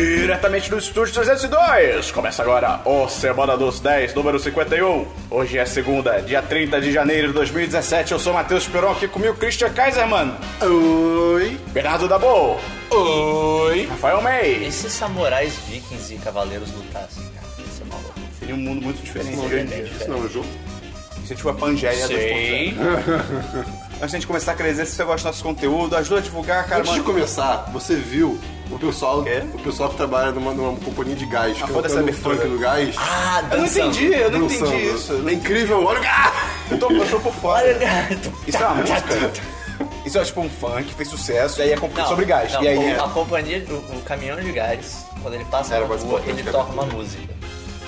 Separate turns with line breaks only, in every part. diretamente do Estúdio 302. Começa agora o Semana dos 10, número 51. Hoje é segunda, dia 30 de janeiro de 2017. Eu sou Matheus Peron, aqui comigo Christian Kaiserman.
Oi.
Bernardo Dabo.
Oi.
Rafael
E
May.
se samurais, vikings e cavaleiros lutassem, cara? Isso é maluco.
Seria um mundo muito diferente
Não,
de hoje em dia.
isso não é um jogo.
Isso é tipo a né? Pangeia 2.0.
Sei.
Antes de a gente começar a crescer, se você gosta do nosso conteúdo, ajuda a divulgar, cara.
Antes de
mano.
começar, você viu o pessoal,
Quê?
o pessoal que trabalha numa, numa companhia de gás, é
Ah, foda-se a
cantando
abertura.
funk do gás?
Ah,
Eu não
dançando.
entendi, eu não
dançando.
entendi isso. Ah!
É incrível, olha o gás!
Eu tô, eu tô por fora.
Olha, gato.
Isso é uma música. Isso é tipo um funk, fez sucesso, e aí é comp-
Não,
sobre gás.
não,
e aí
a
é
companhia, o, o caminhão de gás, quando ele passa
Era
na
mais
rua,
importante
ele
que a
toca uma música.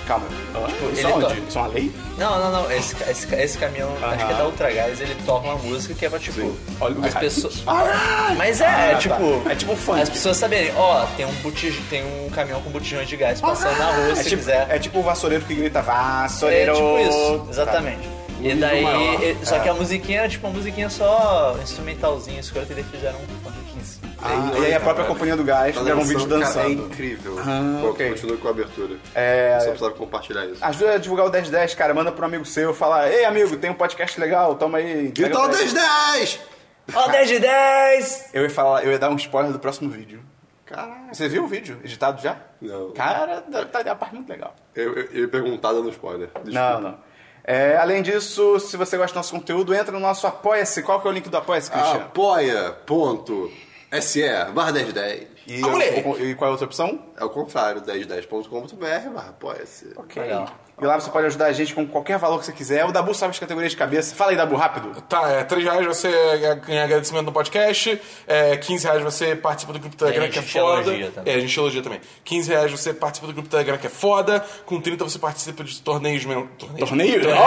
Calma. isso
ele tá-
é onde?
to-
Isso é uma lei?
Não, não, não. Esse, ca- esse, ca- esse caminhão, acho que é da Ultragás, ele toca uma música que é pra, tipo,
Olha o
as
gás.
pessoas...
Ah,
Mas é,
tá.
é tipo...
É tipo funk.
As pessoas saberem, ó, tem um botijão, tem um caminhão com botijões de gás passando na rua,
é,
se
tipo,
quiser.
é tipo o vassoureiro que grita
É
vassoureiro. Tá.
tipo isso, exatamente. E
nível
daí,
tá. maior. é.
e- só que a musiquinha era tipo uma musiquinha só instrumentalzinha, escrota, e daí fizeram um funk em cima.
Tá. Ah, e aí a própria companhia do gás
Tá
gravou um
dançando,
vídeo
cara, é
dançando.
incrível.
Ah,
Pô,
ok.
Continua com a abertura.
É. Ah,
Eu só precisava compartilhar isso.
Ajuda a divulgar o 1010, cara. Manda pra um amigo seu, fala, ei amigo, tem um podcast legal, toma aí. pega
Grita o
pra ele."
1010!
Ó, 10 de 10!
Eu ia falar, eu ia dar um spoiler do próximo vídeo.
Caraca.
Você viu o vídeo? Editado já?
Não.
Cara, tá, tá é uma parte muito legal.
Eu, eu, eu ia perguntar dando spoiler. Desculpa.
Não, não. É, além disso, se você gosta do nosso conteúdo, entra no nosso Apoia-se. Qual que é o link do Apoia-se, Cristiano?
Ah,
apoia.se barra 1010.
E,
Ah, moleque!
o- e qual é a outra opção?
É o contrário, 1010.com.br barra apoia-se.
Ok.
Legal.
E lá você pode ajudar a gente com qualquer valor que você quiser. O Dabu sabe as categorias de cabeça. Fala aí, Dabu, rápido.
Tá, é, 3 reais você ganha agradecimento no podcast, é, 15 reais você participa do grupo Telegram
É, a
que é
gente
foda.
elogia também.
É, a gente elogia também. 15 reais você participa do grupo Telegram que é foda, com 30 você participa de torneios mesmo. Torneios?
Torneio?
Torneio,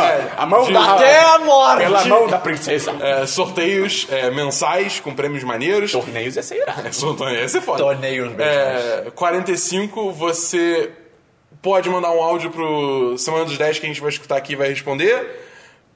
é.
Ah, a mão
De-
da...
Até a morte!
Pela mão da princesa.
É, sorteios é, mensais com prêmios maneiros.
Torneios é ser irado.
É, são torneios, esse é foda.
Torneios
É, 45 você pode mandar um áudio pro Semana dos 10 que a gente vai escutar aqui e vai responder.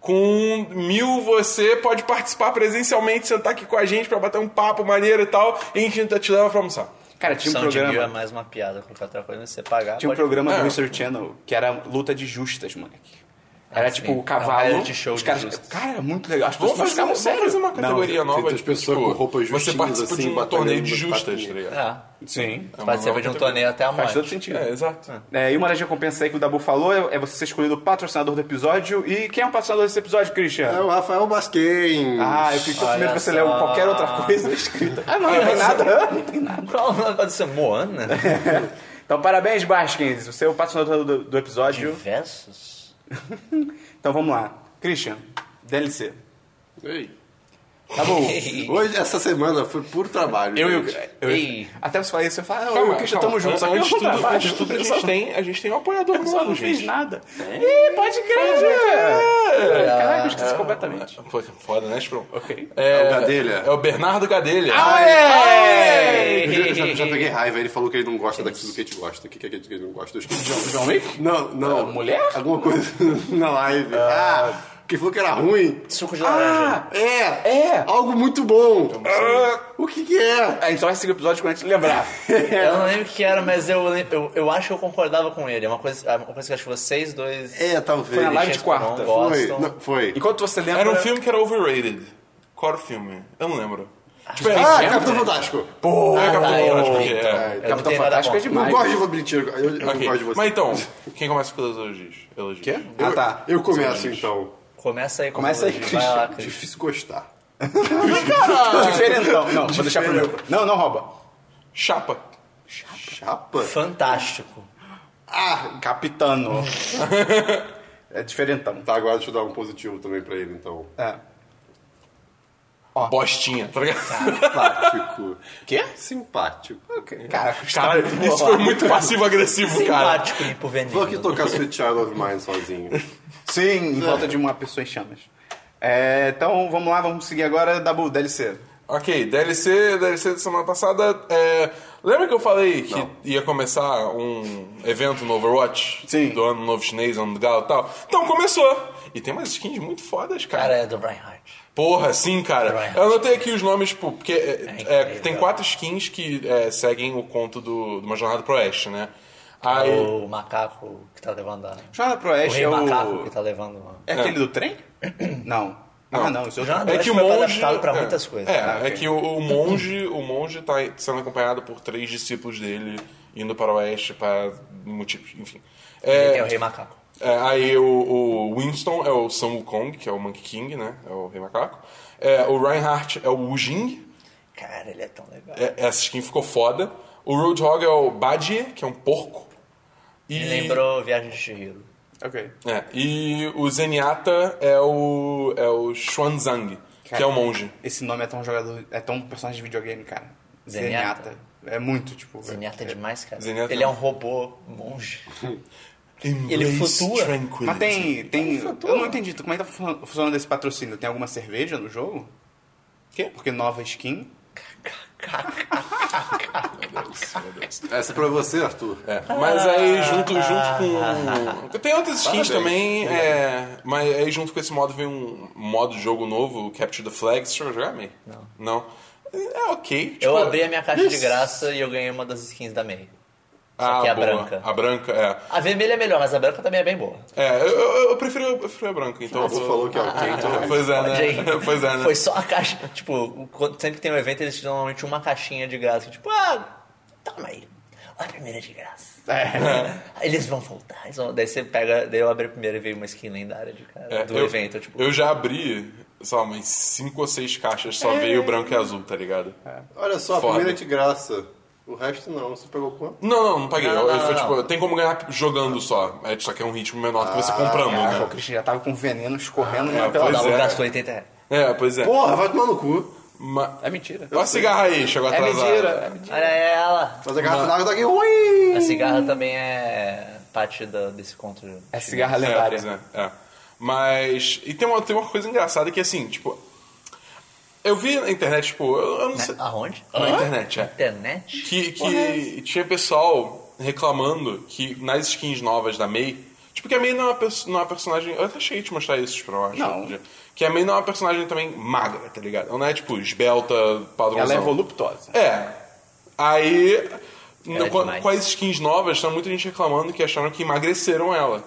Com mil você pode participar presencialmente, sentar aqui com a gente pra bater um papo maneiro e tal, e a gente ainda te leva pra almoçar.
Cara, tinha um
São de mil é
programa...
mais uma piada, qualquer outra coisa, mas você pagar.
Tinha um
pode-
programa do
Ah.
History Channel que era luta de justas, moleque. Era
Ah,
tipo
sim.
o cavalo.
É um reality show
os
de
caras-
justas.
Cara, era muito legal. As
Vamos
pessoas
fazer, né?
ficavam
vamos
sérias.
fazer uma
Não,
categoria nova. tipo,
tem as pessoas com roupas
Você
justinhas,
participa
assim,
de um torneio de
batalhando,
justas, tá
batalhando.
ligado?
É,
Sim.
É uma
pode ser
nova
de um
categoria.
torneio até a
Então, Faz todo
morte.
sentido.
É, exato.
É, e uma das recompensas aí que o Dabu falou é é você ser escolhido o patrocinador do episódio. E quem é o patrocinador desse episódio, Christian?
É o Rafael Basquem.
Ah, eu fico com
Olha
medo que você
só.
leu qualquer outra coisa escrita. Ah, não, não tem nada. Não tem nada.
Qual o negócio disso? Moana?
Então, parabéns, Baskins. Você é o patrocinador do, do episódio.
Versus?
Então, vamos lá. Christian, DLC.
Ei.
Tá bom.
Ei.
Hoje, essa semana, foi puro trabalho.
Eu e
gente.
o... eu-
Ei.
Até você falar isso, eu falo, não, eu e
Calma,
o Christian
calma.
estamos juntos. Só que eu
Antes de
não
tudo,
trabalho,
antes de tudo, a
só-
gente tem, a gente tem um apoiador
Só
novo,
não fez
gente.
nada. Ih, pode crer, gente. Caraca, eu esqueci completamente.
Foi foda, né, Sprong?
Ah, é. Ok.
É o Gadelha. Ah,
É o Bernardo Gadelha.
Eu já, já- já peguei raiva, ele falou que ele não gosta daquilo que a gente gosta. O que, que, é que ele não gosta? Eu esqueci.
John, John Wick?
Não, não.
Ah, mulher?
Alguma coisa na live. Ah, que falou que era ruim.
Suco de
Ah!
laranja.
É!
É.
Algo muito bom! Ah, o que que é?
A gente só vai seguir o episódio quando a gente lembrar.
Eu não lembro o que era, mas eu, lem- eu, eu acho que eu concordava com ele. É uma coisa, é uma coisa que eu acho que vocês dois.
É, talvez.
Foi a live de
Christian
quarta.
não gostam.
Foi, não, é, foi.
Enquanto você lembra...
Era um filme que era overrated. Qual era o filme? Eu não lembro. Tipo, é,
Ah,
é,
Capitão Fantástico!
Pô,
é Capitão Fantástico, que
então.
é.
Eu não
Capitão
tenho nada
Fantástico é
contra.
Não
demais.
gosto de você mentira, eu, eu não
Ok.
gosto de você.
Mas então, quem começa com os elogios? elogios?
Quê?
Eu-
Ah, tá.
Eu começo então.
Começa aí, com
Começa aí,
vai
Christian.
lá, Christian.
Difícil gostar.
tá. Diferentão. Não, vou deixar primeiro. Não, não rouba.
Chapa.
Chapa?
Fantástico.
Ah, capitano. É diferentão.
Tá, agora deixa eu dar um positivo também pra ele então.
É.
Bostinha, tá
Ah,
ligado?
Simpático.
Quê?
Simpático.
Caraca,
Cara, isso foi muito passivo-agressivo, cara.
Simpático, limpo veneno.
Vou aqui tocar Sweet Child of Mine sozinho.
Sim, em volta de uma pessoa em chamas. É, então, vamos lá, vamos seguir agora. Dabu, DLC.
Ok, DLC, DLC da semana passada. é, Lembra que eu falei que ia começar um evento no Overwatch?
Sim.
Do ano novo chinês, ano do galo e tal? Então começou! E tem umas skins muito fodas, cara.
Cara, é do Reinhardt.
Porra, sim, cara.
Reinhardt.
Eu anotei aqui os nomes, tipo, porque é, é,
incrível.
tem quatro skins que é, seguem o conto do, de uma jornada pro oeste, né? Aí,
O macaco que tá levando a.
Jornada pro
O
Oeste
rei
é
macaco que
o.
tá levando a.
É aquele do trem? Não. Ah, não, isso é
Já
outro.
não.
é
acho
que o
que foi
monge
adaptado pra
é,
muitas coisas. né?
É,
Ah,
é
ok.
que o, o monge, o monge tá sendo acompanhado por três discípulos dele indo para o oeste para motivos, enfim.
Ele
É,
tem o rei macaco.
É, aí o, o Winston é o Sun Wukong, que é o Monkey King, né? É o Rei Macaco. É, o Reinhardt é o Wu Jing.
Cara, ele é tão legal.
É, essa skin ficou foda. O Roadhog é o Badie, que é um porco. E,
Me lembrou Viagem de Chihiro.
Ok.
É, e o Zenyatta é o, é o Xuanzang, que é o monge.
Esse nome é tão jogador. É tão personagem de videogame, cara.
Zenyatta.
Zenyatta. É muito, tipo.
Zenyatta é demais, cara.
Zenyatta
ele é
não.
um robô monge.
Embrace
flutua.
tranquility.
Mas tem. tem eu não entendi. Como é que tá fun- funcionando esse patrocínio? Tem alguma cerveja no jogo?
Quê?
Porque nova skin.
Essa é pra você, Arthur.
É, Mas aí junto, junto com. Tem outras
Parabéns.
skins também, é, mas aí junto com esse modo vem um modo de jogo novo, o Capture the Flag. Você chegou a jogar, May?
Não.
Não. É ok. tipo-
Eu abri a minha caixa de
Isso.
graça e eu ganhei uma das skins da May.
Ah,
que é a
boa.
branca.
A branca, é.
A vermelha é melhor, mas a branca também é bem boa.
É, eu, eu- eu prefiro, eu prefiro a branca, então. eu
Você
vou-
falou que é ok, então. é.
Pois é,
Pode
né?
ir.
Pois é, né?
Foi só a caixa. Tipo, quando- sempre que tem um evento, eles te dão normalmente uma caixinha de graça. Tipo, ah, toma aí. Olha a primeira de graça.
É.
Eles vão voltar. eles vão- Daí você pega, daí eu abri a primeira e veio uma skin lendária de cara,
É,
do
eu,
evento. Tipo,
eu já abri, sei lá, umas 5 ou 6 caixas,
É.
só veio branco e azul, tá ligado?
Olha só, a
Foda.
primeira é de graça. O resto não. Você pegou quanto?
Não, não, não paguei.
Não,
Eu- eu-
não,
foi,
não.
tipo, tem como ganhar jogando só. É, só que é um ritmo menor que você
Ah,
comprando,
é.
Caraca, o
né?
Christian já tava com veneno escorrendo
Ah,
na pela
pois
o
é.
é.
um gasto 80 reais.
É, pois é.
Porra, vai tomar no cu.
Ma...
é mentira.
Olha a cigarra aí, chegou
É
atrasada.
mentira. É mentira.
Olha ela.
Mas a garrafa d'água tá aqui. Ui!
A cigarra também é parte da- desse conto.
É cigarra
É,
lendária.
pois é, é. Mas. E tem uma, tem uma coisa engraçada que assim, tipo. Eu vi na internet, tipo, eu, eu não sei.
né? Aonde?
Na internet, é.
Internet?
Que, que tinha pessoal reclamando que nas skins novas da May. Tipo, que a May não é uma, perso- não é uma personagem. Eu até cheguei a te mostrar isso, tipo, eu acho.
Não.
outro dia. Que a May não é uma personagem também magra, tá ligado? Ela não é, tipo, esbelta, padrãozão.
Ela é voluptuosa.
É. Aí, no- com,
demais.
com as skins novas, tá muita gente reclamando que acharam que emagreceram ela.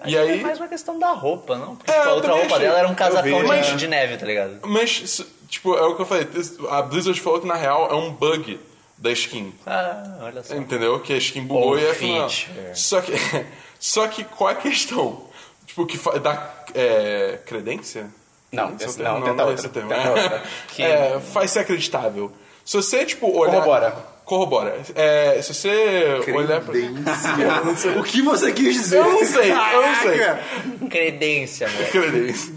E
Acho que
aí.
É mais uma questão da roupa, não? Porque
É,
tipo, a
eu né?
outra
também
roupa
achei.
dela era um
Eu
casacão
vi,
de,
é.
de neve, tá ligado?
Mas, isso- tipo, é o que eu falei. this- A Blizzard falou que na real é um bug da skin.
Ah, olha só.
Entendeu? Que a skin bugou
Ou
e é final.
feature.
Só que, só que qual é a questão? Tipo, que fa- dá é, credência?
Não,
Esse é o
esse-
termo?
não,
não,
tenta
não é
outra,
esse o termo.
tenta outra.
É, é, faz ser acreditável. Se você, tipo, olhar...
Corrobora.
Corrobora. É, se você olhar... Pra...
Credência. o que você quis dizer?
Eu não sei, eu não sei.
Credência, mano.
Credência.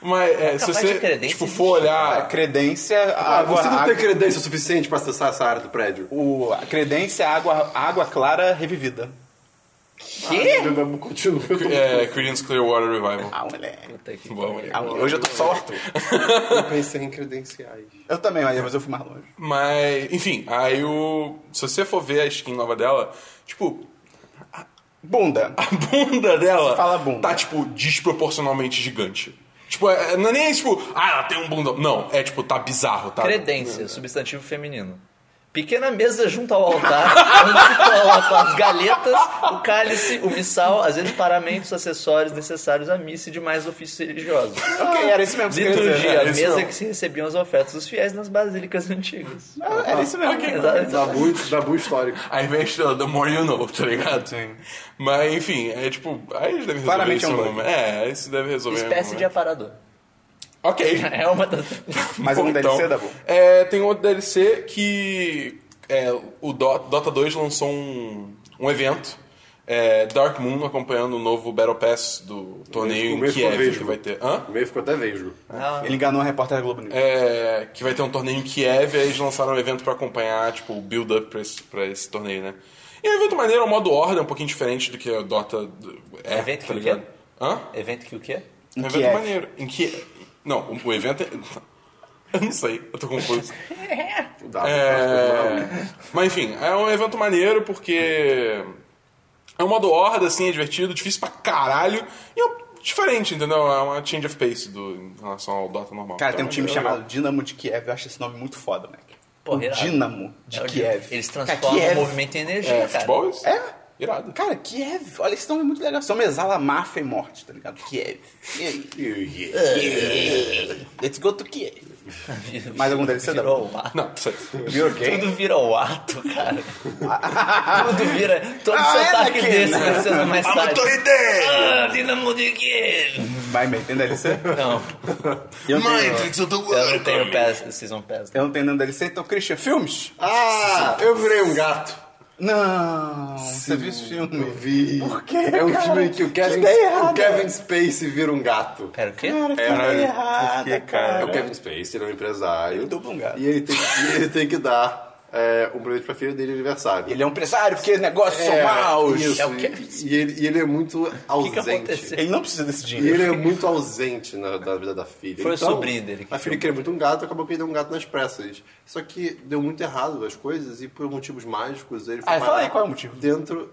Mas é, se
capaz de
você,
credência
tipo, for
Ah, A
olhar...
credência, a
Ah,
água,
você não
a,
tem credência suficiente pra acessar essa área do prédio.
o, a credência, a água, a água clara revivida.
Ah,
Quê?
Continua.
É, Creedence Clearwater Revival.
Ah, moleque.
Puta que
Bom,
pariu.
Ah, hoje eu tô só o Arthur.
Eu pensei em credenciais.
Eu também, mas mas eu fui mais longe.
Mas, enfim, aí o... Se você for ver a skin nova dela, tipo,
Bunda.
a bunda dela
Fala bunda.
tá, tipo, desproporcionalmente gigante. Tipo, é- não é nem tipo, ah, ela tem um bundão. Não, é tipo, tá bizarro, tá?
Credência, substantivo feminino. Pequena mesa junto ao altar, onde se colocam as galetas, o cálice, o missal, às vezes paramentos, acessórios necessários à missa e demais ofícios religiosos.
Ok, era isso mesmo que eu queria dizer.
Liturgia,
é isso
mesa
mesmo.
que se recebiam as ofertas dos fiéis nas basílicas antigas.
Ah, Era isso mesmo.
Exato.
Dabu, Dabu histórico.
Aí vem a estrela, the more you know, tá ligado?
Sim.
Mas, enfim, é tipo, aí eles devem resolver
Claramente
isso
é um
em algum
bug.
momento. É, isso deve resolver em algum
Espécie de
momento.
aparador.
Ok. Então,
É uma das...
Mas é um DLC, Dabu?
É, tem outro DLC que é, o Do- Dota 2 lançou um, um evento. é, Dark Moon acompanhando o novo Battle Pass do torneio
Mesmo
em
com
Kiev que
mesmo.
vai ter. Hã?
O meio ficou até vejo.
Não,
Ele enganou a repórter da Globo News.
É, que vai ter um torneio em Kiev, aí eles lançaram um evento pra acompanhar, tipo, o build-up pra esse, pra esse torneio, né? E é um evento maneiro, é um modo ordem, um pouquinho diferente do que o Dota do- é,
Evento que
tá
o
ligado?
quê?
Hã?
evento que o quê?
É um evento
Kiev.
maneiro. Em que... Não, o- o evento é... Eu não sei, eu tô confuso.
O Dabu
É... Mas enfim, é um evento maneiro porque é um modo horda, assim, é divertido, difícil pra caralho. E é um diferente, entendeu? É uma change of pace do, em relação ao Dota normal.
Cara, tem um
Então,
time
é
chamado Dinamo de Kiev. Eu acho esse nome muito foda, Mac.
Pô,
O
irado.
Dinamo de
É o
Kiev.
Eles
Cara,
transformam
Kiev.
o movimento em energia,
É,
cara.
futebol é isso?
É?
Irado.
Cara, Kiev. Olha, esse nome é muito legal. Só me exala máfia e morte, tá ligado? Kiev. E aí? Let's go to Kiev. Mais algum DLC,
Virou o ato.
Não, isso aí.
You're gay?
Tudo vira o ato, cara. Tudo vira. Todo
Ah, é
sotaque
daqui,
desse
né?
vai sendo mais tarde.
Autoridade!
Ah, Dinamo de Kiev!
Vai, Mac. Tem DLC?
Não,
Eu não tenho-
Matrix of the
eu não
World!
tenho PES, Season PES.
Eu não tenho nenhum DLC, então, Christian, filmes?
Ah, eu virei um gato.
Não, você viu esse
Eu
filme?
vi.
Por quê,
É um
cara?
filme em que o
Que
Kevin,
ideia
o
errada.
Kevin Space vira um gato.
Pera, o quê?
Cara, que
É,
ideia
por
errada, né?
quê,
cara.
cara?
É o Kevin Space, ele é um empresário.
Duplo um gato.
E ele tem, e ele tem que dar é, um presente pra filha dele de aniversário.
Ele é um empresário, porque negócios são maus.
é, Isso,
É o Kevin
e, e ele, e ele é muito ausente.
aconteceu?
Ele não precisa desse
e
dinheiro.
ele é muito ausente na, na vida da filha.
Foi o
Então,
sobrinho dele que
A filha
filmou.
queria muito um gato, acabou que ele deu um gato nas pressas. Só que deu muito errado as coisas e por motivos mágicos ele foi
Ah, fala aí,
parar
qual é o motivo?
Dentro.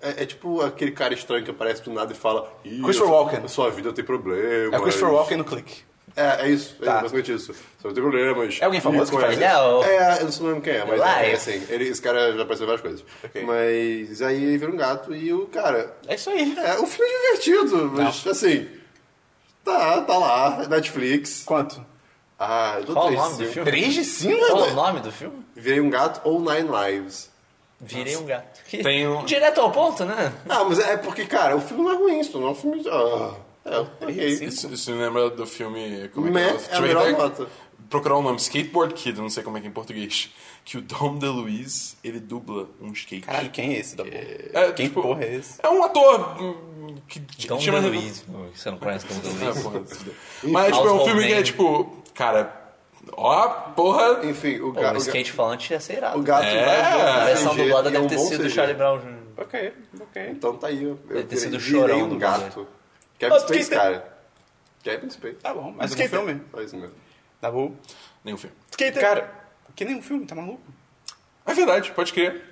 É, é tipo aquele cara estranho que aparece do nada e fala. "Ih,
Christopher
eu-
Walken.
Sua vida tem problemas.
É o Christopher Walken no clique.
É, é isso.
Tá.
É basicamente isso. Só tem problemas.
É alguém famoso que
E
faz
coisa.
isso? É, o-
É, eu não sei mesmo quem é, mas é,
Elias.
é assim. Ele, esse cara já apareceu em várias coisas.
Ok.
Mas aí ele vira um gato e o cara...
É isso aí.
É, o filme é divertido, mas assim... Tá, tá lá, Netflix.
Quanto?
Ah, eu dou
Qual o
três
nome do
cinco.
filme?
3 de 5?
Qual o nome do filme?
Virei um gato ou Nine Lives.
Virei um gato. Que-
Tem um-
Direto ao ponto, né?
Ah, mas é porque, cara, o filme não é ruim, isso não é um filme... Ah, é, ok.
Isso, isso me lembra do filme. Como é que
Meh,
é?
é a
Straight
melhor
Back-
nota.
Procurar o nome, Skateboard Kid, não sei como é que é em português. Que o Dom DeLuise, ele dubla um skate.
Caralho, quem é esse da porra?
É,
Quem
tipo,
porra é esse?
É um ator hum, que que
Dom
tinha-
Então, Luiz. Você não conhece Dom
É,
Luiz?
porra. Mas tipo, é um
Household
filme que é
name.
tipo. Cara, ó, porra.
Enfim, o,
Pô,
ga-
o skate falante ia ser irado.
O gato
É.
vai
A
jogar
versão
CG,
dublada
e
deve
é um
ter
bom
sido
CG.
o Charlie Brown Jr.
Ok, ok.
Então tá aí. Eu eu
ter sido
virei
chorão
um
do
gato. Kevin
Ah,
Space,
skater.
cara. Kevin Space.
Tá bom, mas
Mas
o que filme?
Só isso mesmo.
Tá bom.
Nenhum filme.
Cara, que nem um filme, tá maluco?
É verdade, pode crer.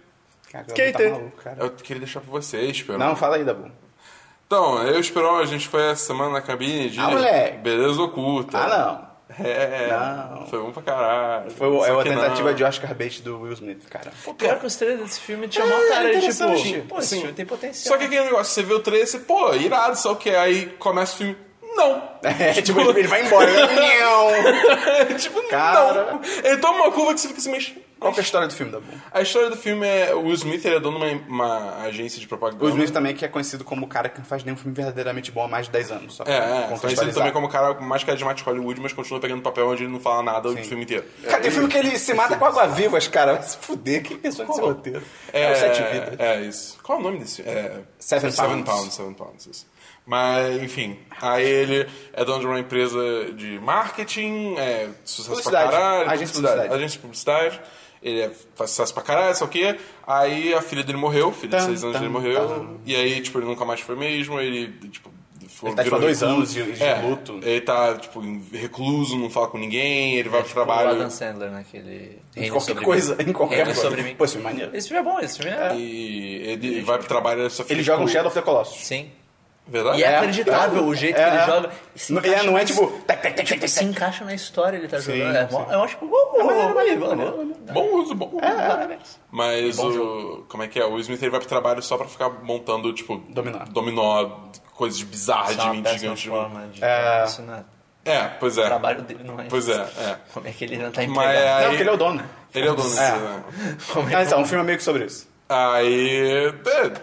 Cara,
Skater.
tá maluco, cara.
Eu queria deixar pra vocês, Perão.
Não, fala aí,
É.
Dabu.
Então, eu esperou, a gente foi essa semana na cabine de
Ah, moleque.
Beleza Oculta.
Ah, não.
É,
Não.
foi bom pra caralho.
Foi o- é
Só
uma
que
tentativa
não.
de Oscar Bates do Will Smith, cara. É,
Pô, pior que os trailers desse filme tinha uma cara de
interessante.
tipo. Pô, esse
Sim.
filme tem potencial.
Só que aquele negócio, você vê o trailer, você, pô, irado, só o que aí começa o filme, não.
É, tipo, ele ele vai embora. ele- Não.
tipo,
Cara.
não. Ele toma uma curva que você fica assim, mas...
Qual que é a história do filme, Dabu?
A história do filme é, o Will Smith, ele é dono de uma, uma agência de propaganda.
O Smith também que é conhecido como o cara que não faz nenhum filme verdadeiramente bom há mais de 10 anos. Só pra
É, é. Conhecido
contextualizar.
também como o cara mais carismático de Hollywood, mas continua pegando papel onde ele não fala nada o filme inteiro.
Cara, tem filme que ele se mata com água-vivas, cara. Vai se fuder. Quem pensou nesse roteiro? É, o Sete Vidas.
É isso. Qual é o nome desse? É,
Seven Pounds.
Pounds. Seven Pounds, isso. Mas, enfim. Aí ele é dono de uma empresa de marketing, é sucesso
Publicidade.
pra caralho.
Agência de publicidade.
Agência de publicidade. Ele é, faz sucesso pra caralho, só que aí a filha dele morreu, filha de
Tam,
6 anos
tam,
dele morreu.
tam.
E aí, tipo, ele nunca mais foi mesmo, ele, tipo... foi-
Ele tá, tipo,
virou
há dois
recluso. É,
anos de- de luto.
Ele tá, tipo, recluso, não fala com ninguém,
É,
ele vai pro
tipo,
Tipo, O
trabalho.
Adam Sandler naquele.
Em qualquer coisa. Em qualquer coisa.
sobre mim.
Pô, esse filme é maneiro.
Esse filme é bom, esse filme é.
E ele vai pro trabalho, ele só fica,
Ele joga um
tipo,
Shadow of the Colossus.
Sim.
Verdade?
E é acreditável o jeito
É,
que
é.
ele joga. E se
Não- é,
encaixa
não é
na-
tipo... Tec, tec, tec, tec,
Tipo,
tec,
se
tec.
encaixa na história ele tá
Sim,
jogando. É, mó- Eu acho tipo, bom, bom,
maneiro,
bom,
maneiro,
bom,
maneiro, É,
bom.
Bom uso, bom uso.
É,
Mas o. Como é que é? O Smith ele vai pro trabalho só pra ficar montando, tipo.
Dominó.
Dominó, coisas bizarras
Isso
um de
é uma
mim,
péssima
gigantes.
forma de
É.
isso não é
É, pois é.
trabalho dele, não é?
Pois é, é.
Como é que ele não tá
Mas
empregado?
Não,
aí-
porque ele é o dono.
Ele é o dono desse,
É.
né?
Como é
Ah, então, o filme é meio que sobre isso.
Aí.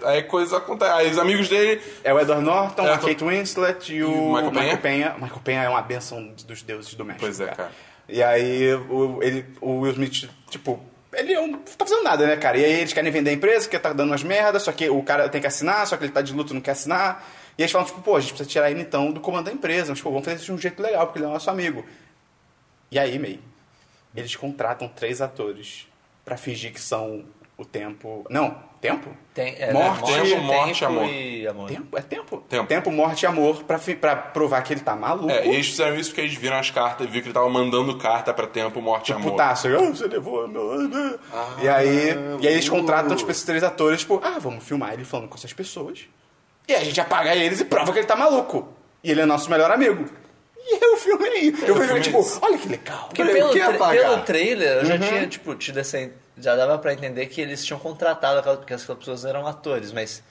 É, aí coisa acontece. Aí os amigos dele.
É o Edward Norton,
É,
a Kate Winslet e o
Michael Penha.
Penha. Michael Penha é uma benção dos deuses do México.
Pois é, cara.
E aí o, ele- o Will Smith, tipo, ele não tá fazendo nada, né, cara? E aí eles querem vender a empresa, porque tá dando umas merdas, só que o cara tem que assinar, só que ele tá de luto e não quer assinar. E eles falam, tipo, pô, a gente precisa tirar ele então do comando da empresa. Mas, pô, vamos fazer isso de um jeito legal, porque ele é nosso amigo. E aí, May, eles contratam três atores pra fingir que são o tempo. Não, tempo?
Tem, é,
Morte,
né?
tempo, morte,
tempo
amor.
e amor.
Tempo? É tempo?
Tempo.
morte e amor pra, fi- pra provar que ele tá maluco.
É, e eles fizeram isso porque eles viram as cartas, viram que ele tava mandando carta pra tempo, morte e
Tipo,
amor.
tá,
Ah,
Putaço, ah, você levou meu. e, aí, e aí eles
uh.
contratam tipo, esses três atores, tipo, ah, vamos filmar ele falando com essas pessoas. E a gente apaga eles e prova que ele tá maluco. E ele é nosso melhor amigo. E eu filmei. Eu
filmei
filmei, tipo,
isso.
olha que legal.
Porque
Olha,
pelo,
eu quero
tra-
pagar.
pelo trailer, eu já tinha, tipo, tido essa... Já dava pra entender que eles tinham contratado aquelas... Porque aquelas pessoas eram atores, mas...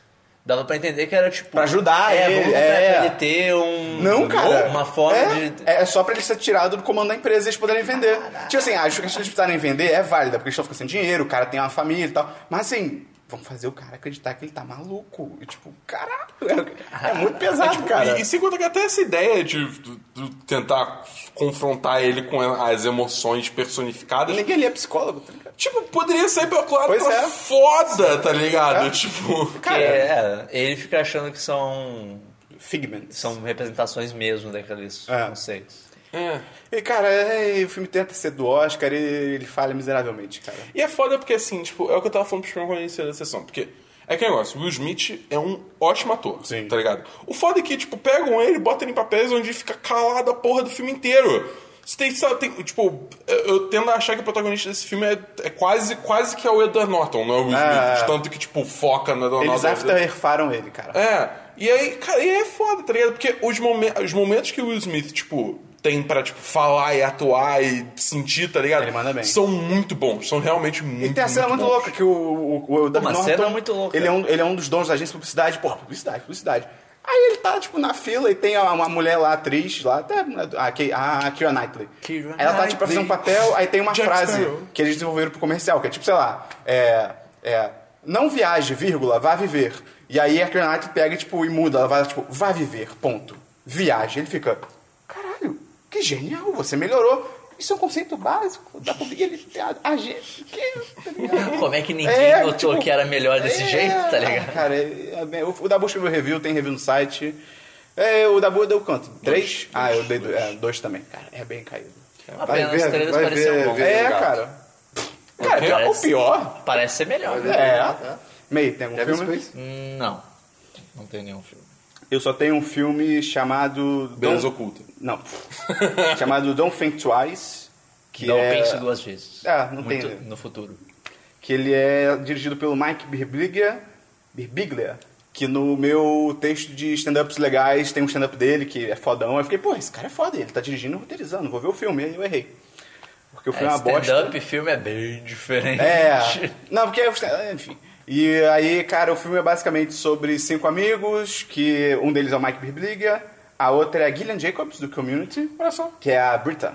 Dava pra entender que era, tipo...
Pra ajudar
é,
ele,
Vamos contratar
é.
pra ele ter um...
Não, cara.
Uma forma
é,
de...
É só pra ele ser tirado do comando da empresa e eles poderem vender. Tipo assim, a justiça que eles precisarem vender é válida, porque eles estão ficando sem dinheiro, o cara tem uma família e tal. Mas assim, vamos fazer o cara acreditar que ele tá maluco. E, tipo, caralho, é, é muito pesado,
tipo
cara.
E, e sem contar que até essa ideia de, de- de tentar confrontar ele com as emoções personificadas.
Ninguém ali é psicólogo, tá ligado?
Tipo, poderia sair pelo lado
Pois
pra
é.
foda, tá ligado? Tipo.
Que é, ele fica achando que são...
Figments.
São representações mesmo daqueles
É.
conceitos.
É.
E, cara, é, o filme tenta ser do Oscar e ele falha miseravelmente, cara.
E é foda porque, assim, tipo, é o que eu tava falando pro Chimão quando eu iniciei a sessão. Porque é aquele negócio, Will Smith é um ótimo ator,
Sim.
tá ligado? O foda é que, tipo, pegam ele, botam ele em papéis onde ele fica calado a porra do filme inteiro. Você tem, sabe, tem, tipo, eu, eu tendo a achar que o protagonista desse filme é, é quase, quase que é o Edward Norton, não é o Will
Ah,
Smith.
é.
De tanto que, tipo, foca no Edward
Eles
Norton.
afterfaram ele, cara.
É. E aí, cara, e aí é foda, tá ligado? Porque os, momen- os momentos que o Will Smith, tipo, tem pra, tipo, falar e atuar e sentir, tá ligado?
Ele manda bem.
São muito bons. São realmente muito,
E tem a cena muito,
muito bons.
louca que o, o, o Edward
Uma
Norton,
cena muito louca.
Ele é, um, ele é um dos donos da agência de publicidade. Porra, publicidade, publicidade. Aí ele tá, tipo, na fila e tem uma, uma mulher lá, atriz, lá, até a, Ke- a Keira Knightley.
Keira
ela tá, tipo, fazendo um papel, aí tem uma
Jack
frase
Sparrow.
que eles desenvolveram pro comercial, que é tipo, sei lá, é... é não viaje, vírgula, vá viver. E aí a Keira Knightley pega, tipo, e muda. Ela vai, tipo, vá viver, ponto. Viaje. Ele fica, caralho, que genial, você melhorou. Isso é um conceito básico da publicidade. A, a, gente- que, tá ligado?
Como é que ninguém
É,
notou
tipo,
que era melhor desse
É,
jeito, tá ligado?
Cara, é- é- o, o Dabu escreveu review, tem review no site. É, o Dabu deu quanto? Três? ah, eu dei do- é, dois. também. Cara, é bem caído.
Uma pena, os trailers
vai
pareciam
ver-
bons.
ver-
É,
legal.
cara. Cara,
Parece-
o pior
Parece ser melhor, né?
é...
É.
Meio, tem algum
Kevin
filme?
Spacey.
Hum, Não. Não tem nenhum filme.
Eu só tenho um filme chamado...
Beleza
Don't-
oculta.
Não. chamado Don't Think Twice. Que
não
é...
pense duas vezes.
Ah, não tem,
Muito
né?
No futuro.
que ele é dirigido pelo Mike Birbiglia, Birbiglia que no meu texto de stand-ups legais tem um stand-up dele que é fodão. Eu fiquei, pô, esse cara é foda, ele tá dirigindo e roteirizando, vou ver o filme. Aí eu errei. Porque o
É,
filme é uma bosta.
Stand-up filme é bem diferente.
É. Não, porque eu- enfim. E aí, cara, o filme é basicamente sobre cinco amigos, que um deles é o Mike Birbiglia, a outra é a Gillian Jacobs, do Community,
Olha só.
que é a Britta.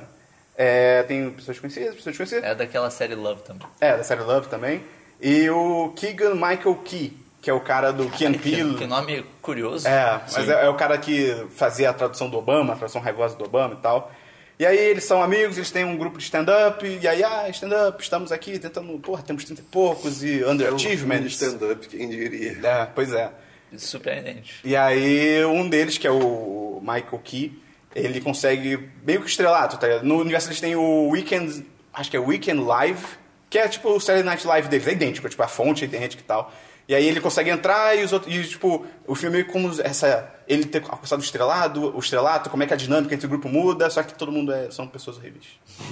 É, tem pessoas conhecidas, pessoas conhecidas.
É daquela série Love também.
É, da série Love também. E o Keegan Michael Key, que é o cara do Key and
Que, que
Peele.
nome curioso.
É, mas é, é o cara que fazia a tradução do Obama, a tradução raivosa do Obama e tal. E aí eles são amigos, eles têm um grupo de stand-up, e aí, ah, stand-up, estamos aqui tentando, porra, temos 30 e poucos, e
Filme de
underachievements.
stand-up, quem diria.
É, pois é.
Surpreendente.
E aí, um deles, que é o Michael Key, ele consegue meio que estrelato, tá ligado? No universo eles têm o Weekend, acho que é Weekend Live, que é tipo o Saturday Night Live deles, é idêntico, tipo a fonte é idêntica e tal. E aí ele consegue entrar e os outros. E, tipo, o filme é meio como essa. Ele ter alcançado o estrelado, o estrelato, como é que a dinâmica entre o grupo muda, só que todo mundo é, são pessoas horríveis.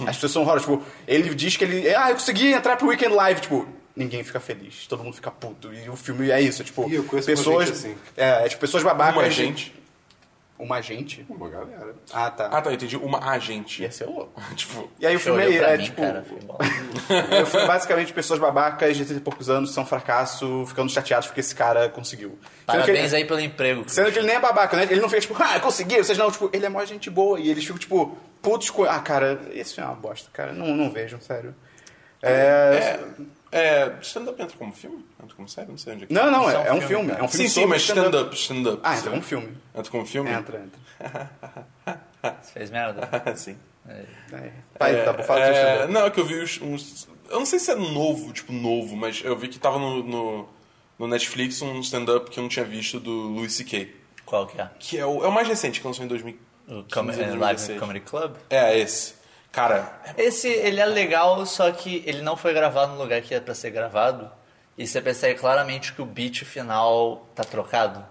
As pessoas são horríveis, tipo, ele diz que ele. Ah, eu consegui entrar pro Weekend Live, tipo, ninguém fica feliz, todo mundo fica puto. E o filme é isso, tipo,
Ih, eu conheço uma
pessoas.
gente assim.
É, tipo, pessoas babacas.
Uma agente.
Uma agente?
Uma galera.
Ah, tá.
Ah, tá, entendi. Uma agente.
Ia ser louco.
Tipo,
E aí o
Você
filme
olhou
é,
pra
é
mim,
tipo.
cara, foi bom.
eu fui basicamente pessoas babacas de 30 e poucos anos são um fracasso, ficando chateados porque esse cara conseguiu. Sendo que ele-
Parabéns aí pelo emprego.
Sendo que ele nem é babaca, né? Ele não fica tipo, ah, consegui, vocês não, tipo, ele é mó gente boa. E eles ficam, tipo, putos com. Ah, cara, esse filme é uma bosta, cara. Não, não vejam, sério. É.
é, stand-up entra como filme? Entra como série? Não sei onde é que
Não, não,
Isso
é, é um filme. É um filme
Sim, sim,
sobre
mas stand-up, stand-up.
Ah, então é um filme.
Entra como filme?
Entra, entra.
Você fez merda?
sim.
É. Pai, tá bom, fala do seu
É,
né?
stand-up.
Não, é que eu vi uns, uns- Eu não sei se é novo, tipo, novo, mas eu vi que tava no, no, no Netflix um stand-up que eu não tinha visto do Louis C.K.
Qual que é?
Que é o, é o mais recente, que lançou em 2000.
O Com- é,
2016.
Live Comedy Club?
É, esse. Cara,
Esse, ele é legal, só que ele não foi gravado no lugar que era pra ser gravado. E você percebe claramente que o beat final tá trocado.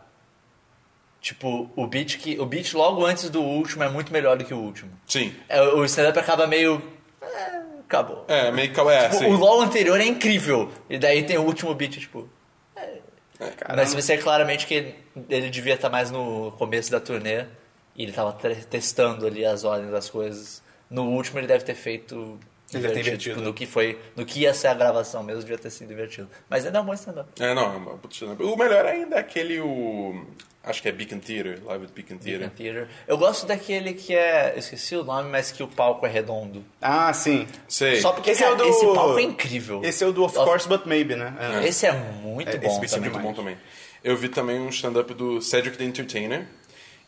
Tipo, o beat, que, o beat logo antes do último é muito melhor do que o último.
sim.
É, o stand-up acaba meio... é, acabou.
É, meio que. É,
Tipo,
sim.
o LOL anterior é incrível. E daí tem o último beat, tipo...
Caramba. É.
tá Mas você vê claramente que ele, ele devia estar mais no começo da turnê. E ele tava tre- testando ali as ordens das coisas. No último ele deve ter feito
Ele deve ter invertido.
tipo, no que foi, no que ia ser a gravação mesmo, devia ter sido invertido. Mas ainda é um bom stand-up.
É, não, é uma puta stand-up. O melhor ainda é aquele, o... Acho que é Beacon Theater, Live at Beacon Theater.
Theater. Eu gosto daquele que é, eu esqueci o nome, mas que o palco é redondo.
Ah, sim.
Sei.
Só porque
Esse
cara,
é o do-
esse palco é incrível.
Esse é o do Of Course But Maybe, né? É.
Esse é muito
É, esse
bom
bicho é
também.
muito bom também. Eu vi também um stand-up do Cedric the Entertainer.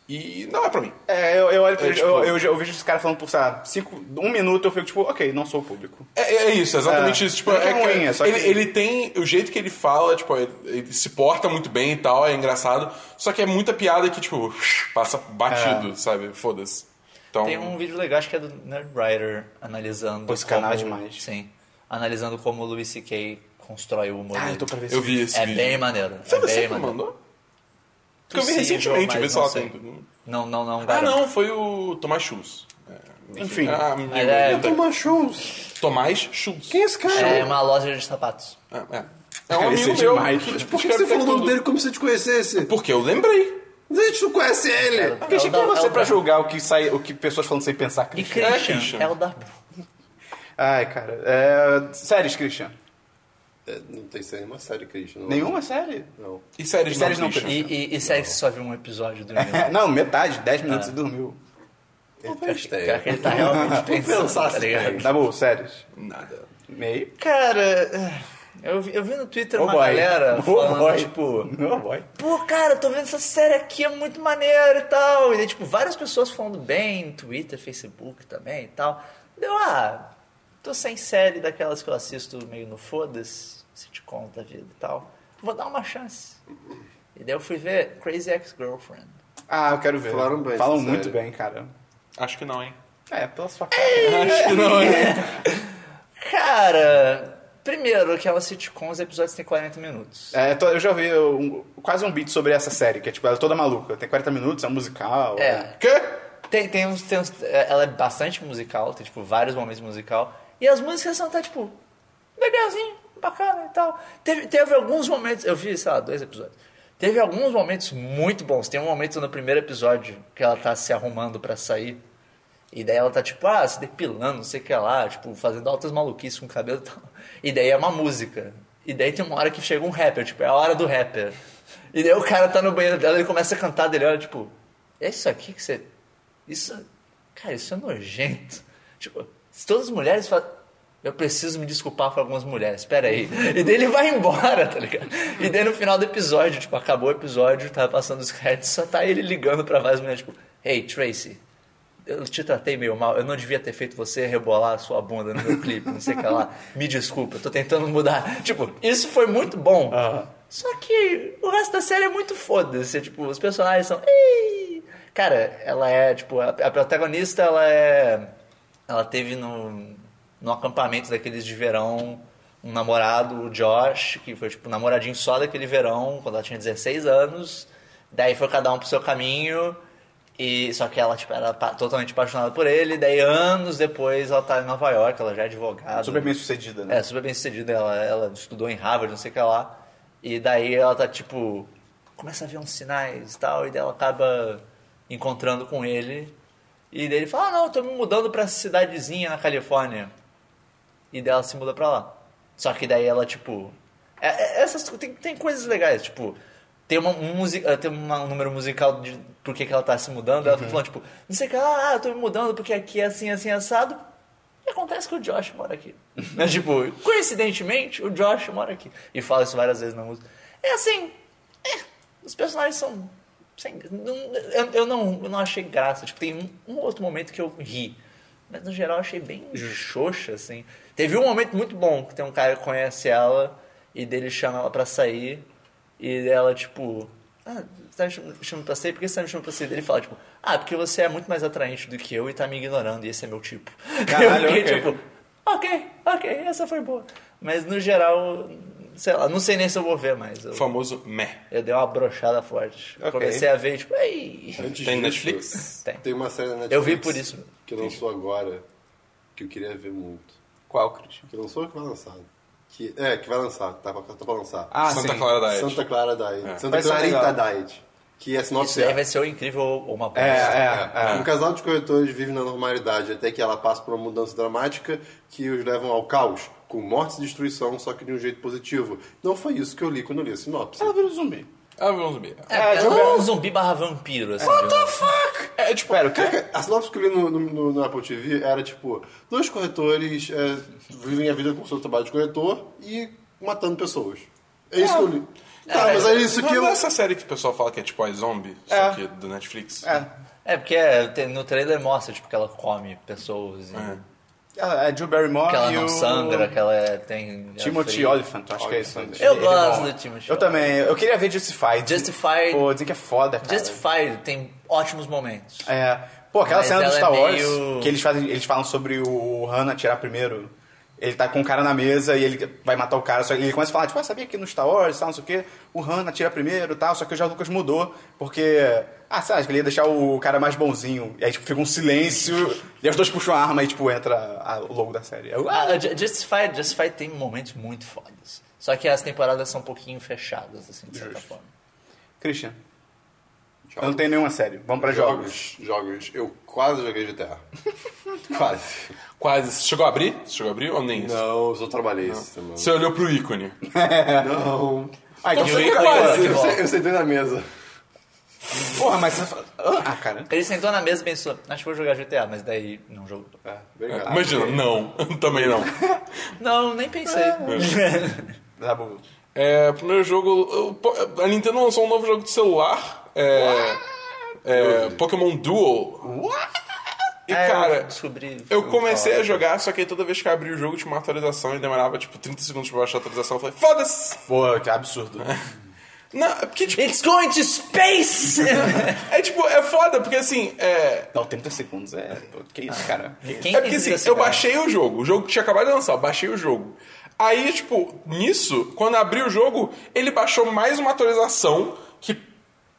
E não é pra mim.
É, eu, eu olho pra
É,
eles,
tipo-
eu, eu, já- eu vejo esse cara falando por, sei lá, cinco, um minuto, eu fico tipo, ok, não sou o público.
É, é- é isso, é exatamente
É.
isso. Tipo,
Não é
é que
ruim, é só
ele,
que-
ele tem. O jeito que ele fala, tipo, ele, ele se porta muito bem e tal, é engraçado. Só que é muita piada que, tipo, passa batido, sabe? Foda-se. Então,
Tem um vídeo legal, acho que é do Nerdwriter, analisando.
Pô, esse canal é
como-
demais.
Sim. Analisando como o Louis C.K. constrói o humor.
Ah,
dele.
eu tô pra ver
eu vi esse
É
vídeo.
bem maneiro.
Foi
é
você
bem
que me
maneiro.
mandou? Porque eu vi
Possível,
recentemente, eu vi
mas
só
não
lá
sei. Tá.
tudo.
Não, não, não.
Ah,
garanto.
não, foi o Tomás Schultz. É,
Enfim.
Ah, meu
Mas é-
Deus.
Toma shows.
Tomás Schultz.
Quem é esse cara?
É uma loja de sapatos.
É, é. É um
Esse é
amigo meu.
demais.
que,
Mas
tipo,
Por que você
escreve
falou o nome
tudo.
dele como se eu te conhecesse?
Porque eu lembrei.
A gente não conhece ele.
Porque quem
da-
é você
o
pra
da-
julgar o que, sai, o que pessoas falam sem pensar,
E
Christian?
Christian,
É, Christian.
é o da Bru.
Ai, cara. É... Séries, Christian.
É, não tem nenhuma série, Christian. não.
Nenhuma série?
Não.
E séries,
Séries não,
não, Christian.
E, e, e sério
Tá
que você só viu um episódio do
É,
meu.
não, metade, 10 minutos e dormiu.
Talvez
Cara, que
tenha.
ele tá realmente pensando,
pensar
tá
se
ligado?
tem.
Tá bom, séries.
Nada.
Meio.
Cara, eh, eu vi, eu vi no Twitter
Oh
uma
boy.
galera
Oh
falando,
boy.
tipo...
Não, boy.
Pô, cara, tô vendo essa série aqui, é muito maneiro e tal. E, daí, tipo, várias pessoas falando bem, Twitter, Facebook também e tal. Deu, ah, tô sem série daquelas que eu assisto meio no foda-se, sitcom da vida e tal. Vou dar uma chance. E daí eu fui ver Crazy Ex-Girlfriend.
Ah, eu quero ver.
Falaram bem,
Falam
essa
muito
série.
bem, cara.
Acho que não, hein?
É, pela sua cara.
Acho que não, hein?
Cara, primeiro, aquela sitcom, os episódios têm 40 minutos.
É, tô- eu já vi um- quase um beat sobre essa série, que é tipo, ela é toda maluca. Tem 40 minutos, é um musical.
É,
Quê?
Tem, tem uns, tem uns- é, Ela é bastante musical, tem tipo vários momentos musical. E as músicas são até tipo. Legalzinho, bacana e tal. Teve, teve alguns momentos. Eu vi, sei lá, dois episódios. Teve alguns momentos muito bons. Tem um momento no primeiro episódio que ela tá se arrumando pra sair. E daí ela tá tipo, ah, se depilando, não sei o que lá, tipo, fazendo altas maluquices com o cabelo e tal. E daí é uma música. E daí tem uma hora que chega um rapper, tipo, é a hora do rapper. E daí o cara tá no banheiro dela, ele começa a cantar, dele olha, tipo, é isso aqui que você. Isso. Cara, isso é nojento. Tipo, se todas as mulheres fazem. Eu preciso me desculpar com algumas mulheres, pera aí. E daí ele vai embora, tá ligado? E daí no final do episódio, tipo, acabou o episódio, tava passando os créditos, só tá ele ligando pra várias mulheres, tipo, hey, Tracy, eu te tratei meio mal, eu não devia ter feito você rebolar a sua bunda no meu clipe, não sei o que lá. Me desculpa, eu tô tentando mudar. Tipo, isso foi muito bom. Só que o resto da série é muito foda-se. Tipo, os personagens são. "Ei!" Cara, ela é, tipo, a, a protagonista, ela é. Ela teve no, no acampamento daqueles de verão um namorado, o Josh, que foi, tipo, namoradinho só daquele verão, quando ela tinha 16 anos. Daí foi cada um pro seu caminho. E, só que ela, tipo, era pa- totalmente apaixonada por ele. Daí, anos depois, ela tá em Nova York, ela já é advogada.
Super bem sucedida, né?
É, super bem sucedida. Ela, ela estudou em Harvard, não sei o que lá. E daí ela tá tipo. Começa a ver uns sinais e tal. E daí ela acaba encontrando com ele. E daí ele fala: Ah, não, eu tô me mudando pra essa cidadezinha na Califórnia. E daí ela se muda pra lá. Só que daí ela, tipo. é- é- essas tem, tem coisas legais, tipo. Tem uma música, tem uma- um número musical de por que, que ela tá se mudando. Ela fica falando, tipo, não sei o que, ah, eu tô me mudando porque aqui é assim, assim, assado. E acontece que o Josh mora aqui. Mas, tipo, coincidentemente, o Josh mora aqui. E fala isso várias vezes na música. É assim, é, os personagens são. sem- não- eu, eu não, eu não achei graça. Tipo, tem um, um outro momento que eu ri. Mas no geral eu achei bem xoxa, assim. Teve um momento muito bom que tem um cara que conhece ela e dele chama ela pra sair. E ela, tipo. Ah, você tá me cham- chamando pra sair? Por que você tá me chamando pra sair? Daí Ele fala, tipo, ah, porque você é muito mais atraente do que eu e tá me ignorando, e esse é meu tipo.
Caralho,
eu fiquei,
ok.
tipo, ok, ok, essa foi boa. Mas no geral, sei lá, não sei nem se eu vou ver mais. Eu-
O famoso meh.
eu dei uma brochada forte.
Ok.
Comecei a ver, tipo, ei.
Antes
Tem
disso,
Netflix?
Tem.
Tem uma série na Netflix.
Eu vi por isso.
Que lançou agora, que eu queria ver muito.
Qual, Christian?
Que lançou ou que vai lançar? Que, é, que vai lançar, tá, tá pra lançar.
Ah,
Santa
sim.
Clara Diet.
Santa Clara Diet. Santa
Vai ser
Clarita
legal.
Diet. que a sinopse
Isso daí
é...
vai ser o incrível ou uma
É,
bosta.
é,
Um casal de corretores vive na normalidade até que ela passa por uma mudança dramática que os levam ao caos, com mortes e destruição, só que de um jeito positivo. Não foi isso que eu li quando eu li a sinopse.
é. Ela vira um zumbi.
Ah, vamos zumbi.
É,
É,
é
tipo,
um zumbi barra vampiro, assim. What the fuck?
É, tipo, pera, o quê?
Caraca, A sinopse que eu li no, no- no- no Apple TV era tipo: dois corretores é, vivem a vida com o seu trabalho de corretor e matando pessoas. É isso que eu li. Tá, mas é isso
Não,
que eu.
não é essa série que o pessoal fala que é tipo a zombie,
É.
só que do Netflix.
É.
É, porque é, tem- no trailer mostra, tipo, que ela come pessoas e
Ela é Jill Barrymore
que ela
e
não
o...
sangra, que ela é, tem... ela
Timothy
é
Oliphant, acho que é isso.
Oliphant.
feia. Eu
Ele-
gosto do Timothy
Eu também. Eu queria ver Justified.
Justified-
Pô, dizem que é foda, cara.
Justified tem ótimos momentos.
É. Pô, aquela
Mas
cena do
ela é
Star Wars
meio-
que eles, fazem, eles falam sobre o Han atirar primeiro. Ele tá com o cara na mesa e ele vai matar o cara, só que ele começa a falar, tipo, ah, sabia que no Star Wars, tal, não sei o quê, o Han atira primeiro e tal, só que o Jorge Lucas mudou, porque, ah, sabe, acho que ele ia deixar o cara mais bonzinho. E aí, tipo, fica um silêncio, e aí os dois puxam a arma e, tipo, entra a- o logo da série. Eu, ah,
Ah, Ju- Justified, Justified tem momentos muito fodas. Só que as temporadas são um pouquinho fechadas, assim, de certa
Justo.
forma.
Christian, eu não
Jogos.
tenho nenhuma série, vamos pra jogos.
jogos. Jogos. Eu quase joguei GTA. quase.
Quase. Você chegou a abrir? Você chegou a abrir ou nem isso?
Não, eu só trabalhei esse semana.
Você olhou pro ícone.
Não.
Ah, então
E
você
o
nunca-
Ico-
Quase.
de
Eu,
volta.
se- eu sentei na mesa.
Porra, mas você... Ah, cara.
Ele sentou na mesa e pensou, acho que vou jogar GTA, mas daí não jogou.
É.
Obrigado.
Imagina, não. Também não.
Não, nem pensei.
Tá bom.
É, primeiro jogo. eu- pô, A Nintendo lançou um novo jogo de celular. É. é, Pokémon Duel. E
É, eu
cara.
descobri-
Eu comecei a jogar, só que aí toda vez que eu abri o jogo tinha uma atualização e demorava tipo 30 segundos pra baixar a atualização. Eu falei, foda-se!
Pô, que absurdo.
Não, é porque tipo,
It's going to space!
é tipo, é foda, porque assim, é.
Não, 30 segundos é. pô, Que isso, cara?
Quem
é porque assim,
precisa
eu
dessa
baixei o jogo, o jogo tinha acabado de lançar, eu baixei o jogo. Aí, tipo, nisso, quando abri o jogo, ele baixou mais uma atualização, que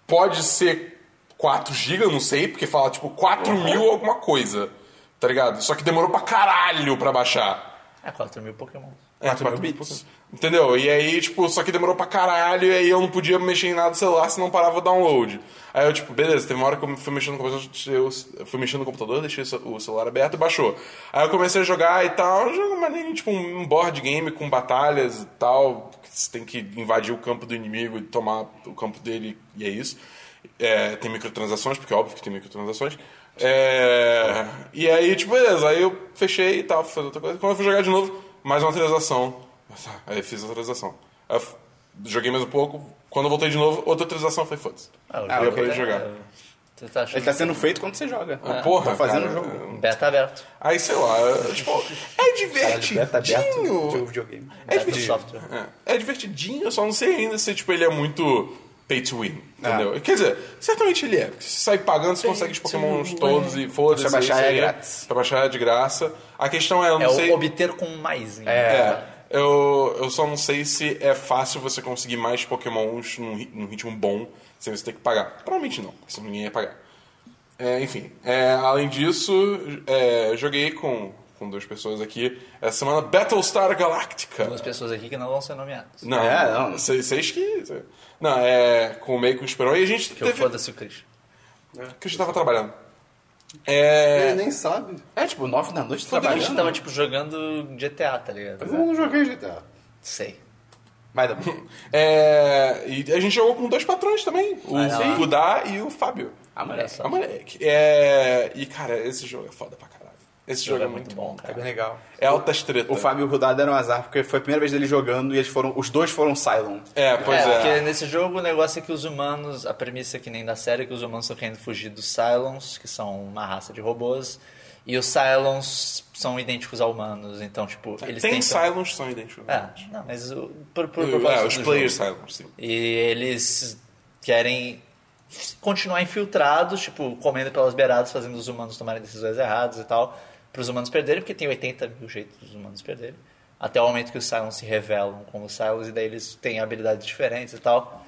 pode ser 4 GB, eu não sei, porque fala, tipo, 4 mil alguma coisa, tá ligado? Só que demorou pra caralho pra baixar.
É 4 mil Pokémon.
É, 4 bits. Entendeu? E aí, tipo, só que demorou pra caralho, e aí eu não podia mexer em nada do celular, senão parava o download. Aí eu, tipo, beleza, teve uma hora que eu fui mexendo no computador, eu eu fui mexendo no computador, deixei o ce- o celular aberto e baixou. Aí eu comecei a jogar e tal, um jogo maneirinho, tipo, um board game com batalhas e tal, que você tem que invadir o campo do inimigo e tomar o campo dele, e é isso. É, tem microtransações, porque é óbvio que tem microtransações. É, e aí, tipo, beleza, aí eu fechei e tal, fui fazer outra coisa. Quando eu fui jogar de novo, mais uma atualização. Aí eu fiz a atualização. Aí eu f- joguei mais um pouco. Quando eu voltei de novo, outra atualização foi foda-se.
o
Ah, eu
jogo
parei de
tá-
jogar.
Você tá achando
Ele tá sendo feito quando você joga.
Ah, Porra,
Tá fazendo o
cara.
jogo.
beta aberto.
Aí, sei lá, eu- tipo, é
Beta aberto
divertidinho.
jogo videogame.
É
Beta do
divertido.
software.
É, é divertidinho, eu só não sei ainda se tipo, ele é muito pay to win.
É.
Entendeu? Quer dizer, certamente ele é. Porque se sai pagando, você consegue os pokémons todos e foda-se.
Pra baixar é
isso aí.
grátis.
Pra baixar é de graça. A questão é, eu não
É
sei...
o obter com mais. né?
É, eu, eu só não sei se é fácil você conseguir mais pokémons num, ri- num ritmo bom sem você ter que pagar. Provavelmente não, porque senão ninguém ia pagar. É, enfim, é, além disso, é, joguei com, com duas pessoas aqui essa semana Battlestar Galactica.
Duas pessoas aqui que não vão ser nomeadas.
Não,
É,
não.
não.
Vocês vocês que. Não, é. Com o meio com o Esperon. E a gente
Que eu
teve.
foda-se o Christian.
Que a gente tava trabalhando. É.
Ele nem sabe.
É tipo, 9 da noite
A gente
trabalhando.
tava, tipo, jogando GTA, tá ligado?
Mas
é.
eu não joguei GTA.
Sei.
Vai dar bom.
É, e a gente jogou com dois patrões também, o
Ah, não.
Budá e o Fábio.
Ah,
Olha
moleque.
é só.
A moleque. É, e cara, esse jogo é foda pra caralho. Esse jogo, é muito bom,
É
cara.
bem legal.
É altas treta.
O Fábio e o Rudá deram azar, porque foi a primeira vez dele jogando e eles foram. Os dois foram Silent.
É,
é,
pois é.
porque nesse jogo o negócio é que os humanos, a premissa é que nem da série, é que os humanos estão querendo fugir dos Cylons, que são uma raça de robôs, e os Cylons são idênticos a humanos, então, tipo, eles
Tem um
tentam...
Silence que são idênticos.
É, não, mas o, por, por
É,
propósito
os
do
players
jogo.
Silence, sim.
E eles querem continuar infiltrados, tipo, comendo pelas beiradas, fazendo os humanos tomarem decisões erradas e tal, para os humanos perderem, porque tem 80 mil jeitos dos humanos perderem. Até o momento que os Cylons se revelam como Cylons, e daí eles têm habilidades diferentes e tal.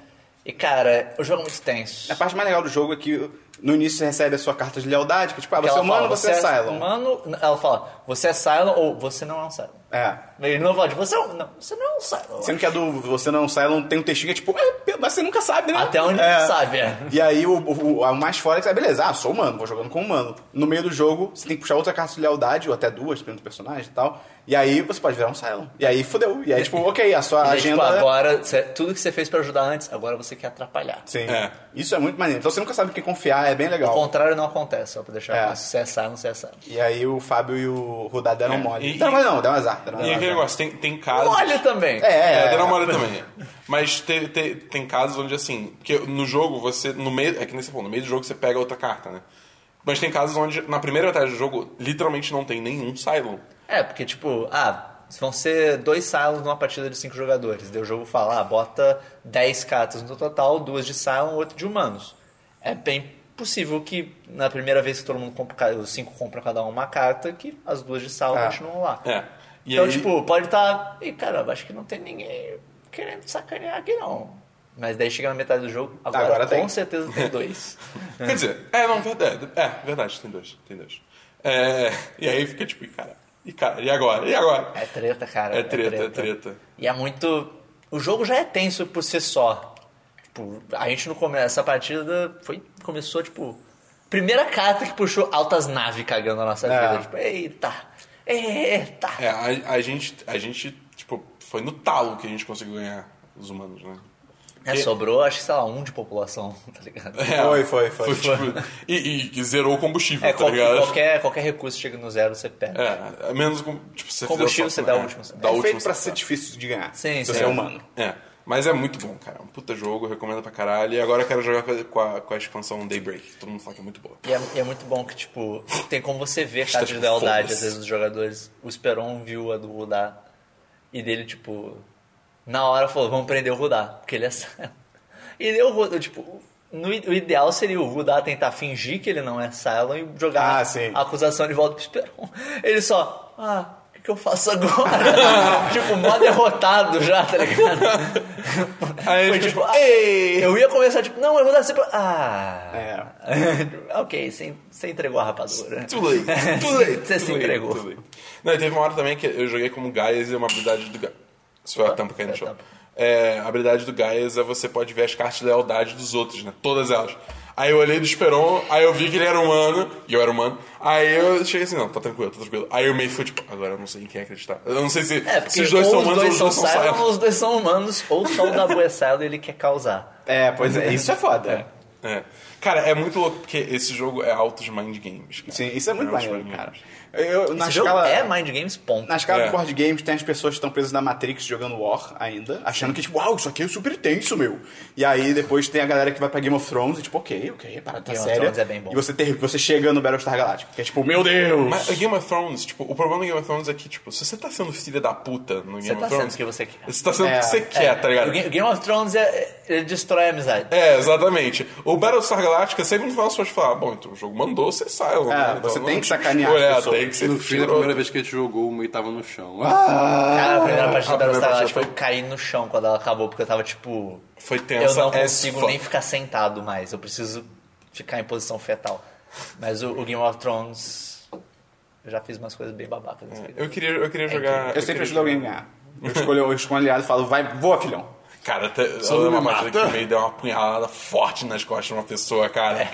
E, cara, o jogo é muito tenso.
A parte mais legal do jogo é que No início você recebe a sua carta de lealdade, que tipo, ah, você é
ela
humano
fala,
ou você é Cylon?
Humano, ela fala, você é Cylon ou você não é um Cylon.
É.
Ele não fala, você, é um- não, você não é um Cylon.
Sendo que a do você não Cylon tem um textinho que é tipo, é, mas você nunca sabe, né?
Até onde
É.
ele sabe, é.
E aí o, o, o- o mais fora é que você, beleza, ah, sou humano, vou jogando com humano. No meio do jogo, você tem que puxar outra carta de lealdade, ou até duas, dependendo do personagem e tal. E aí você pode virar um Cylon. E aí fodeu. E aí, tipo, ok, a sua
E daí,
agenda. é-
tipo, agora, cê- tudo que você fez pra ajudar antes, agora você quer atrapalhar.
Sim.
É.
Isso é muito maneiro. Então você nunca sabe em quem confiar, é bem
O
legal.
contrário não acontece, só pra deixar
É.
claro. Se é Cylon, se é Cylon.
E aí o Fábio e o Rudá deram
É,
mole.
e-
deram mole não, deram azar. Deram
E
azar.
aquele negócio, tem, tem casos.
Olha também!
É, é,
É,
é.
deram uma olhada também. Mas te- te- tem casos onde, assim, porque no jogo você, no meio, é que nem você falou, no meio do jogo você pega outra carta, né? Mas tem casos onde, na primeira metade do jogo, literalmente não tem nenhum Cylon.
É, porque tipo, ah, vão ser dois Cylons numa partida de cinco jogadores. Daí o jogo fala, ah, bota 10 cartas no total, duas de Cylon, oito de humanos. É bem possível que na primeira vez que todo mundo compra, ca- os cinco compram cada um uma carta, que as duas de Cylon
É.
continuam lá.
É. E
então,
aí-
tipo, pode estar. Ih, caramba, acho que não tem ninguém querendo sacanear aqui não. Mas daí chega na metade do jogo, agora,
Agora
com
tem.
certeza tem dois.
Quer dizer, é, não, verdade. É, verdade, tem dois, tem dois. É, e aí fica tipo, e cara, e cara, e agora? E agora?
É treta, cara.
É treta, é treta.
E é muito. O jogo já é tenso por si só. Tipo, a gente não começa. Essa partida foi... começou, tipo. Primeira carta que puxou altas naves cagando a nossa
É.
vida. Tipo, eita! Eita!
É, a, a gente, a gente, tipo, foi no talo que a gente conseguiu ganhar os humanos, né?
É, sobrou, acho que, sei lá, um de população, tá ligado?
É,
Foi, foi, foi.
tipo, e, e zerou o combustível,
É,
tá
qual-
ligado?
qualquer, qualquer recurso chega no zero, você perde.
É, a menos com, tipo, você
Combustível você
fizer só-
dá
é,
o último,
dá
é
o último
feito pra ser
só.
difícil de ganhar.
Sim,
se
sim.
você é humano.
É, mas é muito bom, cara. É um puta jogo, eu recomendo pra caralho. E agora eu quero jogar com a, com a, com a expansão Daybreak. Todo mundo fala que é muito boa.
E é, e é muito bom que, tipo, tem como você ver
Está,
cara de
tipo,
lealdade,
foda-se.
às vezes, dos jogadores. O Speron viu a do Rudá e dele, tipo, na hora falou, vamos prender o Rudá, porque ele é Cylon. E daí o Rudá, tipo, no, i- o ideal seria o Rudá tentar fingir que ele não é Cylon e jogar
Ah, sim.
a acusação de volta pro Speron. Ele só, ah, o que, que eu faço agora? tipo, mó derrotado já, tá ligado?
Aí,
Foi
tipo,
tipo, ah, eu ia começar, tipo, não, mas o Rudá sempre... Ah...
É.
ok, você, você entregou a rapadura.
Too late, too
Você-
late.
você
too
se
late,
entregou.
too late. Não, e teve uma hora também que eu joguei como Gaias e uma habilidade do Gaias. Isso foi a tampa caindo no
foi a
chão. É, a habilidade do Gaias é você pode ver as cartas de lealdade dos outros, né? Todas elas. Aí eu olhei do Esperon, aí eu vi que ele era humano, e eu era humano. Aí eu cheguei assim, não, tá tranquilo, tá tranquilo. Aí o meio ficou tipo, agora eu não sei em quem acreditar. Eu não sei se,
É,
se
porque
os dois
ou
são humanos ou os dois são
Cylon,
Cylon.
ou os dois são humanos, ou só o Dabu é Cylon e ele quer causar.
É, pois é, isso é foda.
É. Cara, é muito louco, porque esse jogo é altos mind games. Cara.
Sim, isso é muito
altos
maneiro,
mind
cara.
games.
Eu, na
Esse jogo
escala,
é Mind Games, ponto.
Na escala
É.
de board games, tem as pessoas que estão presas na Matrix jogando War ainda, achando que, tipo, uau, isso aqui é super tenso, meu. E aí depois tem a galera que vai pra Game of Thrones e, tipo, ok, ok, parada tá
Game of
séria.
Thrones é bem bom.
E você, ter, você chega no Battlestar Galactica, que é tipo, meu Deus!
Mas a Game of Thrones, tipo, o problema do Game of Thrones é que, tipo, se você tá sendo filha da puta no Game
Você
of
tá sendo
Thrones.
o que você quer.
Você tá sendo o
É,
que você quer, tá ligado?
O Ga- o Game of Thrones é, ele destrói a amizade.
É, exatamente. O Battlestar Galactica sempre no final as pessoas falam, ah, bom, então o jogo mandou, você sai. É,
você tem que sacanear as
É,
pessoas.
tem que ser
No fim, da primeira vez que a gente jogou, o meio tava no chão. Ah,
Cara, a primeira partida da
a primeira
Battlestar
partida
Galactica,
foi-
eu caí no chão quando ela acabou, porque eu tava tipo...
Foi é
Eu
tensa
não
as
consigo
fuck.
nem ficar sentado mais, eu preciso ficar em posição fetal. Mas o, o Game of Thrones... Eu já fiz umas coisas bem babacas. nesse
É,
vídeo.
Eu queria, eu queria jogar.
eu sempre
queria
ajudo alguém a
jogar-
ganhar. Eu escolho, eu escolho um aliado e falo, vai, voa, filhão.
Cara, até,
não
eu lembro
me
uma partida
mata.
que meio deu uma punhalada forte nas costas de uma pessoa, cara.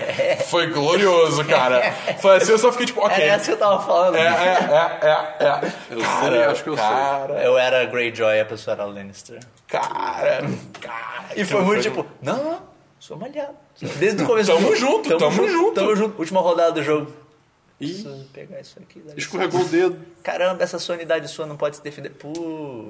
Foi glorioso, cara. Foi assim, eu só fiquei tipo, ok.
É essa que eu tava falando.
É, é, é, é, é.
Eu
cara,
sei, acho que eu sei.
cara,
Eu era Greyjoy e a pessoa era Lannister.
Cara, cara.
E foi muito tipo, não, não, sou malhado. Desde o começo
Tamo
do jogo.
junto, tamo junto.
Tamo junto. Última rodada do jogo.
Ih.
Preciso pegar isso aqui. dá licença.
escorregou o dedo.
Caramba, essa sua unidade sua não pode se defender. Pô,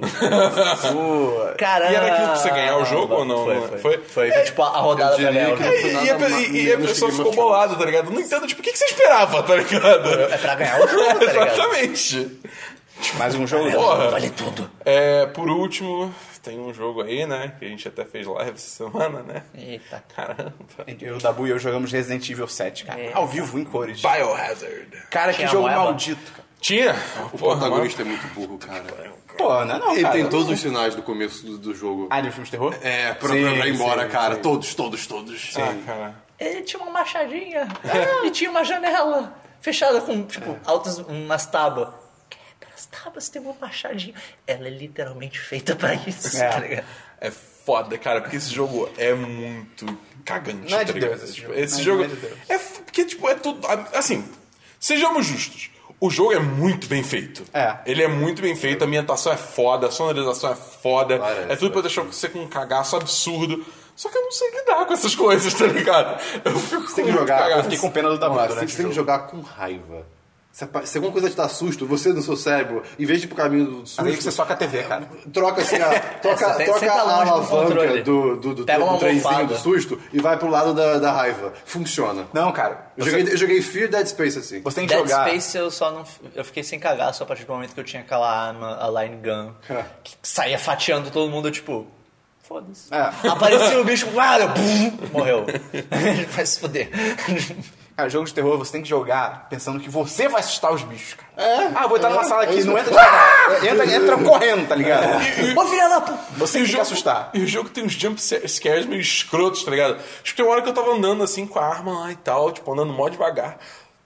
Voa.
caramba.
E era aquilo pra você ganhar o jogo ou não?
Foi,
Não é?
foi.
Foi?
Foi, foi tipo a rodada
Eu
pra
diria
ganhar o
que-
jogo.
E, e a,
Nada
pe- e- e a
menos
pessoa
que
ficou
Game of
bolada, tá ligado? Não entendo, tipo, o que, que você esperava, tá ligado?
É pra ganhar o jogo, tá ligado?
Exatamente.
Mais um
É.
jogo.
Porra.
Vale tudo.
É, por último, tem um jogo aí, né? Que a gente até fez live essa semana, né?
Eita.
Caramba.
Eu, Dabu e eu jogamos Resident Evil 7, cara.
É.
Ao vivo, em cores.
Biohazard.
Cara, que
Tinha
jogo
moeba?
maldito, cara.
Tinha.
Ah,
O
Porra,
protagonista é muito burro, cara.
Pô, não é não,
Ele
cara.
tem todos os sinais do começo do, do jogo.
Ah, de filmes de terror?
É, pra,
Sim,
pra- pra ir embora,
sim,
cara.
sim.
Todos, todos, todos.
mano. Ah, cara.
Ele tinha uma machadinha
Ah.
e tinha uma janela fechada com, tipo, altas, umas tábuas. Quebra as tábuas, tem uma machadinha. Ela é literalmente feita pra isso,
É.
tá ligado?
É foda, cara, porque esse jogo é muito cagante.
Não é de
tá ligado?
Deus esse
Tipo,
jogo.
Esse
Não é-
jogo
não é de Deus.
é f- porque tipo é tudo assim. Sejamos justos. O jogo é muito bem feito.
É.
Ele é muito bem feito, a ambientação é foda, a sonorização é foda.
Parece,
é tudo pra deixar você com um cagaço absurdo. Só que eu não sei lidar com essas coisas, tá ligado? Eu fico
tem que
muito
jogar,
cagado.
Eu fiquei com pena do né?
Não,
Dabu
assim,
durante
você
o
tem que
jogo.
jogar com raiva. Se, apa- se alguma coisa te dá susto, você no seu cérebro, em vez de ir pro caminho do
Mas aí que você
susto,
soca a TV, cara.
troca assim a, troca,
você tem-
troca
você tá
a
longe do
alavanca
controle.
do, do, do,
Pega
do
uma
trenzinho
almofada.
do susto e vai pro lado da, da raiva. Funciona.
Não, cara.
Eu
Você,
joguei, eu joguei Fear Dead Space assim.
você tem que
Dead
jogar.
Space eu só não. Eu fiquei sem cagar só a partir do momento que eu tinha aquela arma, a Line Gun,
É.
que saía fatiando todo mundo, eu, tipo. Foda-se.
É.
Aparecia o bicho, uau, eu, pum, morreu. Ele vai se foder.
Cara, jogo de terror, você tem que jogar pensando que você vai assustar os bichos, cara.
É.
Ah, vou entrar numa
É.
sala aqui,
É isso
não
que-
entra de cara. Entra, entra correndo, tá ligado?
Ô filha da puta!
Você
E
tem
o
que
jogo-
assustar.
E o jogo tem uns jump scares meio escrotos, tá ligado? Tipo, tem uma hora que eu tava andando assim com a arma lá e tal, tipo, andando mó devagar.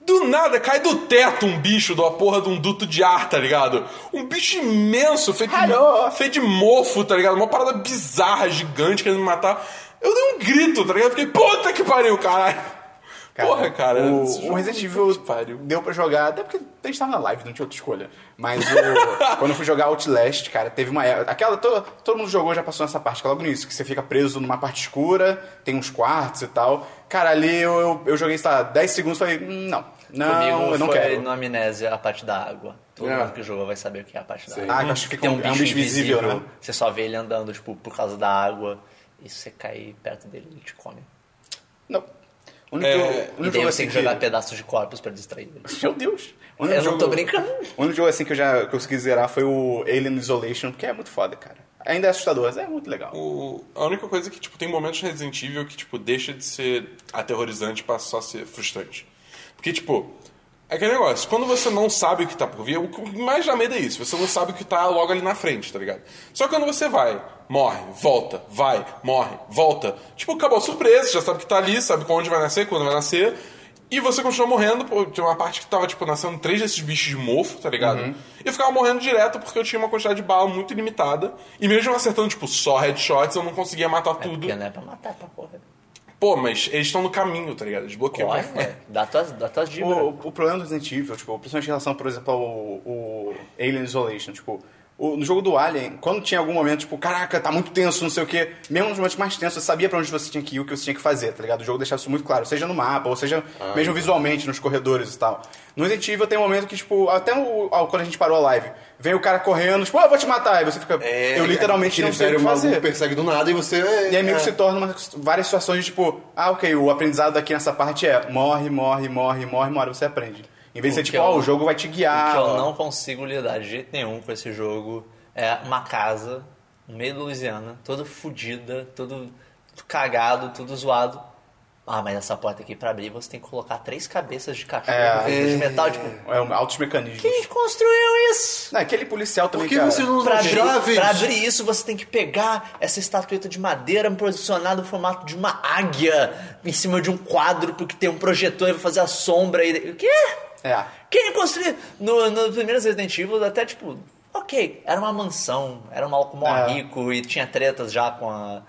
Do nada cai do teto um bicho de uma porra de um duto de ar, tá ligado? Um bicho imenso, feito,
Alô?
de, feito de mofo, tá ligado? Uma parada bizarra, gigante, querendo me matar. Eu dei um grito, tá ligado? Fiquei, puta que pariu, caralho. porra, cara. esse
O,
jogo- é
o Resident Evil
que pariu.
deu pra jogar, até porque a gente tava na live, não tinha outra escolha. Mas o- quando eu fui jogar Outlast, cara, teve uma época. Aquela, to- todo mundo jogou, já passou nessa parte, que é logo no início, que você fica preso numa parte escura, tem uns quartos e tal. Cara, ali eu, eu, eu joguei, sei lá, 10 segundos e falei, "Hum, não, não,
Comigo
eu não
foi
quero.
no Amnésia a parte da água. Todo
É.
mundo que jogou vai saber o que é a parte da
Sim.
água.
Ah, eu acho que fica um- é um bicho visível, né?
Você só vê ele andando, tipo, por causa da água. E se você cair perto dele, ele te come.
Não. O único,
É,
o
e
único
E daí
jogo
você
assim
tem que jogar
que-
pedaços de corpos pra distrair ele.
Meu Deus. O
Eu não tô brincando.
O único jogo assim que eu já consegui zerar foi o Alien Isolation, porque é muito foda, cara. Ainda é assustador, mas é muito legal.
O- a única coisa é que, tipo, tem momentos de Resident Evil que, tipo, deixa de ser aterrorizante pra só ser frustrante. Porque, tipo, é aquele negócio, quando você não sabe o que tá por vir, o que mais dá medo é isso, você não sabe o que tá logo ali na frente, tá ligado? Só que quando você vai, morre, volta, vai, morre, volta, tipo, acabou a surpresa, já sabe que tá ali, sabe onde vai nascer, quando vai nascer, e você continua morrendo, pô, tinha uma parte que tava, tipo, nascendo três desses bichos de mofo, tá ligado?
Uhum.
E eu ficava morrendo direto porque eu tinha uma quantidade de bala muito limitada. E mesmo acertando, tipo, só headshots, eu não conseguia matar tudo.
Porque não é pra matar, é pra correr.
Pô, mas eles estão no caminho, tá ligado? Eles bloqueiam.
Corre, né? Dá tuas, dá tuas dicas.
Tipo, O, o problema do Resident Evil, tipo, principalmente em relação, por exemplo, ao, o Alien Isolation, tipo, o- no jogo do Alien, quando tinha algum momento, tipo, caraca, tá muito tenso, não sei o quê, mesmo nos momentos mais tensos, você sabia pra onde você tinha que ir, o que você tinha que fazer, tá ligado? O jogo deixava isso muito claro, seja no mapa, ou seja, mesmo visualmente, nos corredores e tal. No Resident Evil tem um momento que, tipo, até o- ao- quando a gente parou a live, vem o cara correndo, tipo, ah, eu vou te matar, aí você fica, eu literalmente não sei o que fazer.
persegue do nada e você...
E aí meio que
é.
se torna uma- várias situações de tipo, ah, ok, o aprendizado aqui nessa parte é morre, morre, morre, morre, morre, você aprende. Em vez de
O
ser tipo,
que eu-
ó, o jogo vai te
O
guiar.
que eu
Ah, ó.
não consigo lidar de jeito nenhum com esse jogo é uma casa no meio da Louisiana, toda fodida, todo cagado, tudo zoado. Ah, mas essa porta aqui pra abrir você tem que colocar três cabeças de cachorro
É.
feitas de metal, tipo,
É um, altos mecanismos.
quem construiu isso?
Não, aquele policial também, é-
Por que
cara.
você não usa
Pra abrir,
chaves?
pra abrir isso, você tem que pegar essa estatueta de madeira posicionada no formato de uma águia em cima de um quadro, porque tem um projetor e vai fazer a sombra e. O quê?
É.
Quem construiu? No, no primeiro Resident Evil, até tipo, ok, era uma mansão, era um maluco mó
É.
rico e tinha tretas já com a.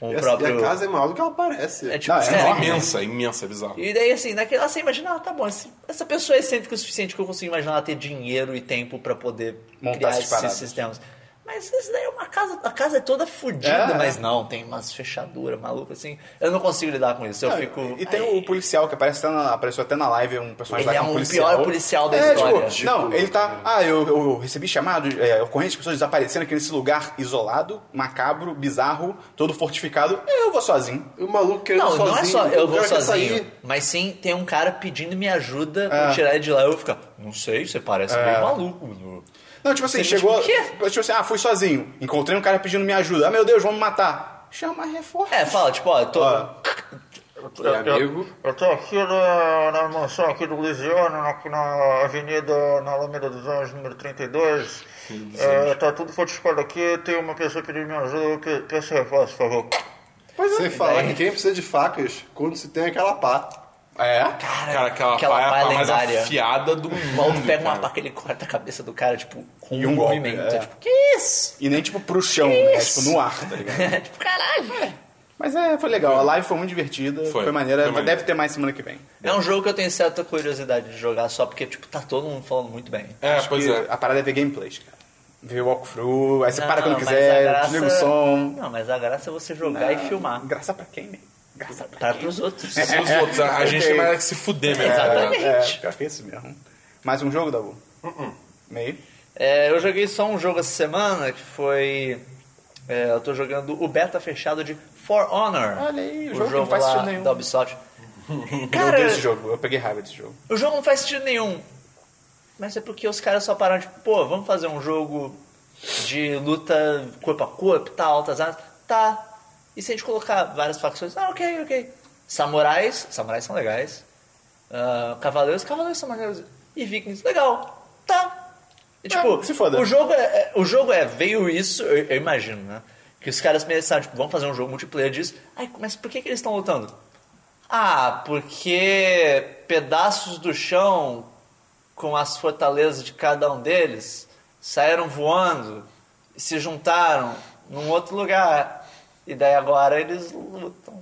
Com
E
o
a-
próprio.
E a casa é maior do que ela parece.
É tipo,
Não, é
sério.
enorme.
Imensa, imensa, é bizarro.
E daí, assim, naquela você imagina, ah, tá bom, esse- essa pessoa é excêntrica o suficiente que eu consigo imaginar ela ter dinheiro e tempo pra poder
Montar
criar
essas
esses
paradas.
sistemas. Mas isso daí é uma casa, a casa é toda fodida,
É.
mas não, tem umas fechaduras malucas, assim. Eu não consigo lidar com isso, eu fico...
E tem um,
Ai,
o policial que aparece até na- apareceu até na live, um personagem
Ele
lá
é
que
um
policial.
pior policial da
É,
história.
Tipo, não, ele tá. Ah, eu, eu recebi chamado, é, ocorrente de pessoas desaparecendo aqui nesse lugar isolado, macabro, bizarro, todo fortificado. Eu vou sozinho.
O maluco querendo
Não,
sozinho.
não é só
o
eu vou
cara quer
sozinho,
sair.
mas sim tem um cara pedindo minha ajuda pra tirar ele de lá. Eu fico, não sei, você parece meio maluco. meu."
Não, tipo assim,
Você
chegou.
diz, tipo,
Tipo assim, ah, fui sozinho. Encontrei um cara pedindo minha ajuda. Ah, meu Deus, vão me matar. Chama reforço.
É, fala, tipo, ó, eu tô.
Ó.
Eu,
E amigo?
Eu, eu tô aqui na, na mansão aqui do Louisiana, na, na avenida, na Alameda dos Anjos, número 32. É, tá tudo fortificado aqui, tem uma pessoa pedindo minha ajuda, que, que você faz, por favor?
Sem falar
É.
que quem precisa de facas quando se tem aquela pá.
É?
Cara, aquela,
Aquela
pá é a
pá
pá mais
lendária. Hum.
afiada do mundo.
O maluco pega uma
cara.
faca, ele corta a cabeça do cara, tipo, com um,
golpe,
movimento.
é.
É. Tipo, que isso?
E nem tipo pro chão, né? Tipo no ar, tá ligado?
tipo, caralho.
Mas é, foi legal. A live foi muito divertida, foi,
Foi.
maneira.
Foi maneiro.
Deve ter mais semana que vem.
É um jogo que eu tenho certa curiosidade de jogar só porque, tipo, tá todo mundo falando muito bem.
É,
Acho
pois
que
é.
A parada é ver gameplays, cara. Ver walkthrough, aí você para quando
mas
quiser,
a graça-
desliga o som.
Não, mas a graça é você jogar e filmar.
Graça pra quem, né? Graça pra
Para pros outros.
São os outros. A, a gente tem mais é que se fuder mesmo. tá
Exato.
cara.
quem.
Exatamente.
É, pior que isso mesmo. Mais um jogo, Dabu? Meio?
É, eu joguei só um jogo essa semana que foi. é, eu tô jogando o beta fechado de For Honor.
Olha aí, o
o
jogo
jogo,
que não faz
lá
sentido nenhum.
da Ubisoft.
Eu
Cara,
odeio esse jogo, eu peguei raiva desse jogo.
o jogo não faz sentido nenhum. Mas é porque os caras só pararam, tipo, pô, vamos fazer um jogo de luta corpo a corpo, tal, altas armas. Tá. E se a gente colocar várias facções? Ah, ok, ok. Samurais, samurais são legais. Ah, cavaleiros, cavaleiros são maneiros. E vikings, legal. Tá. E, tipo,
É, se foda.
o jogo é, é- o jogo é, veio isso, eu, eu imagino, né? Que os caras pensaram, tipo, vamos fazer um jogo multiplayer disso. Ai, mas por que, que eles estão lutando? Ah, porque pedaços do chão com as fortalezas de cada um deles saíram voando e se juntaram num outro lugar. E daí agora eles lutam.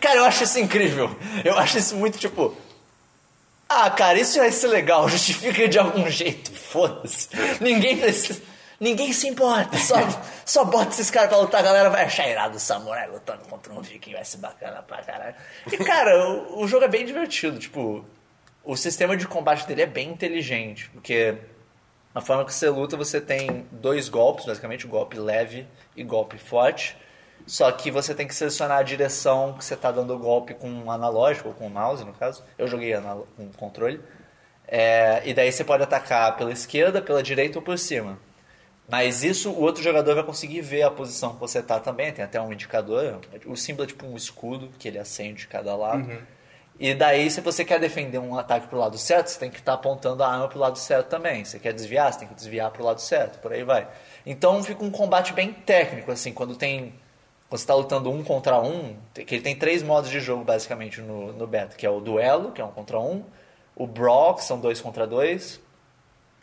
Cara, eu acho isso incrível. Eu acho isso muito tipo. Ah, cara, isso vai ser legal. Justifica de algum jeito. Foda-se. Ninguém precisa. Ninguém se importa. Só, só bota esses caras pra lutar. A galera vai achar irado o samurai lutando contra um viking. Vai ser bacana pra caralho. E, cara, o, o jogo é bem divertido. Tipo, o sistema de combate dele é bem inteligente. Porque a forma que você luta, você tem dois golpes, basicamente, golpe leve e golpe forte. Só que você tem que selecionar a direção que você está dando o golpe com um analógico, ou com um mouse, no caso. Eu joguei anal- com controle. É, e daí você pode atacar pela esquerda, pela direita ou por cima. Mas isso o outro jogador vai conseguir ver a posição que você está também. Tem até um indicador. O símbolo é tipo um escudo que ele acende de cada lado. E daí, se você quer defender um ataque pro lado certo, você tem que estar apontando a arma pro lado certo também. Se você quer desviar, você tem que desviar pro lado certo, por aí vai. Então fica um combate bem técnico, assim, quando tem. Quando você tá lutando um contra um, tem- que ele tem três modos de jogo basicamente no, no beta, que é o duelo, que é um contra um, o brawl, que são dois contra dois,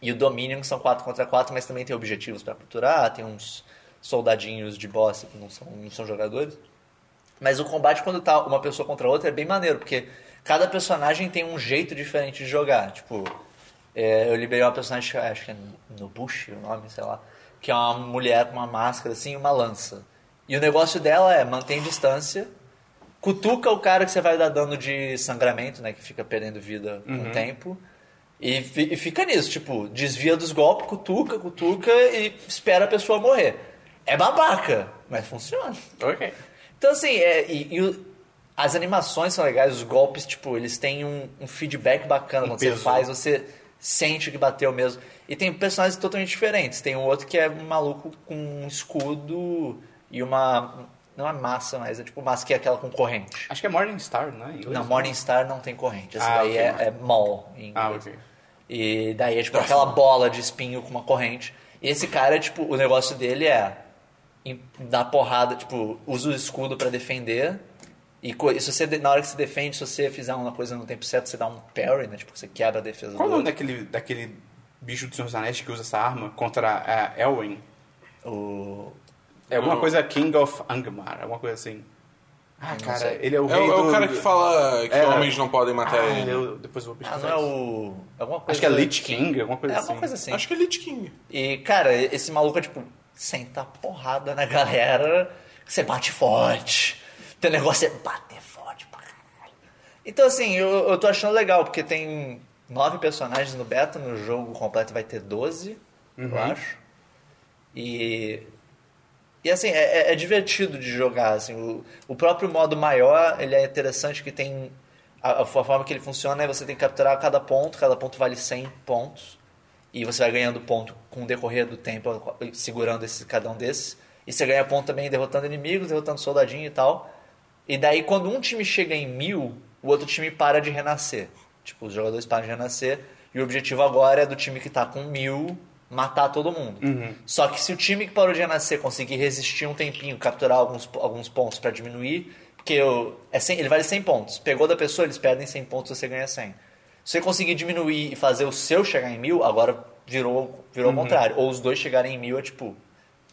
e o Dominion, que são 4 contra 4, mas também tem objetivos pra capturar, tem uns soldadinhos de boss que não são, não são jogadores. Mas o combate, quando tá uma pessoa contra a outra, é bem maneiro, porque cada personagem tem um jeito diferente de jogar. Tipo, é, eu liberei uma personagem, acho que é Nobushi o nome, sei lá, que é uma mulher com uma máscara assim e uma lança. E o negócio dela é mantém distância, cutuca o cara que você vai dar dano de sangramento, né, que fica perdendo vida com o tempo. E, fi- e fica nisso, tipo, desvia dos golpes, cutuca, cutuca e espera a pessoa morrer. É babaca, mas funciona.
Ok.
Então, assim, é, e, e o- as animações são legais, os golpes, tipo, eles têm um, um feedback bacana quando
peso.
você faz, você sente que bateu mesmo. E tem personagens totalmente diferentes. Tem um outro que é um maluco com um escudo e uma. Não é massa, mas é tipo massa que é aquela com corrente.
Acho que é Morningstar, né? Em inglês,
Na
né?
Morningstar não tem corrente, essa
Ah,
daí
ok.
é, é mall em
Ah,
inglês.
ok.
E daí é tipo aquela bola de espinho com uma corrente. E esse cara, tipo, o negócio dele é em- dar porrada, tipo, usa o escudo pra defender. E co- e se você, de- na hora que você defende, se você fizer uma coisa no tempo certo, você dá um parry, né? Tipo, você quebra a defesa
Qual é o
do
nome
outro.
daquele, daquele bicho do Senhor dos Anéis que usa essa arma contra a Elwin?
O...
É alguma
Não.
coisa King of Angmar, alguma coisa assim. Ah, cara,
sei.
ele é o
É,
rei
o- é
do-
o cara que fala que
É.
homens não podem
Ah,
matar ele.
eu- depois eu vou pesquisar
Ah, não é
isso.
o... Alguma coisa...
Acho que é Lich King, alguma
É
coisa assim.
alguma coisa assim.
Acho que é Lich King.
E, cara, esse maluco é tipo, senta a porrada na galera, você bate forte. Teu negócio é bater forte pra caralho. Então, assim, eu, eu tô achando legal, porque tem nove personagens no beta, no jogo completo vai ter 12, eu acho. E. E assim, é, é- é divertido de jogar. Assim, o, o próprio modo maior ele é interessante que tem. A, a forma que ele funciona é você tem que capturar cada ponto, cada ponto vale 100 pontos. E você vai ganhando ponto com o decorrer do tempo, segurando esse, cada um desses. E você ganha ponto também derrotando inimigos, derrotando soldadinho e tal. E daí, quando um time chega em mil, o outro time para de renascer. Tipo, os jogadores param de renascer. E o objetivo agora é do time que tá com mil matar todo mundo. Só que se o time que parou de renascer conseguir resistir um tempinho, capturar alguns, po- alguns pontos pra diminuir, porque o- é 100 ele vale 100 pontos. Pegou da pessoa, eles perdem 100 pontos, você ganha 100. Se você conseguir diminuir e fazer o seu chegar em mil, agora virou, virou ao contrário. Ou os dois chegarem em mil, é tipo,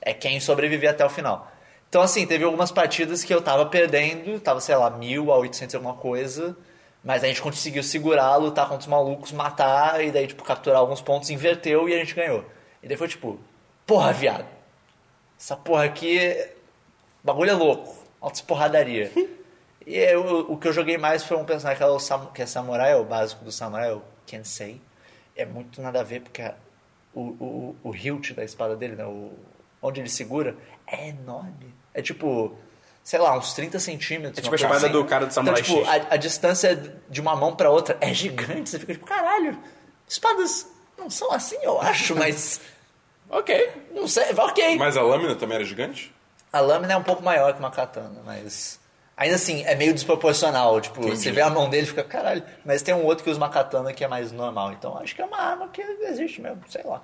é quem sobreviver até o final. Então, assim, teve algumas partidas que eu tava perdendo, tava, sei lá, mil a 800 e alguma coisa, mas a gente conseguiu segurar, lutar contra os malucos, matar, e daí, tipo, capturar alguns pontos, inverteu e a gente ganhou. E daí foi tipo, porra, viado, essa porra aqui, é- o bagulho é louco, altas porradaria. e eu- o que eu joguei mais foi um personagem que é, o Sam- que é samurai, é o básico do samurai, é o Kensei. É muito nada a ver, porque a- o, o, o hilt da espada dele, né, o, onde ele segura, é enorme. É tipo, sei lá, uns 30 centímetros.
É tipo
uma
a
coisa
espada do cara do Samurai
então, tipo,
X.
a, a distância de uma mão pra outra é gigante. Você fica tipo, caralho, espadas não são assim, eu acho, mas...
Ok.
Não sei, vai ok.
Mas a lâmina também era gigante?
A lâmina é um pouco maior que uma katana, mas. Ainda assim, é meio desproporcional. Tipo, você vê a mão dele e fica, caralho. Mas tem um outro que usa uma katana que é mais normal. Então acho que é uma arma que existe mesmo, sei lá.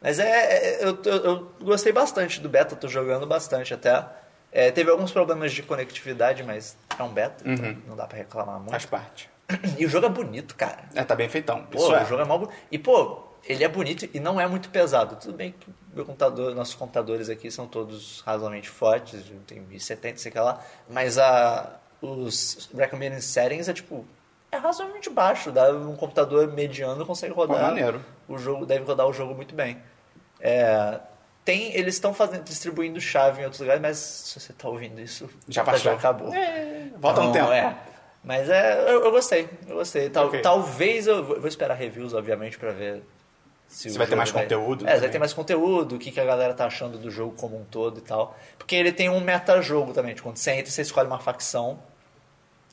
Mas é. é- eu, eu- eu gostei bastante do beta, tô jogando bastante até. É, teve alguns problemas de conectividade, mas é um beta, então não dá pra reclamar muito.
Faz parte.
E o jogo é bonito, cara.
É, tá bem feitão.
Pô,
Isso é.
o jogo é mal E, pô, ele é bonito e não é muito pesado. Tudo bem que meu computador, nossos computadores aqui são todos razoavelmente fortes, tem 1070, sei que lá, mas a, os recommended settings é tipo. É razoavelmente baixo, dá um computador mediano consegue rodar.
maneiro.
O jogo deve rodar o jogo muito bem. É, tem, eles estão fazendo distribuindo chave em outros lugares, mas se você está ouvindo isso,
Já passou.
já acabou.
Volta no
Então,
um tempo.
É. Mas é, eu, eu gostei, eu gostei. Tal-
Ok.
Talvez eu vou vou esperar reviews, obviamente, pra ver se, o
vai ter
jogo
mais conteúdo
É, se vai
também.
ter mais conteúdo, o que, que a galera tá achando do jogo como um todo e tal. Porque ele tem um metajogo também. Tipo, quando você entra, você escolhe uma facção,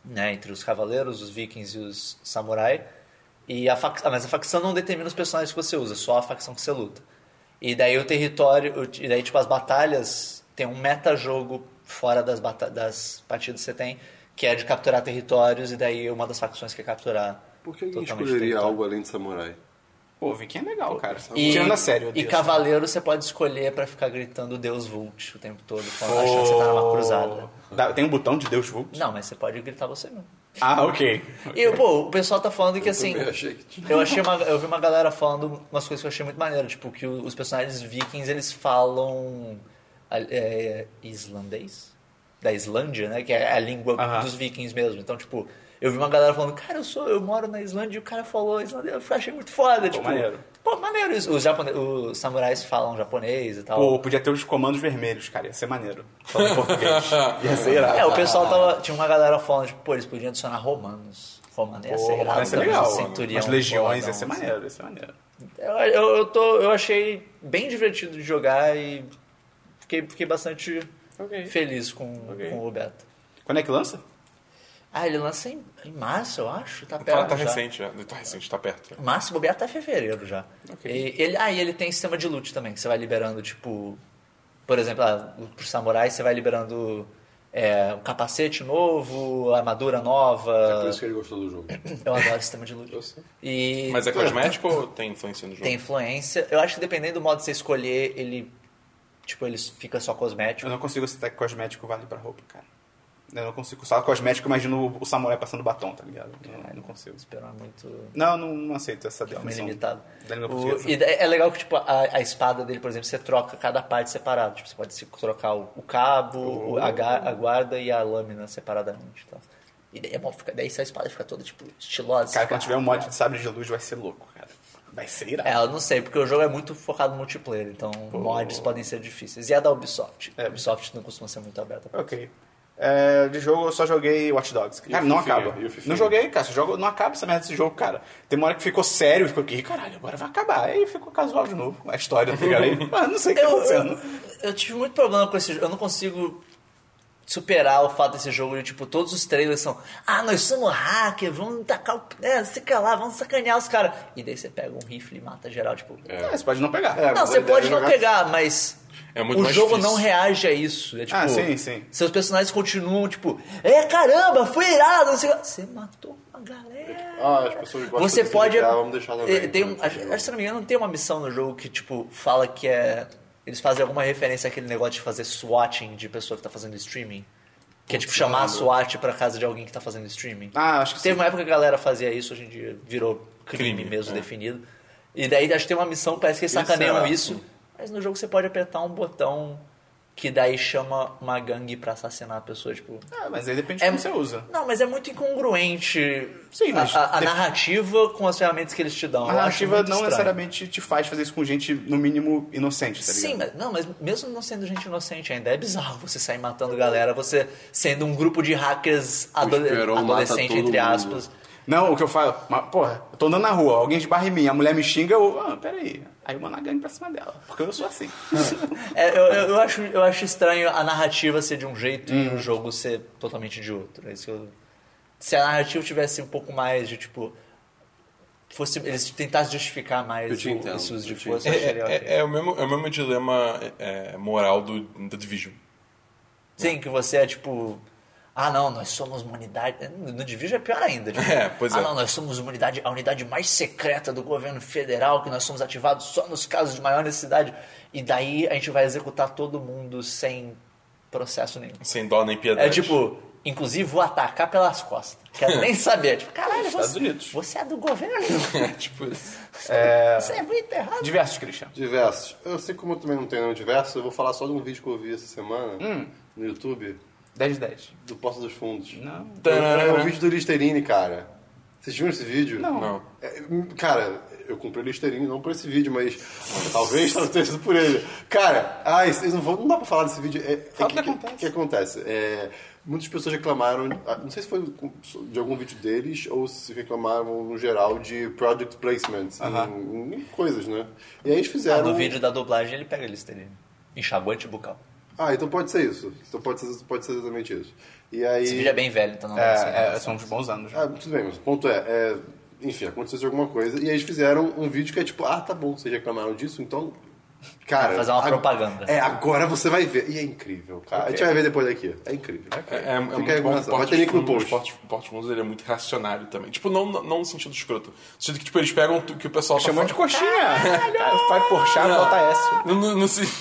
né, entre os cavaleiros, os vikings e os samurai. E a fac... ah, mas a facção não determina os personagens que você usa, só a facção que você luta. E daí o território, o- e daí tipo as batalhas tem um metajogo fora das bata... das partidas que você tem, que é de capturar territórios e daí uma das facções que é capturar.
Por que alguém
totalmente né?
escolheria
território.
algo assim? além de samurai?
Pô, Viking é legal, cara.
E,
Tirando a sério.
e
Deus.
cavaleiro você pode escolher pra ficar gritando Deus Vult o tempo todo, falando, achando que você tá
Oh.
numa cruzada.
Dá- Tem um botão de Deus Vult?
Não, mas você pode gritar você mesmo.
Ah, ok.
E, pô, o pessoal tá falando que assim.
também achei que tinha.
Eu achei uma- eu vi uma galera falando umas coisas que eu achei muito maneiro, tipo, que o- os personagens vikings eles falam é, islandês? Da Islândia, né? Que é a língua
Aham.
dos vikings mesmo. Então, tipo, eu vi uma galera falando, cara, eu sou, eu moro na Islândia e o cara falou islandês, eu achei muito foda. tipo,
maneiro.
Pô, maneiro isso. Os, japone- os samurais falam japonês e tal.
Pô, podia ter os comandos vermelhos, cara. Ia ser maneiro. Falando em português. Ia ser irado.
É, o pessoal tava. Tinha uma galera falando, tipo, pô, eles podiam adicionar romanos. Romano ia
Pô,
ser irado,
ia ser
talvez,
é legal.
um centurião,
As legiões, ia
boladão,
ser maneiro, ia ser maneiro.
Eu, eu, eu tô, eu achei bem divertido de jogar e fiquei, fiquei bastante
Ok.
feliz com,
Ok.
com o beta.
Quando é que lança?
Ah, ele lança em, em março, eu acho. Tá
Tá,
perto.
tá
já.
recente, já. Tá recente, tá perto. já.
Março, bobear até fevereiro já.
Ok.
E ele, ah, e ele tem sistema de loot também, que você vai liberando, tipo. Por exemplo, ah, pro samurai você vai liberando é, um capacete novo, armadura
Por
nova.
É isso que ele gostou do jogo.
Eu adoro sistema de loot. E
Mas é cosmético ou tem influência no jogo?
Tem influência. Eu acho que dependendo do modo que você escolher, ele. Tipo, ele fica só cosmético.
Eu não consigo aceitar que cosmético vale pra roupa, cara. Eu não consigo. Só cosmético, eu imagino o samurai passando batom, tá ligado? Não, não consigo.
Esperar então é muito.
Não, não, não aceito essa
É meio
definição.
limitado.
Da língua
O-
portuguesa.
e é é legal que, tipo, a, a espada dele, por exemplo, você troca cada parte separada. Tipo, você pode se trocar o, o cabo, o- a, ga- a guarda e a lâmina separadamente. Tá? E daí é bom, fica, daí essa espada fica toda, tipo, estilosa.
Cara, quando tiver um mod de sabre de luz, vai ser louco, cara. Vai ser irado.
É, eu não sei, porque o jogo é muito focado no multiplayer, então mods podem ser difíceis. E é da Ubisoft.
É.
A Ubisoft não costuma ser muito aberta. pra-
Ok. É, de jogo eu só joguei Watch Dogs. Cara,
o
não
Fifinha?
acaba.
E o Fifinha?
Não joguei, cara. Esse jogo, não acaba essa merda desse jogo, cara. Tem uma hora que ficou sério, ficou aqui, caralho, agora vai acabar. Aí ficou casual de novo. A história, tá ligado? Aí, ah, não sei o que tá
Eu,
acontecendo.
eu, eu tive muito problema com esse jogo. Eu não consigo superar o fato desse jogo de, tipo, todos os trailers são ah, nós somos hacker, vamos tacar o... É, se calar, vamos sacanear os caras. E daí você pega um rifle e mata geral, tipo...
É, você pode não pegar.
É,
não,
mas
você
a ideia
pode
é
não
jogar-
pegar, mas...
É muito
o
mais
jogo
difícil.
não reage a isso. É, tipo,
Ah, sim, sim.
Seus personagens continuam, tipo... É, caramba, foi irado! não sei o que lá. Você matou uma galera.
Ah, as pessoas gostam
Você
desse
pode.
lugar, vamos deixar né? também.
eh, tem um,
Vamos
acho-
deixar.
se não me engano, tem uma missão no jogo que, tipo, fala que é. Eles fazem alguma referência àquele negócio de fazer swatting de pessoa que tá fazendo streaming. Que é tipo chamar a SWAT pra casa de alguém que tá fazendo streaming.
Ah, acho que
Teve
sim.
uma época que a galera fazia isso, hoje em dia virou crime,
Crime,
mesmo
é.
definido. E daí acho que tem uma missão, parece que eles
Isso
sacaneiam
é-
isso. Mas no jogo você pode apertar um botão que daí chama uma gangue pra assassinar a pessoa, tipo.
Ah, mas aí depende de
É-
como você usa.
Não, mas é muito incongruente
Sim, mas
a, a- a
de-
narrativa com as ferramentas que eles te dão.
A
Eu acho
narrativa
muito
não
estranho.
necessariamente te faz fazer isso com gente, no mínimo, inocente, tá ligado?
Sim, mas, não, mas mesmo não sendo gente inocente ainda, é bizarro você sair matando galera, você sendo um grupo de hackers adole
Esperon mata
adolescente,
todo
entre
mundo.
aspas.
Não, o que eu falo, mas, porra, eu tô andando na rua, alguém esbarra em mim, a mulher me xinga, eu, ah, peraí. Aí eu mando a gangue pra cima dela, porque eu sou assim.
É, eu, eu- eu acho, eu acho estranho a narrativa ser de um jeito e
Uhum.
o jogo ser totalmente de outro. É isso que eu- Se a narrativa tivesse um pouco mais de tipo. Fosse, eles tentassem justificar mais
Eu te
o-
entendo,
esse uso de
eu te
força.
É,
eu acharia
é-
ok.
é- é o, mesmo, é o mesmo dilema é, moral do The Division.
Sim, que você é tipo. Ah, não, nós somos uma unidade. No Division é pior ainda. Tipo,
É, pois
ah,
é.
não, nós somos uma unidade, a unidade mais secreta do governo federal, que nós somos ativados só nos casos de maior necessidade. E daí a gente vai executar todo mundo sem processo nenhum.
Sem dó nem piedade.
É tipo, inclusive vou atacar pelas costas. Quero nem saber. Tipo, caralho,
Estados
você,
Unidos.
você é do governo?
É tipo isso.
Você é muito errado.
Diversos, Christian.
Diversos. Eu sei como eu também não tenho nenhum diverso, eu vou falar só de um vídeo que eu vi essa semana
Hum.
no YouTube
10 de 10.
do Porta dos Fundos.
Não.
É um vídeo do Listerine, cara. Vocês viram esse vídeo?
Não.
Não.
É, cara, eu comprei o Listerine não por esse vídeo, mas talvez não tenha sido por ele. Cara, ai, vocês não vão. Não dá pra falar desse vídeo. É, é
Fala o que
que
acontece.
que acontece? É, muitas pessoas reclamaram, ah, não sei se foi com- de algum vídeo deles ou se reclamaram no geral de product placement em, em coisas, né? E aí eles fizeram.
Ah, No vídeo da dublagem ele pega listerina. Enxaguante bucal.
Ah, então pode ser isso. Então pode ser, pode ser exatamente isso. E aí.
Esse vídeo é bem velho, então não deve ser
É, é,
relação.
são uns bons anos já.
Ah, tudo bem, mas o ponto é, é, enfim, aconteceu isso alguma coisa e aí eles fizeram um vídeo que é tipo, ah, tá bom, vocês reclamaram disso, então, cara,
Vai fazer uma
ag-
propaganda.
É, agora você vai ver. E é incrível, cara. A gente vai ver depois daqui. É incrível.
É, é, é
Fica aí
muito
com
bom.
razão.
Porta
Vai ter link no
dos Fundos,
post.
Porta dos- Porta dos Fundos, ele é muito reacionário também. Tipo, não, não- não no sentido escroto. No sentido que, tipo, eles pegam o que o pessoal tá
Chamando de
falando-
coxinha. Vai porchar,
Não.
bota S.
No, no, no, se-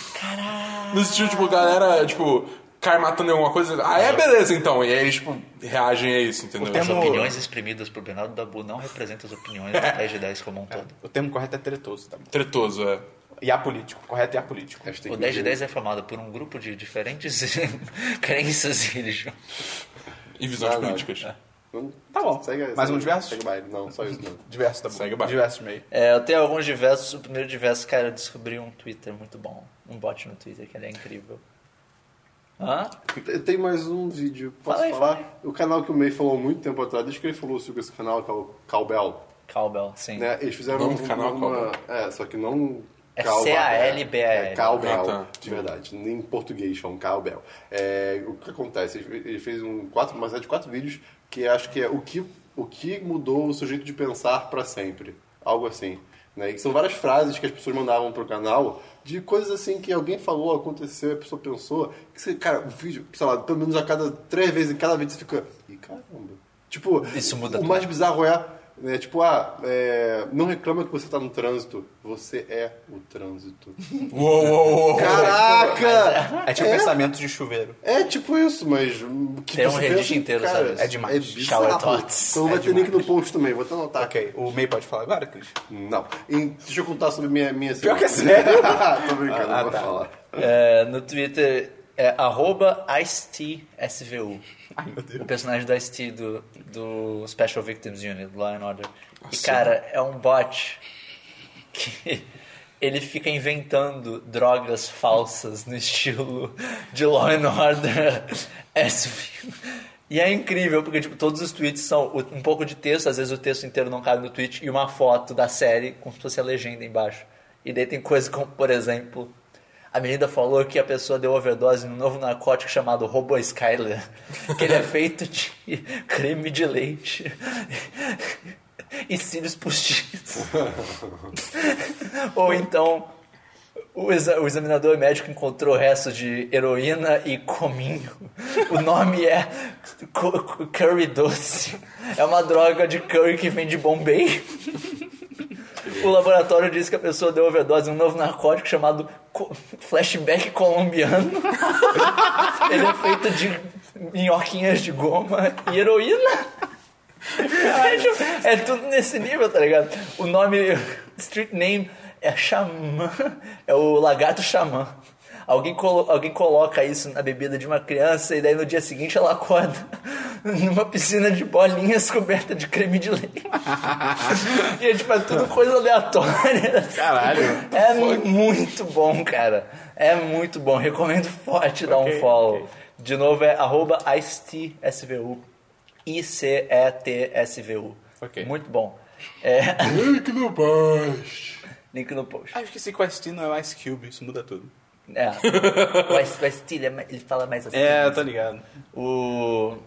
no sentido, tipo, galera, tipo, cai matando em alguma coisa. Ah, é beleza então. E aí eles, tipo, reagem a isso, entendeu?
O termo-
As opiniões exprimidas por Bernardo Dabu não representam as opiniões da 10 de 10 como um todo.
O termo correto é tretoso, tá bom?
Tretoso, é.
E apolítico. Correto é apolítico.
Hashtag
O 10 de 10 é formado por um grupo de diferentes crenças e religiões.
E visões
Ah, não.
políticas.
Não-
Tá bom.
Segue,
Mais
segue-
um diverso?
Segue o baile. Não, só isso não.
Diverso, tá bom?
Segue o barco.
Diversos meio.
É, eu tenho alguns diversos. O primeiro diverso, cara, eu descobri um Twitter muito bom. Um bot no Twitter que ele é incrível. Hã?
Tem- Tem mais um vídeo. Posso
Fala aí,
falar?
fala
O canal que o May falou há muito tempo atrás, desde que ele falou sobre esse canal, que é o Calbel.
Cowbell, sim.
Né? Eles fizeram
O nome do canal é
uma... É, só que não...
É
Calva,
C-A-L-B-A-L.
É Calbel,
Ah, tá.
de verdade. Nem em português falam Calbel. É, o que acontece? Ele ele fez um quatro, uma série de quatro vídeos que acho que é o que, o que mudou o seu jeito de pensar para sempre. Algo assim. Né? E são várias frases que as pessoas mandavam pro canal de coisas assim que alguém falou, aconteceu, a pessoa pensou. Que você, cara, o vídeo, sei lá, pelo menos a cada três vezes, em cada vídeo você fica... Ih, caramba. Tipo,
Isso muda
o
tudo.
mais bizarro é, né, tipo, ah, é, não reclama que você tá no trânsito. Você é o trânsito.
Uou, uou, uou.
Caraca!
É tipo pensamento de chuveiro.
É tipo isso, mas o que
Tem um
você
Reddit
pensa,
inteiro,
cara,
sabe?
É
demais.
É
Shower
bizarro.
thoughts. É
Então vai ter link no post também, vou até anotar.
Ok, o meio pode falar agora, Cris?
Não. E deixa eu contar sobre minha... minha
Pior que é sério.
Tô brincando,
Ah,
não vou
tá.
falar.
É, no Twitter é arroba IceTSVU.
Ai, meu Deus.
O personagem do Ice-T do, do Special Victims Unit, do Law and Order. E, cara, é um bot que ele fica inventando drogas falsas no estilo de Law and Order SV. E é incrível, porque, tipo, todos os tweets são o- um pouco de texto, às vezes o texto inteiro não cabe no tweet, e uma foto da série, como se fosse a legenda embaixo. E daí tem coisa como, por exemplo... A menina falou que a pessoa deu overdose num novo narcótico chamado Robo Skyler, que ele é feito de creme de leite e cílios postiços. Ou então, o, exa- o examinador médico encontrou restos de heroína e cominho. O nome é cu- cu- curry doce. É uma droga de curry que vem de Bombay. O laboratório disse que a pessoa deu overdose num novo narcótico chamado co- flashback colombiano. Ele é feito de minhoquinhas de goma e heroína. É tudo nesse nível, tá ligado? O nome, street name é Xamã, é o lagarto Xamã. Alguém, colo- alguém coloca isso na bebida de uma criança e daí no dia seguinte ela acorda numa piscina de bolinhas coberta de creme de leite. e é tipo, é tudo coisa aleatória.
Caralho.
É muito bom, cara. É muito bom. Recomendo forte dar um follow. De novo é arroba ICETSVU. I-C-E-T-S-V-U.
Ok.
Muito bom. É,
Link no post.
link no post.
Ah, eu esqueci que o Ice-T não é o Ice Cube, isso muda tudo.
É. O Ice- o Ice-T, ele, é mais- ele fala mais assim.
É, eu tô ligado.
O...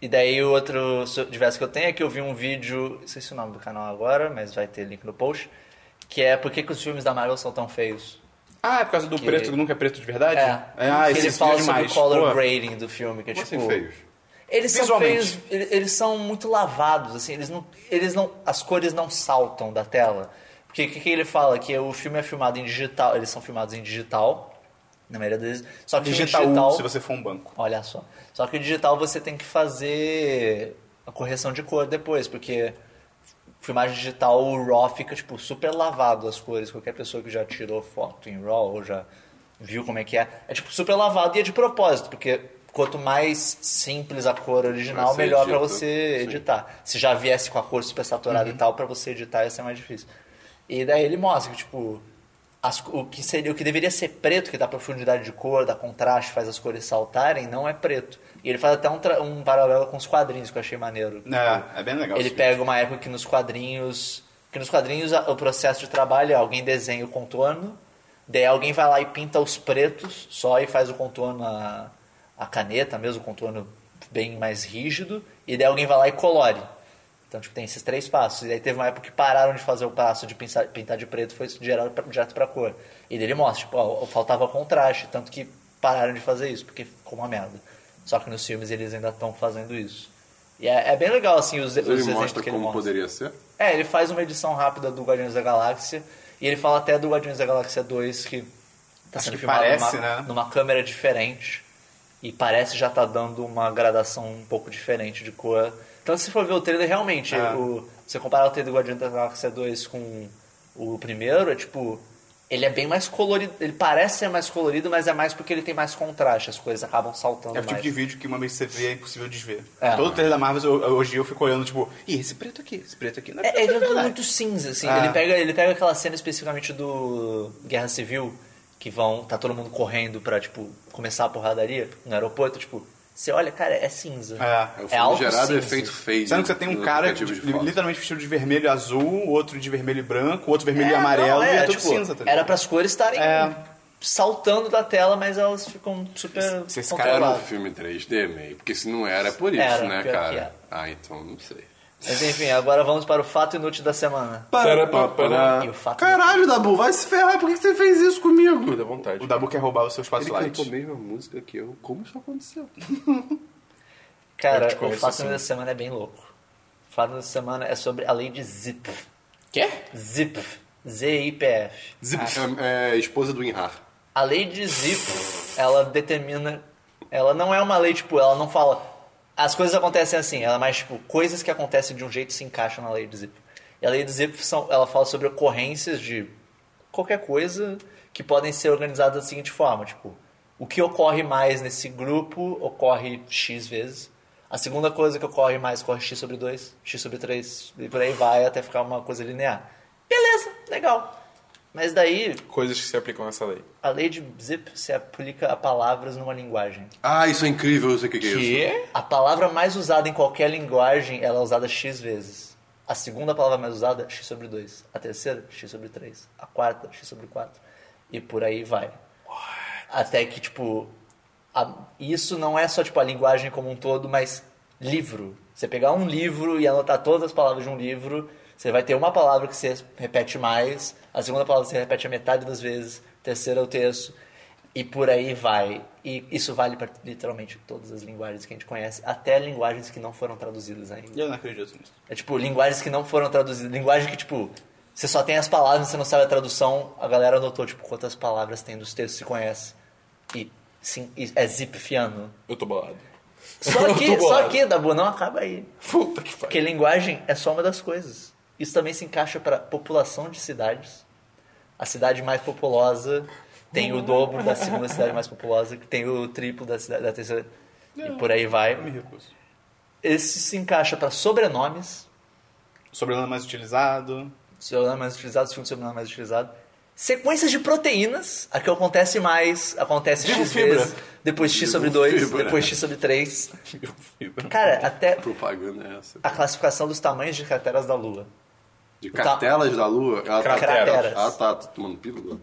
E daí o outro su- diverso que eu tenho é que eu vi um vídeo, não sei se é o nome do canal agora, mas vai ter link no post, que é por que, que os filmes da Marvel são tão feios.
Ah, é por causa do
Que-
preto que nunca é preto de verdade?
É,
Ah,
que
esse vídeo
ele
é
fala sobre
demais.
o color
Pô.
grading do filme, que é
Como
tipo...
assim, feios?
Eles são
Visualmente.
feios, ele- eles são muito lavados, assim, eles não, eles não, as cores não saltam da tela. Porque o que, que ele fala? Que o filme é filmado em digital, eles são filmados em digital, na maioria das vezes. Só que
Digital,
o digital,
se você for um banco.
olha só, só que o digital você tem que fazer a correção de cor depois, porque filmagem digital, o RAW fica, tipo, super lavado as cores. Qualquer pessoa que já tirou foto em RAW ou já viu como é que é, é, tipo, super lavado e é de propósito, porque quanto mais simples a cor original,
Mas você
melhor pra
edita,
você
sim.
editar. Se já viesse com a cor super saturada e tal, pra você editar ia ser mais difícil. E daí ele mostra que, tipo, as co- o, que seria, o que deveria ser preto, que dá profundidade de cor, dá contraste, faz as cores saltarem, não é preto. E ele faz até um, tra- um paralelo com os quadrinhos, que eu achei maneiro.
É, é bem legal.
Ele
esse
pega uma época que nos quadrinhos. Que nos quadrinhos a- o processo de trabalho é alguém desenha o contorno, daí alguém vai lá e pinta os pretos só e faz o contorno a, a caneta, mesmo o contorno bem mais rígido, e daí alguém vai lá e colore. Então, tipo, tem esses três passos. E daí teve uma época que pararam de fazer o passo de pintar, pintar de preto, foi gerado pra, direto pra cor. E daí ele mostra, tipo, ó, faltava contraste, tanto que pararam de fazer isso, porque ficou uma merda. Só que nos filmes eles ainda estão fazendo isso. E é, é bem legal, assim, os, os
Ele
exemplos
mostra
que
como
ele mostra.
poderia ser?
É, ele faz uma edição rápida do Guardiões da Galáxia. E ele fala até do Guardiões da Galáxia 2, que tá
Acho
sendo
que
filmado
parece,
numa,
né?
numa câmera diferente. E parece já tá dando uma gradação um pouco diferente de cor. Então, se for ver o trailer, realmente,
É.
o, você comparar o trailer do Guardiões da Galáxia 2 com o primeiro, é tipo... Ele é bem mais colorido, ele parece ser mais colorido, mas é mais porque ele tem mais contraste, as coisas acabam saltando
É o tipo
mais.
de vídeo que uma vez que você vê é impossível desver.
É.
Todo o trailer da Marvel, eu- eu- hoje eu fico olhando, tipo, ih, esse preto aqui, esse preto aqui. Não é,
É, ele é
preto,
tudo
não
muito cinza, assim.
Ah.
Ele, pega, ele pega aquela cena especificamente do Guerra Civil, que vão. tá todo mundo correndo pra, tipo, começar a porradaria no aeroporto, tipo, você olha, cara, é cinza.
É.
É o
É
filme
alto
gerado
cinza.
efeito fade.
Sendo que você tem um
nos
cara de,
aplicativos de foto.
literalmente vestido de vermelho e azul, outro de vermelho e branco, outro vermelho
É,
e amarelo,
não,
e
é,
é tudo
tipo,
cinza, tá ligado?
Era pras cores estarem
É.
saltando da tela, mas elas ficam super.
Se esse
Era um
Claro.
filme 3D meio, porque se não era, é por isso,
Era,
né,
pior que
cara?
era.
Ah, então não sei.
Mas enfim, agora vamos para o fato inútil da semana.
Ah.
Tarapapara.
E o fato
Caralho, Dabu, vai se ferrar, por que que você fez isso comigo?
Dá
um
vontade.
O Dabu quer roubar os seus
Ele
flashlights.
cantou a mesma música que eu. Como isso aconteceu?
Cara,
Eu te
o
conheço
fato
assim.
inútil da semana é bem louco. O fato inútil da semana é sobre a lei de Zip.
Quê?
Zip. Z-I-P-F.
Zip. É, é, esposa do Inhar.
A lei de Zip, ela determina. Ela não é uma lei, tipo, ela não fala. As coisas acontecem assim, ela é mais, tipo, coisas que acontecem de um jeito se encaixam na lei de Zip. E a lei de Zip, são, ela fala sobre ocorrências de qualquer coisa que podem ser organizadas da seguinte forma: tipo, o que ocorre mais nesse grupo ocorre X vezes. A segunda coisa que ocorre mais ocorre X sobre 2, X sobre 3, e por aí vai até ficar uma coisa linear. Beleza, legal. Mas daí,
Coisas que se aplicam nessa lei.
a lei de Zip se aplica a palavras numa linguagem.
Ah, isso é incrível, eu sei o que, que é isso.
A palavra mais usada em qualquer linguagem, ela é usada x vezes. A segunda palavra mais usada, x sobre 2. A terceira, x sobre 3. A quarta, x sobre 4. E por aí vai. Até que, tipo, a- isso não é só, tipo, a linguagem como um todo, mas livro. Você pegar um livro e anotar todas as palavras de um livro, você vai ter uma palavra que você repete mais, a segunda palavra você repete a metade das vezes, a terceira é o terço, e por aí vai. E isso vale para literalmente todas as linguagens que a gente conhece, até linguagens que não foram traduzidas ainda.
Eu não acredito nisso.
É tipo, linguagens que não foram traduzidas. Linguagem que, tipo, você só tem as palavras, você não sabe a tradução. A galera anotou, tipo, quantas palavras tem dos textos que conhece. E, sim, e é zipfiano.
Eu tô bolado.
Só
Eu
que,
tô bolado.
só que, Dabu, não acaba aí.
Puta que pariu.
Porque linguagem é só uma das coisas. Isso também se encaixa para população de cidades. A cidade mais populosa tem o dobro da segunda cidade mais populosa, que tem o triplo da, cidade, da terceira. E por aí
Eu me
vai.
recuso.
Esse se encaixa para sobrenomes.
Sobrenome é mais utilizado.
sobrenome é mais utilizado, segundo sobrenome mais utilizado. Sequências de proteínas, a que acontece mais, acontece
Digo
X
fibra.
vezes, depois X
Digo
sobre 2,
fibra.
depois X sobre 3. Cara, até
Propaganda é essa.
a classificação dos tamanhos de crateras da Lua.
De
Tá.
cartelas da lua? Ah, tá.
Crateras.
Ah, tá. Tô tomando pílula.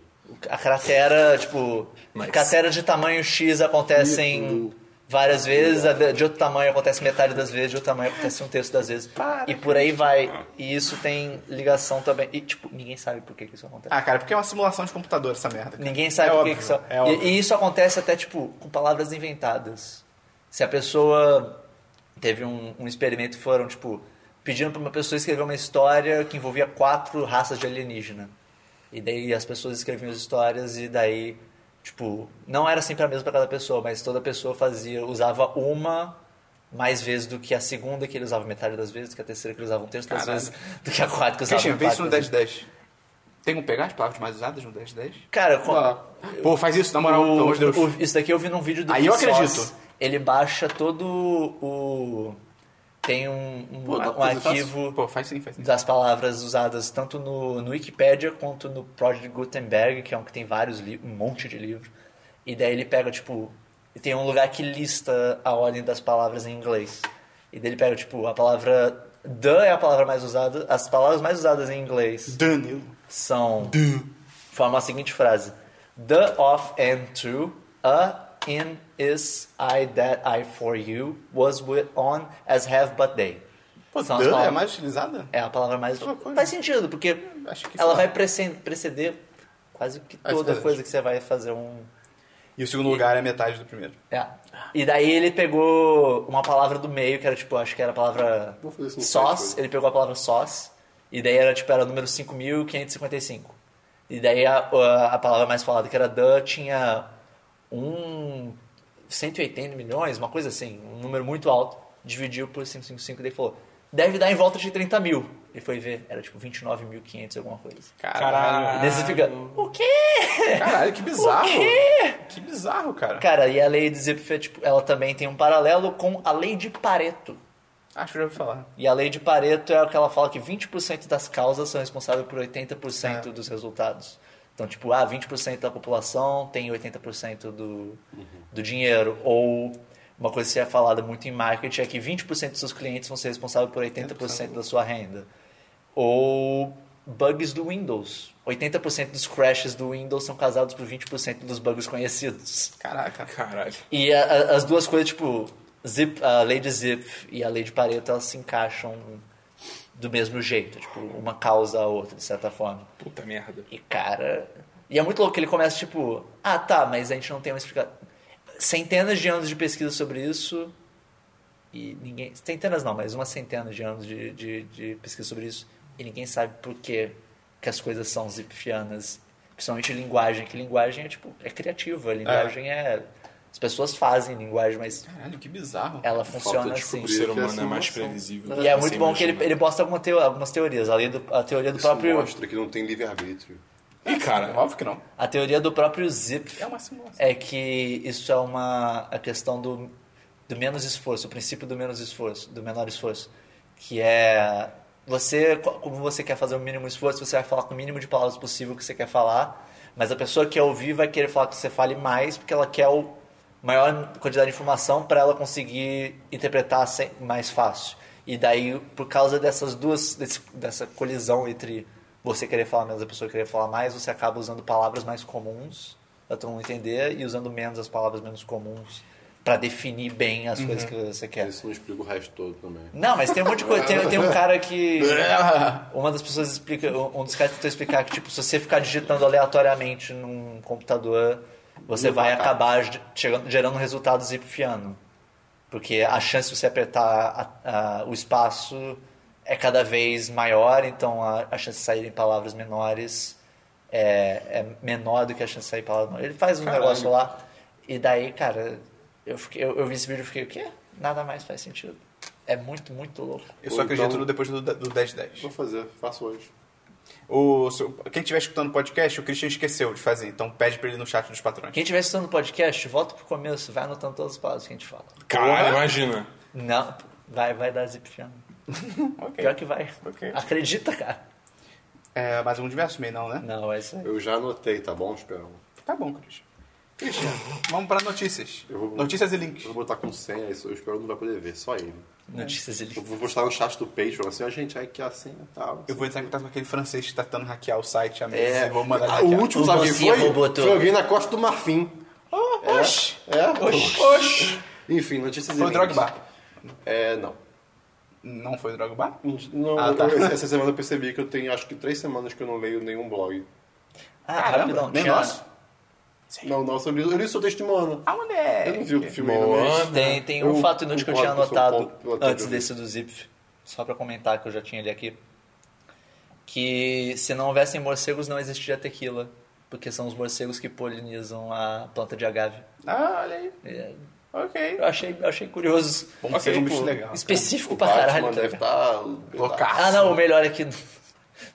A cratera, tipo,
Nice.
cratera de tamanho X acontecem
Isso.
várias vezes, a de de outro tamanho acontece metade das vezes, de outro tamanho acontece um terço das vezes. E por aí vai. E isso tem ligação também. E, tipo, ninguém sabe por que que isso acontece.
Ah, cara, porque é uma simulação de computador essa merda.
Ninguém sabe
É
o
óbvio,
que, que são.
é
E-
óbvio.
e, isso acontece até, tipo, com palavras inventadas. Se a pessoa teve um, um experimento, foram, tipo, pedindo pra uma pessoa escrever uma história que envolvia quatro raças de alienígena. E daí as pessoas escreviam as histórias e daí, tipo, não era sempre a mesma pra cada pessoa, mas toda pessoa fazia, usava uma mais vezes do que a segunda que ele usava metade das vezes, do que a terceira que ele usava um terço das
Caralho.
vezes, do que a quarta que usava
Christian, vê
metade
isso assim, no
das vezes.
1010. Tem como pegar as palavras mais usadas no 1010?
Cara, com...
Pô, faz isso, na moral, pelo amor de Deus.
O- o- isso daqui eu vi num vídeo do
Aí eu
Vsauce.
acredito.
Ele baixa todo o. Tem um, um-
Pô, dá pra
um
fazer fácil.
arquivo
Pô, faz sim, faz sim.
das palavras usadas tanto no, no Wikipedia quanto no Project Gutenberg, que é um que tem vários livros, um monte de livro. E daí ele pega, tipo, e tem um lugar que lista a ordem das palavras em inglês. E daí ele pega, tipo, a palavra the é a palavra mais usada, as palavras mais usadas em inglês
Danilo.
são formar a seguinte frase: The of and to a in is I that I for you was with on as have but they.
Pô,
São as
Dan é a
palavras-
mais utilizada?
é a palavra mais
Uma coisa.
faz sentido porque
Acho que
ela
sei
vai
lá.
preced- preceder quase que
As
toda
coisas.
coisa que você vai fazer um
E o segundo lugar é metade do primeiro.
é. E daí ele pegou uma palavra do meio, que era tipo, acho que era a palavra
Vou fazer isso no site,
sós.
foi.
Ele pegou a palavra sós. E daí era tipo, era o número 5.555. E daí a, a, a palavra mais falada, que era the, tinha um 180 milhões, uma coisa assim, um número muito alto. Dividiu por 555 e daí falou, deve dar em volta de 30 mil. E foi ver, era tipo 29.500 alguma coisa.
Caralho.
E daí você fica, o quê?
Caralho, que bizarro.
O quê?
Que bizarro, cara.
Cara, e a lei de Zipfel, tipo, ela também tem um paralelo com a lei de Pareto.
Acho que eu já ouvi falar.
E a lei de Pareto é o que ela fala que 20% das causas são responsáveis por 80% dos resultados. Então, tipo, ah, 20% da população tem 80% do, do dinheiro. Ou uma coisa que é falada muito em marketing é que 20% dos seus clientes vão ser responsáveis por 80% da sua renda. Ou bugs do Windows. 80% dos crashes do Windows são causados por 20% dos bugs conhecidos.
Caraca.
Caralho.
E a- a- as duas coisas, tipo, zip, a lei de Zip e a lei de Pareto, elas se encaixam do mesmo jeito. Tipo, uma causa a outra, de certa forma.
Puta merda.
E, cara... E é muito louco que ele começa, tipo... Ah, tá, mas a gente não tem uma explicação... Centenas de anos de pesquisa sobre isso... E ninguém... Centenas não, mas uma centena de anos de, de, de pesquisa sobre isso. E ninguém sabe por que que as coisas são zipfianas. Principalmente linguagem, que linguagem é, tipo... É criativa, linguagem é... As pessoas fazem linguagem, mas
Caralho, que bizarro.
ela funciona
de
assim.
O
descobrir.
ser
Porque é
humano é mais
simulação.
previsível.
E é
Você
muito bom que ele,
imagina.
ele mostra alguma teo- algumas teorias, além do, a teoria do
Isso
próprio
mostra que não tem livre-arbítrio.
Ih, cara.
Óbvio que não.
a teoria do próprio Zip
É uma simulação.
é que isso é uma a questão do, do menos esforço, o princípio do menos esforço, do menor esforço, que é você co- como você quer fazer o mínimo esforço, você vai falar com o mínimo de palavras possível que você quer falar, mas a pessoa que quer ouvir vai querer falar que você fale mais porque ela quer o maior quantidade de informação para ela conseguir interpretar se- mais fácil. E daí, por causa dessas duas desse- dessa colisão entre você querer falar menos e a pessoa querer falar mais, você acaba usando palavras mais comuns pra todo mundo entender, e usando menos as palavras menos comuns pra definir bem as coisas que você quer.
Isso não explica o resto todo também.
Não, mas tem um monte de coisa. Tem, tem um cara que. Uma das pessoas explica. Um dos caras tentou explicar que, tipo, se você ficar digitando aleatoriamente num computador, você vai acabar ge- chegando- gerando um resultado zipfiano. Porque a chance de você apertar a- a- o espaço é cada vez maior, então a, a chance de saírem palavras menores é, é menor do que a chance de sair palavras menores. Ele faz um
Caralho.
negócio lá, e daí, cara, eu, fiquei- eu- eu vi esse vídeo e fiquei, o quê? Nada mais faz sentido. É muito, muito louco.
Eu
Ou
só acredito
então-
no depois do, do 1010.
Vou fazer, faço hoje.
O, seu- quem estiver escutando o podcast, o Christian esqueceu de fazer, então pede pra ele no chat dos patrões.
Quem estiver assistindo o podcast, volta pro começo, vai anotando todas as palavras que a gente fala.
Caralho, imagina.
Não, vai, vai dar zipfiano.
Ok.
Pior que vai.
Ok.
Acredita, cara.
É, mais um diverso meio não, né?
Não, é isso aí.
Eu já anotei, tá bom, Esperão?
Tá bom, Christian. Christian, vamos pra notícias.
Eu vou-
Notícias e
Eu
links.
vou botar com senha, isso o Esperão não vai poder ver, só ele.
Notícias ele.
Eu vou postar no chat do Patreon, assim, ó, gente, aí que a senha tal.
Eu vou entrar em contato com aquele francês que tá tentando hackear o site há meses
É,
e vou mandar ele
Ah, o
hackear.
último,
O
sabe quem
Rocinha
foi?
robotou.
Foi alguém na costa do Marfim.
Oh,
é,
oxi.
É,
Oxi. Oxi.
Enfim, notícias
Foi o
e links.
Drogba.
É, não.
Não foi o Drogba?
Não,
Ah, tá.
eu- essa semana eu percebi que eu tenho acho que três semanas que eu não leio nenhum blog.
Ah, rapidão.
nem
tinha-
nosso.
Não, nossa, eu li, eu li o seu testimônio.
Ah, moleque.
Eu não vi o filme ainda,
Boa.
mas...
É,
é.
Tem, tem um
Eu-
fato inútil que eu
eu
tinha
concordo com o
anotado
Paulo, eu até
antes
já vi.
desse do Zip, só pra comentar que eu já tinha ele aqui. Que se não houvessem morcegos, não existiria tequila. Porque são os morcegos que polinizam a planta de agave.
Ah, olha aí.
É,
Ok.
Eu achei, eu achei curioso.
Bom, que seja um bicho
tipo,
legal.
Específico
O
pra
Batman
caralho. tá
deve né?
ligado?
estar...
Loucaço.
Ah, não, o melhor é que no,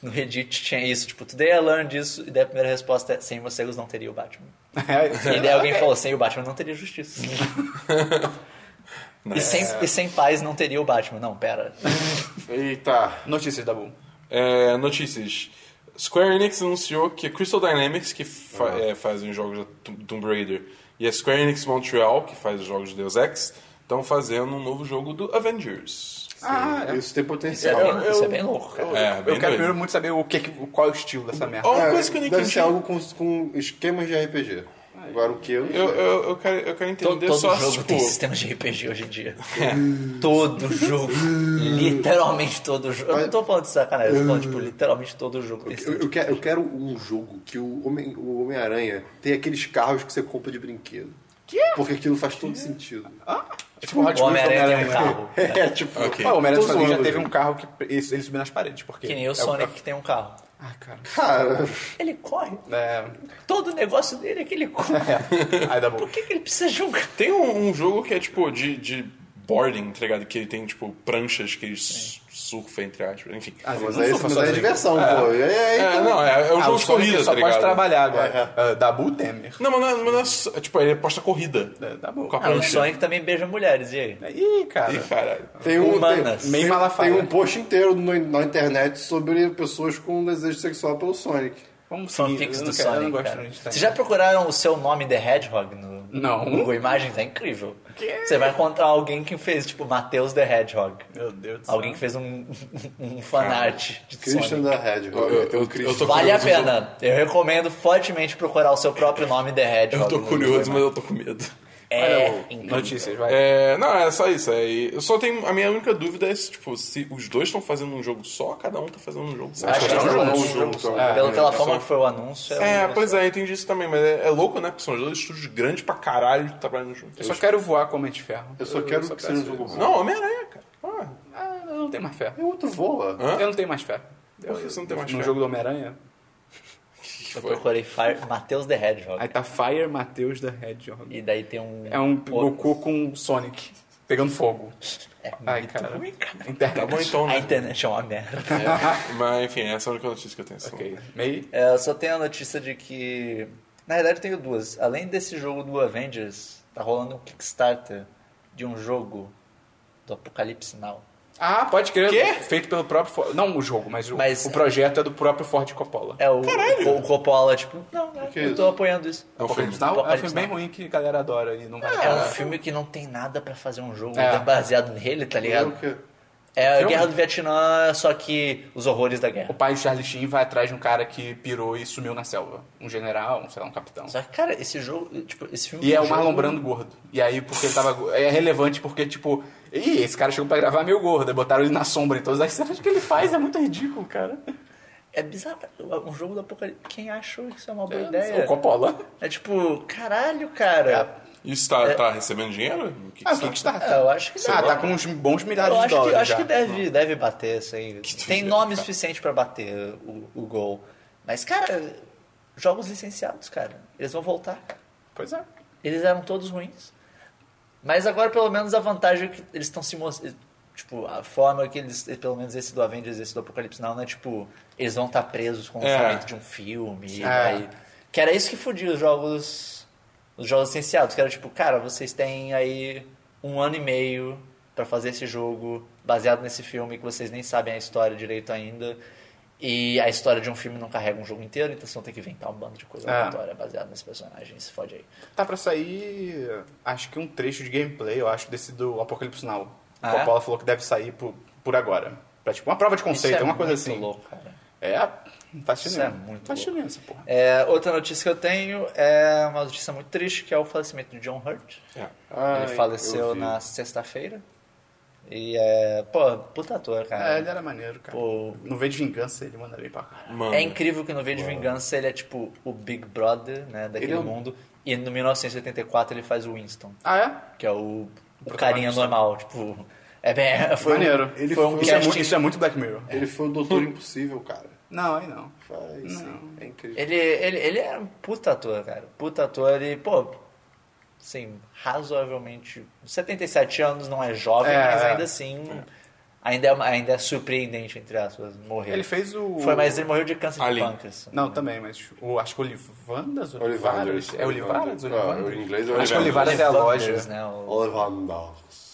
no Reddit tinha isso. Tipo, today I learned isso. E daí a primeira resposta é: sem morcegos não teria o Batman. E
É.
daí alguém falou: sem o Batman não teria justiça. E sem, e sem paz não teria o Batman. Não, pera.
Eita.
Notícias da Bull.
É, notícias. Square Enix anunciou que a Crystal Dynamics, que fa
Ah.
é, fazem os jogos da Tom- Tomb Raider, e a Square Enix Montreal, que faz os jogos de Deus Ex, estão fazendo um novo jogo do Avengers.
Ah, é.
Isso tem
Isso é,
potencial.
bem,
eu-
isso é bem louco, cara.
Eu,
É,
eu quero
bem doido.
primeiro muito saber o que, que- qual é o estilo dessa merda.
Ó, uma
É,
coisa que eu não
deve
entendi.
ser algo com, com esquemas de RPG. Agora o que eu... não
Eu,
sei.
eu, eu quero, eu quero
Todo,
entender
todo
só
jogo
tipo,
tem sistema de RPG hoje em dia.
É.
Todo jogo. literalmente todo jogo. Eu não tô falando de sacanagem, eu tô falando, tipo, literalmente todo jogo tem
Eu,
sistema
eu quero, eu quero um jogo que o Homem- o Homem-Aranha tem aqueles carros que você compra de brinquedo. Que? Porque aquilo faz todo sentido.
Tipo, Hot Wheels
de... O
do
Homem-Aranha tem um
Homem-Aranha.
carro.
É, tipo...
Ok.
Ah, o Homem-Aranha
Tô
do Flamengo já
zoando,
teve
gente.
um carro que ele, ele subiu nas paredes. Porque
Que nem o
é
Sonic que tem um carro.
Ah, cara.
Cara,
Ele corre.
É,
Todo o negócio dele é que ele corre.
é. Aí dá bom.
Por que, que ele precisa de um carro?
Tem um, um jogo que é tipo de, de boarding, tá ligado? Que ele tem tipo pranchas que ele s- surfa, entre aspas, enfim.
Ah,
mas
não
aí
surfa
isso não é
sozinho.
diversão, pô. É, é,
é,
então-
não, é, é um
Ah,
jogo
o
de
Sonic
corrida,
só
tá ligado?
pode trabalhar agora. Ah, Dabu Temer.
Não, mas não é, mas não é só- é, tipo, ele aposta corrida.
É, tá bom.
Com a
Ah, o
prancha.
Sonic também beija mulheres, e aí?
Ih, cara.
Ih, caralho.
Tem um,
Humanas.
tem-
Meio
tem-
Malafaia.
Tem um post inteiro no- na internet sobre pessoas com desejo sexual pelo Sonic.
Vamos seguir.
Fanfics
Eu
do
não, quero, eu não
Sonic,
gosto
cara.
muito de
Vocês já procuraram o seu nome The Hedgehog no
Não.
no Google Imagens? É incrível. Você vai encontrar alguém que fez, tipo, Matheus The Hedgehog.
Meu Deus do céu.
Alguém que fez um, um fanart de
Christian
Sonic.
da Red.
Eu, eu, eu, eu tô
Vale a
curioso, eu-
pena. Eu recomendo fortemente procurar o seu próprio nome The Hedgehog.
Eu tô
no
curioso, mas
Google Imagens.
eu tô com medo.
É incrível.
Notícias, vai.
É, não, é só isso. É, e eu só tenho. A minha única dúvida é se, tipo, se os dois estão fazendo um jogo só, cada um tá fazendo um jogo só.
Acho que
Acho que
eles
é um
lançaram
jogo
um
só.
jogo.
É,
Pelo, pela
é
forma
só.
que foi o anúncio.
É,
um
pois
jogo
é, eu entendi isso também, mas é, é louco, né? Porque são dois estúdios grandes pra caralho trabalhando juntos.
Eu só quero voar com Homem de Ferro.
Eu só quero que seja um
peço
jogo
isso.
bom.
Não, Homem-Aranha, cara. Ah,
Ah, eu não tenho mais fé.
É outro voa.
Hã?
Eu não tenho mais fé. Eu,
que você não tem mais
no
fé?
jogo do Homem-Aranha,
que
só. Eu
foi?
procurei Fire, Matheus The Hedgehog.
aí tá Fire Matheus da Hedgehog.
E daí tem um...
É um
outro-
Goku com Sonic pegando fogo.
É
Ai,
muito
cara.
ruim, cara.
Internet.
Tá bom então,
A
né?
internet é uma merda.
Mas enfim, essa é a única notícia que eu tenho.
Ok. Meio.
É, eu só tenho a notícia de que. Na verdade, eu tenho duas. Além desse jogo do Avengers, tá rolando um Kickstarter de um jogo do Apocalipse Now.
Ah, pode crer.
Quê?
Feito pelo próprio Ford. Não o jogo, mas, o-
Mas-
o, projeto é do próprio Ford Coppola.
É o, o Coppola, tipo, não, não,
que
eu
isso?
tô apoiando isso. É
É um filme.
Apocalipse Now é um
Apocalipse
filme bem
Now.
ruim que a galera adora e não vai.
É um filme que não tem nada pra fazer um jogo
É.
baseado nele, tá
É
ligado?
o quê?
É a
Filme?
Guerra do Vietnã, só que os horrores da
O
guerra.
pai do Charlie Sheen vai atrás de um cara que pirou e sumiu na selva. Um general, um, sei lá, um capitão.
Só que, cara, esse jogo, tipo, esse filme...
E é
um
o Marlon
jogo-
Brando gordo. E aí, porque ele tava. É relevante porque, tipo. Ih, esse cara chegou pra gravar meio gordo. Aí Botaram ele na sombra em todas as cenas que ele faz. É muito ridículo, cara.
É bizarro, um jogo do apocalipse. Quem achou que isso é uma boa
É,
ideia?
o Coppola.
É tipo, caralho, cara.
Isso tá, tá recebendo dinheiro? O que que
Ah, o
isso tá-
Kickstarter.
É, eu acho que
Ah,
não.
tá com uns bons milhares
Eu
de
acho que,
dólares.
eu acho
já.
que deve, deve bater, assim. Tem
deve,
nome suficiente pra bater o, o gol. Mas, cara, jogos licenciados, cara. Eles vão voltar, cara.
Pois é.
Eles eram todos ruins. Mas agora, pelo menos, a vantagem é que eles estão se mostrando. Tipo, a forma que eles. Pelo menos esse do Avengers, esse do Apocalipse Now, não é tipo. Eles vão estar presos com o
É.
lançamento de um filme.
É.
aí- que era isso que fudia os jogos. Os jogos licenciados. Que era tipo, cara, vocês têm aí um ano e meio pra fazer esse jogo baseado nesse filme que vocês nem sabem a história direito ainda. E a história de um filme não carrega um jogo inteiro, então vocês vão ter que inventar um bando de coisa
É.
aleatória baseada nesse personagem. Se fode aí.
Tá pra sair, acho que um trecho de gameplay, eu acho, desse do Apocalipse Now.
Ah,
o
é?
Coppola falou que deve sair por, por agora. Pra, tipo, uma prova de conceito,
Isso é
uma coisa
muito
assim.
louco, cara.
É, fascinante.
Isso é muito
fascinante essa Tá porra.
É, outra notícia que eu tenho é uma notícia muito triste, que é o falecimento de John Hurt.
É.
Ai,
ele
eu
faleceu
vi.
na sexta-feira. E é. Pô, puta ator, cara.
É, ele era maneiro, cara.
Pô.
No V de Vingança, ele manda bem pra caralho.
Mano.
É incrível que no V de Vingança ele é tipo o Big Brother, né, daquele
Ele é um-
mundo. E no 1984 ele faz o Winston,
Ah, é?
que é o, o
protagonista.
carinha normal, tipo. É bem. Foi um-
maneiro.
ele
foi um
foi-
isso, é
casting-
muito, isso é muito Black Mirror.
Ele foi o Doutor Impossível, cara.
Não, aí não.
Faz, sim. É incrível.
Ele, ele, ele era um puta ator, cara. Puta ator e, pô, assim, razoavelmente. 77 anos não é jovem,
É,
mas
é.
ainda assim. Ainda, é, uma- ainda é surpreendente, entre aspas, morrer.
Ele fez o.
É. Foi, mas ele morreu de câncer
Ali.
de pâncreas.
Não, também, mas. O, acho que Olivandas?
Olivanders.
Olivares? É Olivares?
Ah, o inglês é
Acho que
Olivanders.
Olivares é a loja.
Olivanders, Né, o-
Olivanders.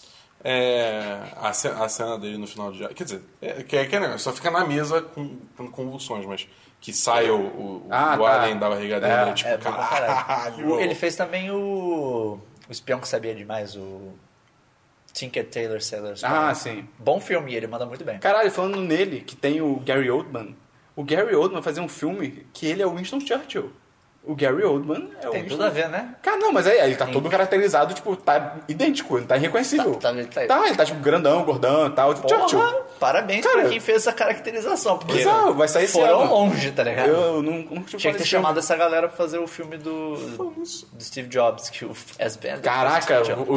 É, a, ce- a cena dele no final de. Quer dizer, é, que é que é negócio, só fica na mesa com, com convulsões, mas que sai o, o,
Ah,
o
tá.
alien da barriga dele,
É,
é, tipo,
É, bom pra caralho.
caralho.
O- Ele fez também o. O Espião que Sabia Demais, o. Tinker Taylor Sellers.
Ah, sim.
Bom filme, ele manda muito bem.
Caralho, falando nele, que tem o Gary Oldman. O Gary Oldman vai fazer um filme que ele é o Winston Churchill. O Gary Oldman é o
Tem
Winston
tudo a ver, né?
Cara, não, mas aí ele tá todo caracterizado, tipo, tá idêntico, ele tá irreconhecível.
Tá, tá, ele tá-
Tá, ele tá, tipo, grandão, gordão e tal, tipo, Churchill.
Porra, parabéns
Cara,
pra quem fez essa caracterização, porque
bizarro, vai sair esse
foram
ano.
longe, tá ligado?
Eu não, não tive
Tinha que ter
esse
chamado
filme.
essa galera pra fazer o filme do, do Steve Jobs, que o S-Band.
Caraca, o, o,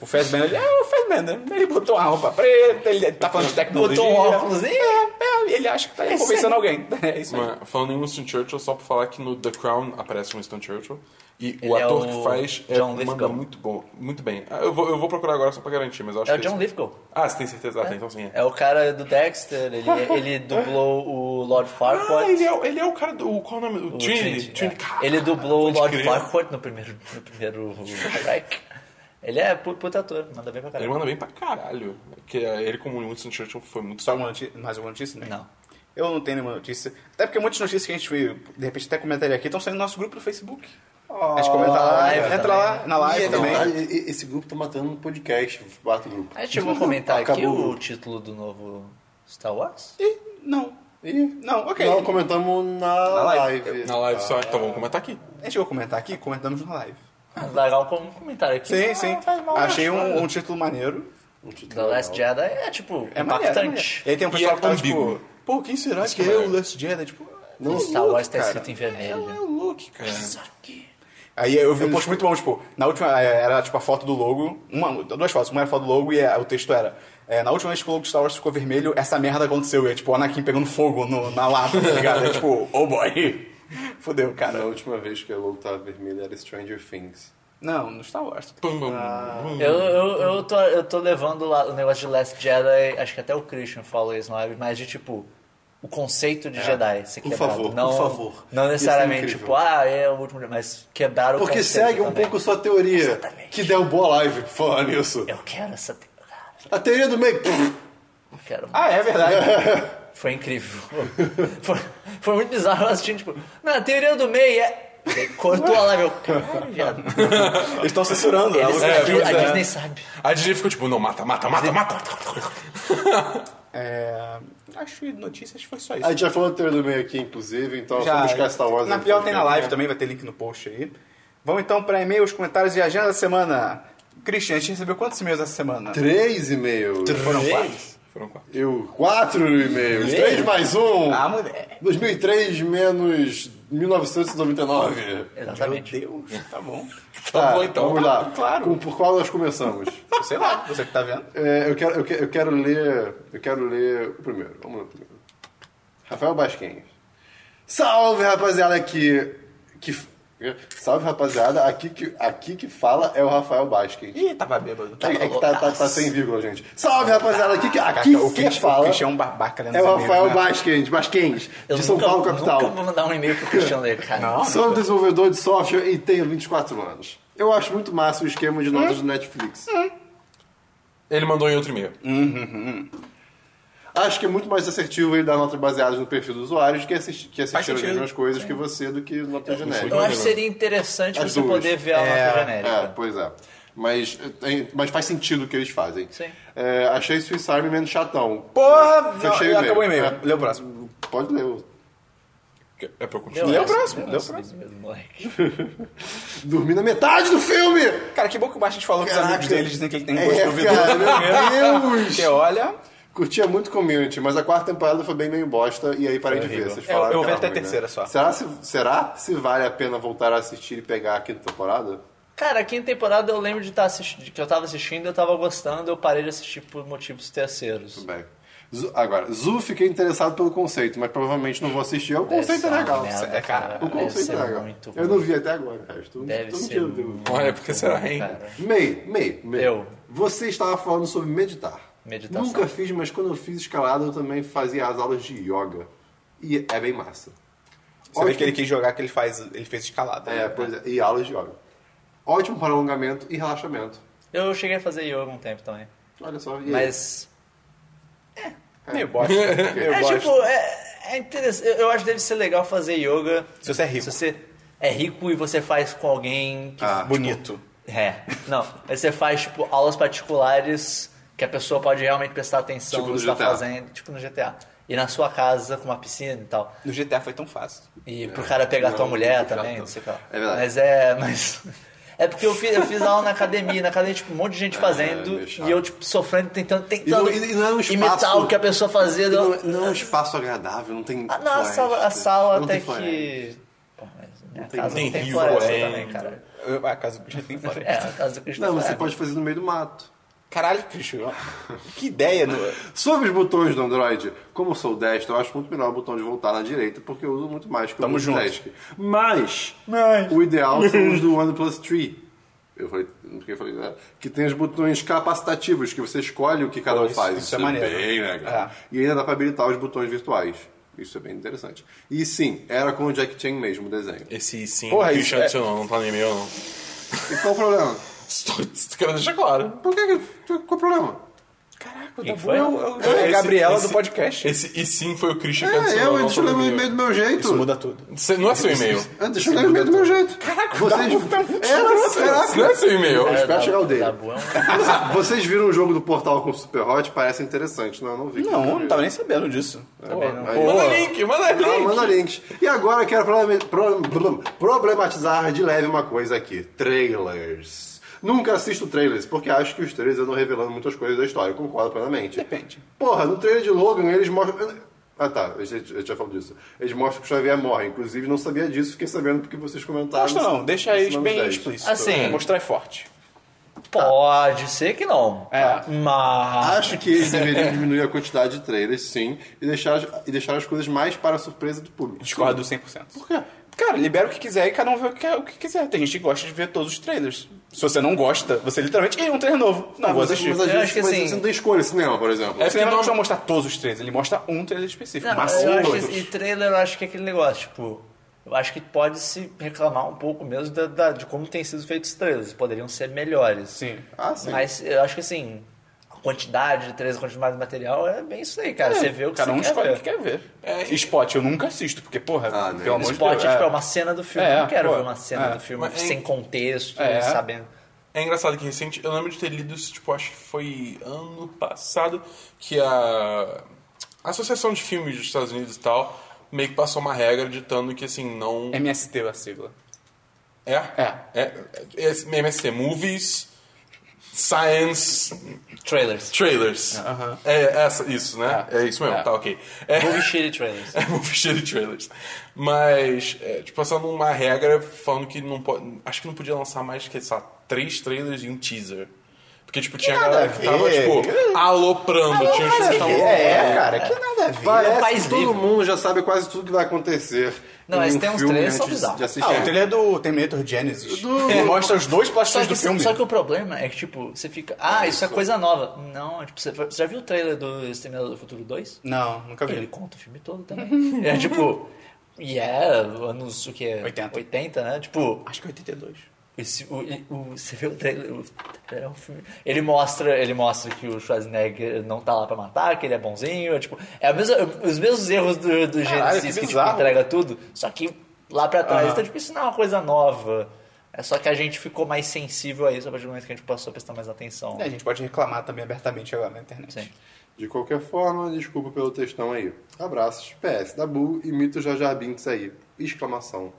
o Fassbender, ele é o Fassbender. Ele botou uma roupa preta, ele tá falando de tecnologia.
botou um óculos hein?
É, ele acha que tá convencendo alguém. É isso aí.
Mas, falando em Winston Churchill, só pra falar que no The Crown aparece Winston Churchill. E
Ele
o
é
ator
o
que faz é,
John
manda
Lithgow.
muito bom, muito bem. Ah, eu, vou, eu vou procurar agora só pra garantir, mas eu acho
É o
que
John
esse-
Lithgow.
Ah, você tem certeza? Ah, tem, então sim. É.
É o cara do Dexter, ele, ele dublou o Lord
Ah,
Farquaad.
ele é, o- ele é o cara do. Qual o nome? O,
o
Trinity.
Trinity,
Trinity.
é.
Cara,
Ele dublou o
pode
Lord
crer.
Farquaad no primeiro, no primeiro Shrek. Ele é pu- puta ator, manda bem pra
Ele
caralho.
manda bem pra caralho. Que é, ele, como Winston Churchill, foi muito
Só uma notícia, mais alguma notícia? né?
Não.
Eu não tenho nenhuma notícia. Até porque muitas notícias que a gente viu, de repente até comentaria aqui, estão saindo no nosso grupo do Facebook. a gente comenta lá,
live
entra
também,
lá
né?
na live
E,
também.
ah, e- e- esse grupo tá matando um podcast, bate o grupo.
A gente vai comentar aqui
Acabou o
o
grupo.
título do novo Star Wars?
Ih, não.
Ih,
Não, ok.
Não, comentamos na,
Na live.
live.
Na live
Ah.
só. Então vamos comentar aqui.
A gente vai comentar aqui, comentamos na live.
Ah, Legal como um comentário aqui.
Sim,
Ah,
sim.
faz mal,
Achei
né?
um, um título maneiro.
Um título
The Last
legal.
Jedi é tipo
É maneiro. é maneiro.
impactante.
E aí tem um
E
pessoal
é
que tá
ambíguo.
tipo, pô, quem será que
que é
é o
maneiro.
Last Jedi? Tipo,
Não,
é o
Star
Luke,
Wars tá
cara.
escrito em vermelho.
um-
É o Luke, cara.
Aqui.
Aí eu vi um post muito bom, tipo, na última eh, era tipo a foto do logo, uma, duas fotos, uma era a foto do logo e eh, o texto era. eh, na última vez que o logo de Star Wars ficou vermelho, essa merda aconteceu. E é tipo o Anakin pegando fogo no- na lata, tá ligado? É tipo, oh boy. Fudeu,
Cara, a
cara.
última vez que a logo tava vermelha era Stranger Things.
Não, no Star Wars.
Pum, pum, pum.
Eu, eu, eu, tô, eu tô levando lá o negócio de Last Jedi, acho que até o Christian falou isso na live, mas de tipo, o conceito de Jedi ser
É. Por
quebrado.
favor,
não,
por favor.
Não
Isso é
necessariamente
incrível.
tipo, ah, é o último, mas quebrar o
Porque
conceito
segue um
também.
pouco sua teoria,
Exatamente.
que deu boa live pra falar nisso.
Eu quero essa... te- cara,
A teoria do meio, pff,
Eu quero...
Ah, é verdade.
Foi incrível. foi, foi muito bizarro eu assistindo, tipo, na teoria do meio é. Cortou a live, eu, caralho, viado.
Eles estão censurando.
Eles-
é,
a, Disney,
pois é.
a Disney sabe.
A Disney ficou tipo, não, mata, mata, mata, mata.
É, acho que notícias foi só isso.
A gente já falou do trailer do meio aqui, inclusive, então
Já,
é só buscar Star Wars.
Na
aí,
pior
tá
tem na
ligado?
live também, vai ter link no post aí. Vamos então para e-mails, comentários e agenda da semana. Christian, a gente recebeu quantos e-mails essa semana?
Três e-mails.
Foram quatro.
Foram quatro.
Eu, quatro e-mails. Três mais um.
Ah, mulher.
2003 menos 1999.
Meu
Exatamente.
Deus, tá bom.
Tá bom, então.
Vamos lá.
Claro.
Com- por qual nós começamos?
Sei lá, você que tá vendo.
É, eu, quero, eu, quero, eu quero ler. Eu quero ler o primeiro. Vamos ler o primeiro. Rafael Basquenhas. Salve, rapaziada, que. que é, salve, rapaziada. Aqui que, aqui que fala é o Rafael Basquenhas.
Ih, tava bêbado.
É, é que tá, tá, tá sem vírgula, gente. Salve, rapaziada, aqui Tá, que, aqui
o
que
Christian, o
fala
Christian é um babaca lendo
é o
e-mails,
Rafael
né?
Basquenhas, Basquenhas,
Eu
de São
nunca-
Paulo,
Nunca
capital.
vou mandar um e-mail pro Cristiano ler, cara.
Não.
Sou um desenvolvedor de software e tenho 24 anos. Eu acho muito massa o esquema
Hum?
de notas do Netflix.
Ele mandou em outro e-mail.
Acho que é muito mais assertivo ele dar notas baseadas no perfil dos usuários que, assisti que assistiram as
sentido. É.
mesmas coisas que você do que notas genéricas.
Eu acho que seria interessante
As
você
duas.
poder ver a
É,
nota
É,
genérica.
pois é. Mas, tem- mas faz sentido o que eles fazem.
Sim.
É, achei Swiss Army Man chatão.
Porra,
Fechei
não,
o
acabou o
e-mail.
e-mail. Lê o próximo.
Pode ler o
É pra eu
Deu
continuar.
Lê o
essa,
próximo,
deu
lê o
essa,
próximo.
meu moleque.
Dormi na metade do filme!
Cara, que bom que o Bastos falou que os
Caraca.
amigos dele dizem que ele tem um gosto
É,
duvidoso.
cara, meu Deus!
Porque olha,
Curtia muito Community, mas a quarta temporada foi bem meio bosta e aí parei de ver.
horrível.
Vocês falaram
Eu- eu
que
vi
era
até a
ruim,
terceira
né?
só.
Será se, será se vale a pena voltar a assistir e pegar a quinta temporada?
Cara, a quinta temporada eu lembro de estar assistindo, que eu tava assistindo, eu tava gostando, eu parei de assistir por motivos terceiros.
Tudo bem. Zu- agora, Zu fiquei interessado pelo conceito, mas provavelmente não vou assistir. O conceito é
Essa
legal.
merda,
é, cara,
O
deve
conceito
ser
é legal.
muito
Eu não vi até agora, cara. Estou
Deve
estou
ser
mentindo, Deus.
muito
Olha, é porque será, hein?
cara.
Mei, Mei, Mei.
Eu.
Você estava falando sobre meditar.
Meditação.
Nunca fiz, mas quando eu fiz escalada, eu também fazia as aulas de yoga. E é bem massa.
você vê que ele quis jogar que ele, faz, ele fez escalada. né?
É, pois é, e aulas de yoga. Ótimo para alongamento e relaxamento.
Eu cheguei a fazer yoga um tempo também.
Olha só. E aí?
Mas.
Meio bosta. Meio
é
bosta.
tipo, é, é interessante. Eu, eu acho que deve ser legal fazer yoga.
Se você é rico.
Se você é rico e você faz com alguém que tipo,
Ah,
Bonito.
É, não. Aí você faz, tipo, aulas particulares que a pessoa pode realmente prestar atenção
Tipo
no
no
que está
GTA.
fazendo, tipo no GTA. E na sua casa, com uma piscina e tal.
No GTA foi tão fácil.
E
É,
pro cara pegar
não,
tua mulher
não,
também,
não.
não sei o que lá.
um É verdade.
Mas é, mas... É porque eu fiz, eu fiz aula na academia, na academia, tipo, um monte de gente fazendo
É, meio chato.
e eu, tipo, sofrendo, tentando, tentando
e não é um espaço-
imitar o que a pessoa fazia.
E Não,
Não,
não é um espaço agradável, não tem.
Ah, não, a
floresta.
sala, a sala
Não
até
tem floresta.
que... Pô, mas minha
tem-
casa
tem
não tem
rio, é.
floresta
tem-
também, cara.
Eu- A casa do Christian tem
É,
floresta.
a casa do Cristo
Não, você pode fazer no meio do mato.
Caralho, Christian. Que ideia. né? No...
Sobre os botões do Android, como eu sou destro, eu acho muito melhor o botão de voltar na direita, porque eu uso muito mais que
Tamo
o
junto.
multitask. Mas,
Mas-
o ideal são os do OnePlus 3. Eu falei, não sei o que eu falei, né? que tem os botões capacitativos, que você escolhe o que cada
Pô,
um
isso-
faz.
isso é maneiro.
bem legal.
É.
E ainda dá pra habilitar os botões virtuais. Isso é bem interessante. E sim, era com o Jack Chan mesmo o desenho.
Esse sim,
Porra,
Porra,
isso
Christian
é-
adicionou, não tá no e-mail, não.
E qual o problema?
Estou, estou querendo deixar claro.
Por que, que- qual o problema?
Caraca, o
Quem
Dabu
foi?
é o- é a Gabriela do podcast.
Esse e sim foi o Christian que
É,
adicionou.
eu
não
deixa eu ler
foi no
o
e-mail.
e-mail do meu
Isso
jeito.
muda tudo.
Você- Não é seu e-mail.
Ah, Deixa eu ler o e-mail do meu jeito.
Caraca, o
Vocês...
Dabu tá muito...
Era,
Isso Não
caraca.
é seu e-mail.
Eu espero chegar o dele.
Dabu é um...
Vocês viram o jogo do Portal com o Superhot? Parece interessante. Não, eu não vi.
Não, eu não tá tava nem sabendo disso.
Também não.
Aí-
Manda link, manda link.
Ah, manda links. E agora eu quero problema- pro- blum, problematizar de leve uma coisa aqui: trailers. Nunca assisto trailers, porque acho que os trailers andam revelando muitas coisas da história. Eu concordo plenamente.
Depende.
Porra, no trailer de Logan eles mostram. Ah tá, eu já, eu já falo disso. Eles mostram que o Xavier morre. Inclusive, não sabia disso, fiquei sabendo porque vocês comentaram.
Gosto não, deixa
Isso
eles
não me
bem
dá.
explícito.
Assim.
Mostrar é forte.
um
Pode ser que não.
É.
Mas.
Acho que eles deveriam diminuir a quantidade de trailers, sim, e deixar, as- e deixar as coisas mais para a surpresa do público.
Discordo 100%. Por
quê?
Cara, libera o que quiser e cada um vê o que, quer- o que quiser. Tem gente que gosta de ver todos os trailers. Se você não gosta, você literalmente... Ih, um trailer novo. Não, vou
Mas,
assistir.
mas às
Eu
vezes
acho que
mas
assim- É,
você não tem escolha cinema, por exemplo.
O cinema não costuma mostrar todos os trailers, ele mostra um trailer específico.
Não,
mas
eu acho
todos.
que, e trailer eu acho que é aquele negócio, tipo. Eu acho que pode se reclamar um pouco mesmo da, da- de como têm sido feitos os trailers. Poderiam ser melhores.
Sim.
Ah, sim.
Mas eu acho que assim. quantidade de três, a quantidade de material, é bem isso aí, cara. você vê o que
Cada
você
um
quer
escolhe o
ver. É,
que quer ver. Spot eu nunca assisto, porque, porra,
Ah, né?
pelo amor de
Spot é,
Deus.
tipo, é uma cena do filme.
É,
eu não quero
pô,
ver uma cena
é.
do filme
Mas,
sem
hein?
contexto,
É.
sabendo.
É engraçado que recente, eu lembro de ter lido isso, tipo, acho que foi ano passado, que a Associação de Filmes dos Estados Unidos e tal meio que passou uma regra ditando que, assim, não...
MST a sigla.
É? É. é, é MSC, Movies, Science,
Trailers.
Trailers. É essa, isso, né?
É.
É, isso mesmo,
É.
tá ok. É,
Movie shitty trailers.
é movie shitty trailers. Mas, é, tipo, passando uma regra falando que não pode. Acho que não podia lançar mais que, sei lá, três trailers e um teaser. Porque, tipo, tinha
nada
galera
a
que
ver.
tava, tipo, aloprando. tinha uns que
É,
tavam-
cara, que nada a ver.
Parece
é país
que todo
livre.
mundo já sabe quase tudo que vai acontecer.
Não,
em
mas
um
tem uns
filme
trailers que são
antes
bizarros.
de assistir.
Ah, o trailer do Terminator Genesis. Que mostra os dois
Só
plásticos
que,
do filme.
só que o problema é que, tipo, você fica. Ah, isso é coisa nova. Não, tipo, você, você já viu o trailer do Exterminador do Futuro 2?
Não, nunca
Ele
vi.
conta o filme todo também. é tipo. E é, anos o que é?
80.
80, né? Tipo,
Acho que é 82.
Esse- o- o- você vê o trailer, o trailer é um filme. Ele mostra, ele mostra que o Schwarzenegger não tá lá pra matar, que ele é bonzinho. É, tipo, é a mesma- os mesmos erros do, do
Caralho,
Genesis
que
que, tipo,
bizarro.
entrega tudo, só que lá pra trás.
Aham.
Então, tipo, isso não é uma coisa nova. É só que a gente ficou mais sensível a isso a partir do momento que a gente passou a prestar mais atenção.
É, a gente pode reclamar também abertamente agora na internet.
Sim.
De qualquer forma, desculpa pelo textão aí. assim, Abraços, PS, Dabu e Mito Jajar Binks aí. Exclamação.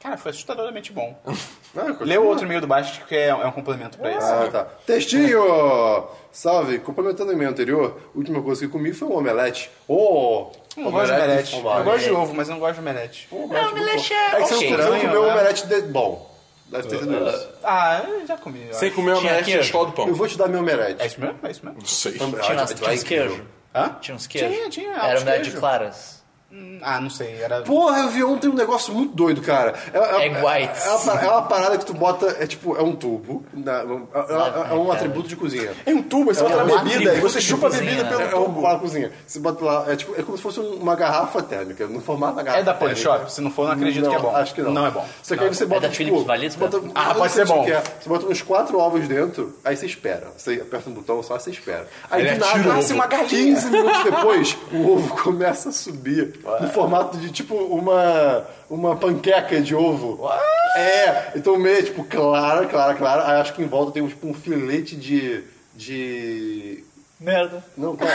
Cara, foi assustadoramente bom.
Ah, continua.
Lê o outro e-mail do baixo que é, é um complemento pra esse.
Ah, tá. Textinho! Salve, complementando o e-mail anterior, a última coisa que comi foi um omelete. Oh!
Eu não gosto de Hum, um omelete.
informado.
Eu gosto de ovo, mas eu não gosto de omelete.
Um omelete muito
omelete
bom.
é
É que você
ok.
não- você não comeu um
Estranho, né?
omelete de... bom. Deve ter sido isso.
Ah, eu já comi. eu
Sem
acho.
comer uma
Tinha
merda na
queijo.
escola do pão.
Eu vou te dar meu omelete. Ah,
É isso mesmo? É isso mesmo?
Não sei.
Tinha, umas- tinha uns queijos.
Hã?
Tinha uns queijos.
é Tinha, tinha,
Era um
uns
uma de
queijo.
claras.
Hum, Ah, não sei. Era...
Porra, eu vi ontem um negócio muito doido, cara. É,
É whites.
É, uma, par- é uma parada que tu bota, é tipo, é um tubo, na- é, é- é um
cara.
atributo de cozinha.
É um tubo, você bota
um
na bebida
atributo
e você
de
chupa a
cozinha,
bebida
né?
pelo
É um para cozinha. Você bota lá, é tipo, é como se fosse uma garrafa térmica, no formato da garrafa.
É da
térmica.
Polishop? Se não for, não acredito que é bom.
Acho que não.
Não é bom.
Só que aí você
é
bota
da
tipo,
Philips Valesca?
bota-
Ah, pode
não sei
ser bom.
o que é. Você bota uns quatro ovos dentro, aí você espera. Você aperta um botão só, você espera. Aí
Ele
do
é
nada,
atira o
nasce
ovo.
uma galinha. 15 minutos depois, o ovo começa a subir no formato de tipo uma uma panqueca de ovo. É, então meio tipo clara, clara, clara. Aí acho que em volta tem tipo um filete de de
Merda.
não, cara.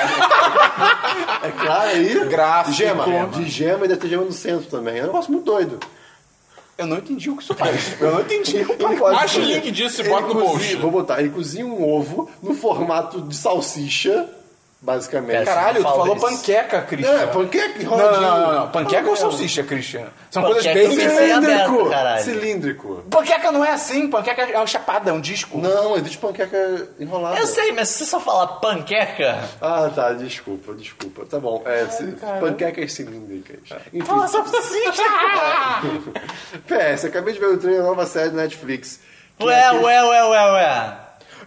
é claro aí.
Gráfico.
Gema. De gema e deve ter gema no centro também. É um negócio muito doido.
Eu não entendi o que isso faz. Eu não entendi o propósito.
Acha o link disso e bota no
cozinha,
post.
Vou botar. Ele cozinha um ovo no formato de salsicha, basicamente.
Cara,
Caralho, tu
Fala
falou
isso.
panqueca, Christian.
É, panqueca e
Não,
roladinho.
não, não, não, não. Panqueca ou salsicha, Christian? São
Panqueca
coisas
sem
bem...
ser aberto,
é Cilíndrico.
caralho.
Cilíndrico.
Panqueca não é assim. Panqueca é uma chapada, é um disco.
Não, existe panqueca enrolada.
Eu sei, mas se você só falar panqueca.
Ah, tá, desculpa, desculpa. Tá bom. É, ci- panquecas cilíndricas. Enfim.
Fala salsicha!
PS, acabei de ver o trailer da nova série do Netflix. que é
Ué,
aquele-
ué, ué, ué, ué.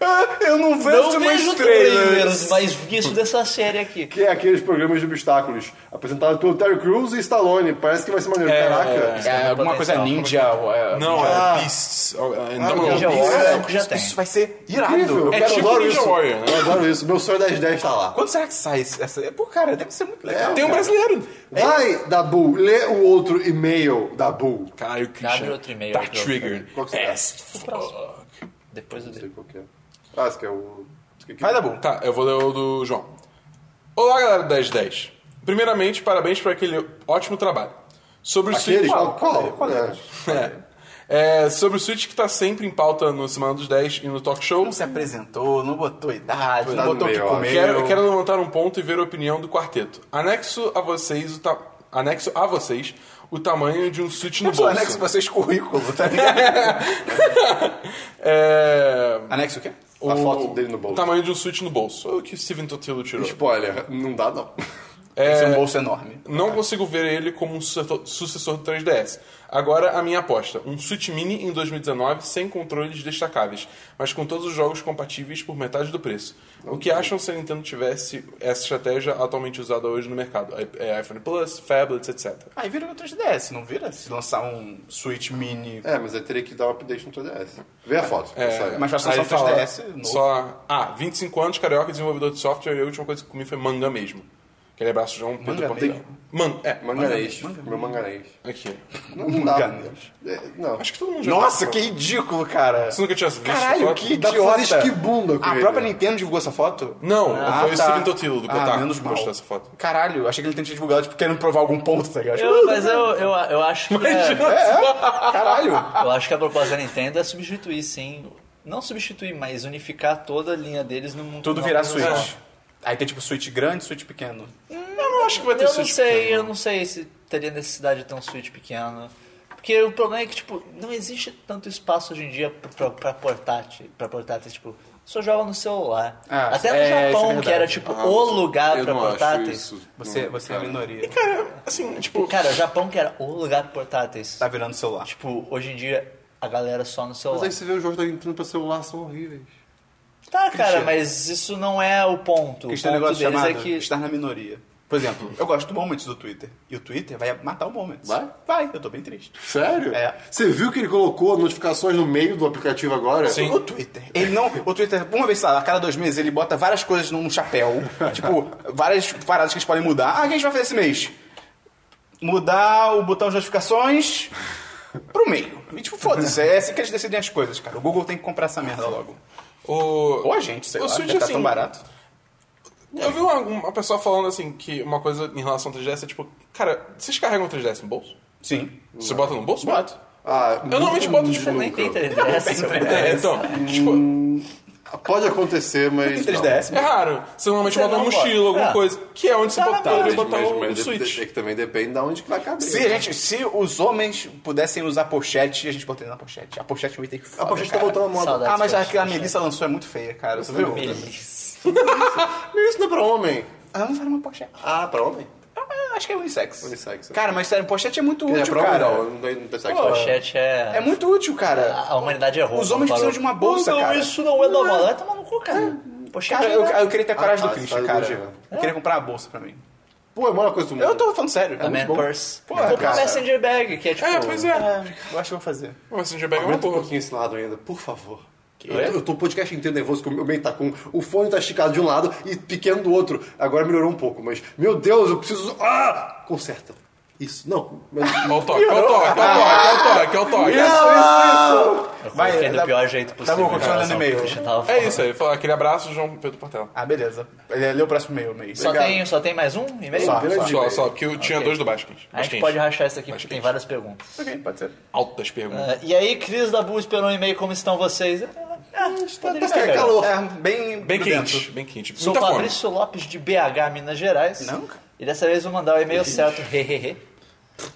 Ah, eu não
Não
vejo mais
vejo
trailers.
trailers, um mas vi isso dessa série aqui.
Que é aqueles programas de obstáculos apresentados pelo Terry Crews e Stallone. Parece que vai ser maneiro. Caraca.
É, alguma coisa
Potencial.
ninja. ou é-
Não,
Ah.
é Beasts. Oh, é, não, não,
Ninja
Beasts.
Warrior.
Cara,
é o que já
isso-
tem.
Isso vai ser
Incrível.
irado.
Eu
É
quero-
tipo
adoro
Ninja
isso.
Warrior, né?
Eu adoro isso. Meu sonho das 10 tá lá.
Quando será que sai esse- essa? É, Pô, cara, deve ser muito legal.
Tem um
cara.
brasileiro.
Vai, Dabu, lê o outro e-mail, Dabu.
Caralho, Christian.
Abre outro e-mail,
Tá
abre outro.
triggered. é?
Qual que
É,
será?
As fuck.
Depois eu
Não sei
dei.
qual que é. Ah, esse que é o... que que-
Vai dar bom.
Tá, eu vou ler o do João. Olá, galera do 1010. Primeiramente, parabéns por aquele ótimo trabalho. Sobre o
Aquele?
Switch.
Qual? Qual?
Qual é?
É. É, sobre o Switch que tá sempre em pauta no Semana dos 10 e no Talk Show.
Não um se apresentou, não botou idade,
Tá
não
no
botou o que
meio, ó.
comer.
Quero, quero levantar um ponto e ver a opinião do quarteto. Anexo a vocês o ta- anexo a vocês o tamanho de um Switch no
Eu sou
bolso.
anexo pra vocês currículo, tá ligado?
É,
anexo o quê?
A foto dele no bolso.
O tamanho de um Switch no bolso. O que o Steven Totilo tirou.
Spoiler, não dá não.
Esse é um bolso enorme.
Não consigo ver ele como um sucessor, sucessor do 3DS. Agora, a minha aposta. Um Switch Mini em 2019 sem controles destacáveis, mas com todos os jogos compatíveis por metade do preço. O que acham se a Nintendo tivesse essa estratégia atualmente usada hoje no mercado? I- é, iPhone Plus, Fablets, etc.
Aí vira o 3DS, não vira? Se lançar um Switch Mini.
É, mas aí teria que dar um update no 3DS. Vê a foto. pra saber.
Mas faz só
Aí
um
fala,
3DS novo.
Só, ah, 25 anos, carioca, desenvolvedor de software, e a última coisa que comi foi manga mesmo. Aquele abraço, João Pedro
Manga
Ponteiro.
mesmo?
Man, é,
Manganês. Meu manganês.
aqui.
Não, não dá.
Manganês.
É, não.
Acho que todo mundo já
Nossa,
viu.
que ridículo, cara.
Você nunca tinha visto
Caralho,
foto?
que
Dá pra
idiota.
fazer esquibunda com
a
ele.
própria Nintendo divulgou essa foto?
Não,
Ah,
foi o
tá.
Steven Totilo do
Ah,
Kotaku
menos
que
mal.
postou essa foto.
Caralho, achei que ele tinha divulgado, tipo, querendo provar algum ponto, tá ligado?
Eu- mas eu, eu, eu acho que. é-
Caralho.
eu acho que a proposta da Nintendo é substituir, sim. Não substituir, mas unificar toda a linha deles num
Tudo
numa
virar
coisa
Switch.
só.
É. Aí tem, tipo, Switch grande, Switch pequeno.
Eu não acho que vai ter
Eu não
Switch
sei,
pequeno.
eu não sei se teria necessidade de ter um Switch pequeno. Porque o problema é que, tipo, não existe tanto espaço hoje em dia pra- pra, pra portátil. Pra portátil, tipo, só joga no celular.
Ah,
Até no
é, isso é
Japão,
verdade.
que era, tipo,
Ah,
o
mas
lugar
eu
pra
não acho
portáteis.
isso,
Você,
não,
você é a
cara.
minoria.
Cara, assim, tipo...
Cara, o Japão que era o lugar pra portáteis.
Tá virando celular.
Tipo, hoje em dia, a galera só no
Mas
celular.
aí
é
você vê os jogos da Nintendo pra celular são horríveis.
Tá, cara, mas isso não é o ponto.
Porque
O ponto
tem um negócio
deles
chamado
é que...
estar na minoria. Por exemplo, eu gosto do Moments do Twitter. E o Twitter vai matar o Moments.
Vai?
Vai, eu tô bem triste.
Sério?
É.
Você viu que ele colocou notificações no meio do aplicativo agora?
Sim.
O Twitter. Ele não. O Twitter, uma vez, sei lá, a cada dois meses, ele bota várias coisas num chapéu. tipo, várias paradas que eles podem mudar. Ah, o que a gente vai fazer esse mês? Mudar o botão de notificações pro meio. E tipo, foda-se, é assim que eles decidem as coisas, cara. O Google tem que comprar essa merda logo.
tipo, O...
Ou a gente, sei
O
lá,
Switch,
deve tá
assim,
tão barato.
Eu vi uma, uma pessoa falando, assim, que uma coisa em relação ao 3DS é, tipo... Cara, vocês carregam o 3DS no bolso?
Sim.
Você bota no bolso?
Boto.
Ah,
Eu normalmente boto, tipo...
Nem tem 3DS.
É, então, tipo,
Pode acontecer, mas.
Tem 3DS,
é raro. Você normalmente
Você
bota
não
uma mochila,
bota.
alguma
É.
coisa, que é onde você
Tá na
bota,
mesa.
Mas,
poderia botar
mas,
o, o
mas
Switch.
de- é que também depende de onde que vai caber.
Se, a gente, se os homens pudessem usar pochete, a gente botaria na pochete. A pochete é um item foda,
A pochete tá
cara.
voltando à moda.
Saudade.
Ah, mas a
Pochete,
que a
um pochete.
Melissa lançou é muito feia, cara. Você viu?
Beleza.
Mas isso não é pra homem.
Ela não faz uma pochete.
Ah, pra homem?
Ah, Acho que é unissex.
Unissex, é.
Cara, mas sério, pochete é muito
É,
útil,
pra homem
cara.
não, não tem- não tem sexo.
Pô,
Não.
Chat é...
É muito útil, cara.
A humanidade é errou.
Os homens precisam
parou.
de uma bolsa,
não, não,
cara. É.
isso não é normal. Vai tomar no cu, cara. Poxa,
Cara, eu, eu queria ter a coragem
Ah,
do
tá,
Christian,
tá
cara.
elogiando.
Eu queria comprar uma bolsa pra mim.
Pô, é a maior coisa do mundo.
Eu É tô falando sério.
A man
bom.
purse.
Pô,
Compra
cara.
um messenger bag, que é tipo...
É, pois é.
É, eu acho que eu vou fazer.
O Messenger Bag é uma
Aumenta um
porra.
pouquinho esse lado ainda, por favor.
Oi?
Eu tô, eu tô o podcast inteiro nervoso, que o meu meio tá com. O fone tá esticado de um lado e pequeno do outro. Agora melhorou um pouco, mas. Meu Deus, eu preciso. Ah! Conserta. Isso. Não. Mas...
Olha o toque, olha o toque, olha o toque, olha o toque.
Ah!
Isso, isso!
Vai,
Vai,
do
dá-
pior jeito possível.
Tá bom, continua
cara,
lendo
só
e-mail.
o Christian tava
É
falando.
isso aí, fala aquele abraço, João Pedro Portela.
Ah, beleza. Ele leu o próximo e-mail, meio.
Só
Obrigado.
tem, só tem mais um e-mail?
Só,
grande
Só,
e-mail.
só, porque eu tinha
Ok.
dois do Basquins.
A gente pode rachar isso aqui, porque tem várias perguntas.
Ok, pode ser.
Altas perguntas.
Ah, e aí, Cris da Bu esperou um e-mail, como estão vocês? Ah, poderia
tá
ser melhor.
calor.
É, bem,
Bem
grudento.
quente, bem quente.
Sou
Muita fome.
Fabrício Lopes de BH, Minas Gerais.
tá Não, cara.
E dessa vez vou mandar o e-mail certo. Hehehe.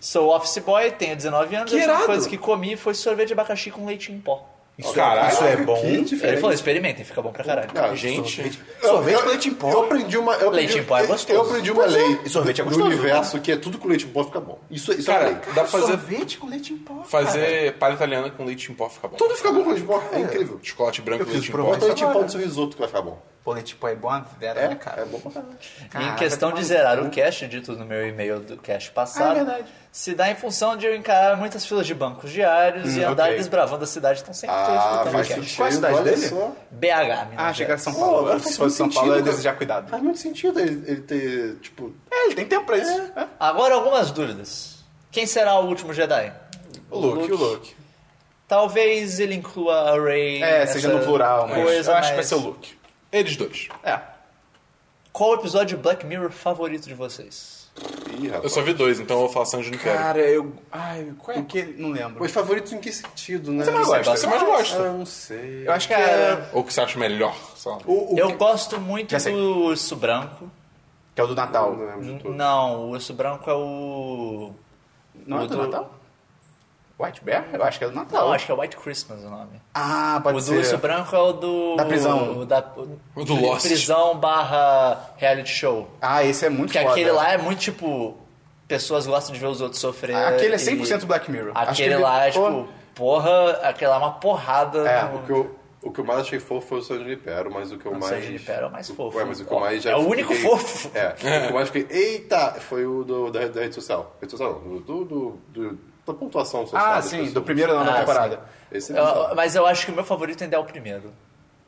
Sou office boy, tenho 19 anos. e a única
irado.
coisa que comi foi sorvete de abacaxi com leite em pó.
Isso,
Caralho,
isso é bom.
Que
Ele
diferente.
falou, experimentem, fica bom pra caralho.
Cara,
Gente,
Sorvete
eu-
com leite em pó.
Eu aprendi uma. eu aprendi-
Leite em pó é gostoso.
Eu aprendi uma lei.
E sorvete é
do
gostoso,
universo que é tudo com leite em pó fica bom. Isso, isso é
cara,
uma lei.
dá pra fazer,
Sorvete com leite em pó, cara.
fazer palha italiana com leite em pó, fica bom.
Tudo fica bom com leite em pó. É incrível.
Chocolate branco,
Eu fiz
leite em pó.
provar.
Bota leite em pó
agora.
no seu risoto que vai ficar bom.
Pô, leite em pó é bom a vera,
É,
né, cara?
É bom pra caralho.
em
Caraca,
questão
tá
de
maluco.
zerar o cash, dito no meu e-mail do cash passado,
Ah, é verdade.
se dá em função de eu encarar muitas filas de bancos diários e andar
Hum, ok.
desbravando a cidade, então sempre estou
Ah,
escutando o
faz
cash.
Qual a
sentido.
cidade
Olha
dele?
só.
BH, Minas
Ah, achei que era
Gerais.
São
Pô,
Paulo.
agora
Se
faz
fosse São
sentido,
Paulo, eu ia
cara.
desejar cuidado.
Faz muito sentido ele, ele ter, tipo...
É, ele tem tempo pra isso. É.
Agora algumas dúvidas. Quem será o último Jedi?
O Luke, o Luke.
Talvez ele inclua a Rey.
É,
nessa
seja no plural, mas
coisa,
eu acho que vai
mas-
ser o Luke.
Eles dois.
É.
Qual o episódio de Black Mirror favorito de vocês?
Ih,
Eu
rapaz.
só vi dois, então eu vou falar San Junipero.
Cara, eu... Ai, qual é que... Não lembro.
Mas favorito em que sentido, né?
Você mais gosta?
Você mais
Ah,
gosta.
eu não sei.
Eu acho que é...
Ou que você acha melhor, sei lá.
O, o
Eu
que-
gosto muito
Já sei.
do Urso Branco.
Que é o do Natal.
Não lembro de tudo.
Não, o Urso Branco é o.
Não é
o
do Natal? White Bear? Eu acho que é do Natal.
Não, acho que é White Christmas o nome.
Ah, pode
O do
ser.
Urso Branco é o do...
Da prisão.
O, da, o,
O do Lost.
Prisão barra reality show.
Ah, esse é muito
Porque
foda.
aquele lá é muito, tipo... Pessoas gostam de ver os outros sofrer.
Aquele é
e-
100% Black Mirror. Acho que
Aquele
ele-
lá é,
pô.
tipo... Porra, aquele lá é uma porrada.
É,
O que eu, o que eu mais achei fofo foi o San Junipero, mas o que eu
O
mais...
San Junipero é o mais fofo.
É, mas o que eu mais já
É o único
fiquei-
fofo.
É, o que eu mais fiquei... Eita! Foi o do, da, da rede social. Rede social não, do, do, do- da pontuação social.
Ah,
das
sim,
pessoas.
do primeiro da
Ah,
nova temporada.
Esse é
Eu-
bizarro.
mas eu acho que o meu favorito ainda é o primeiro.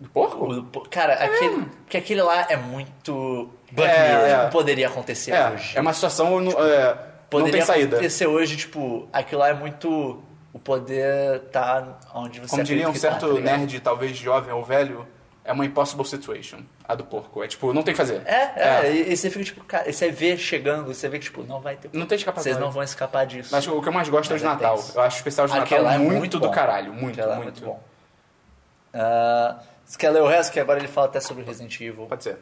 Do porco?
O- pô, cara, aquele, porque aquele lá é muito. Black
É,
Mirror.
é.
Não poderia acontecer hoje.
É, é uma situação. no- é, não
Poderia
tem saída.
acontecer hoje, tipo, aquilo lá é muito. O poder tá onde você
Como diria um
acredita que tá, tá
certo
ligado?
nerd, talvez jovem ou velho, é uma impossible situation. A do porco. É tipo, não tem o que fazer.
É, é, E, e você fica tipo, cara, e você vê chegando, você vê que, tipo, não vai ter.
Não tem escapatória.
Vocês não vão escapar disso.
Mas o que eu mais gosto é o de
Mas é
Natal.
tenso.
Eu acho o especial de
Aquele lá
Natal
é
um muito,
muito
do
bom.
caralho. Muito,
Aquele lá é
muito.
muito bom. Ah, você quer ler o resto? Que agora ele fala até sobre Resident Evil.
Pode ser.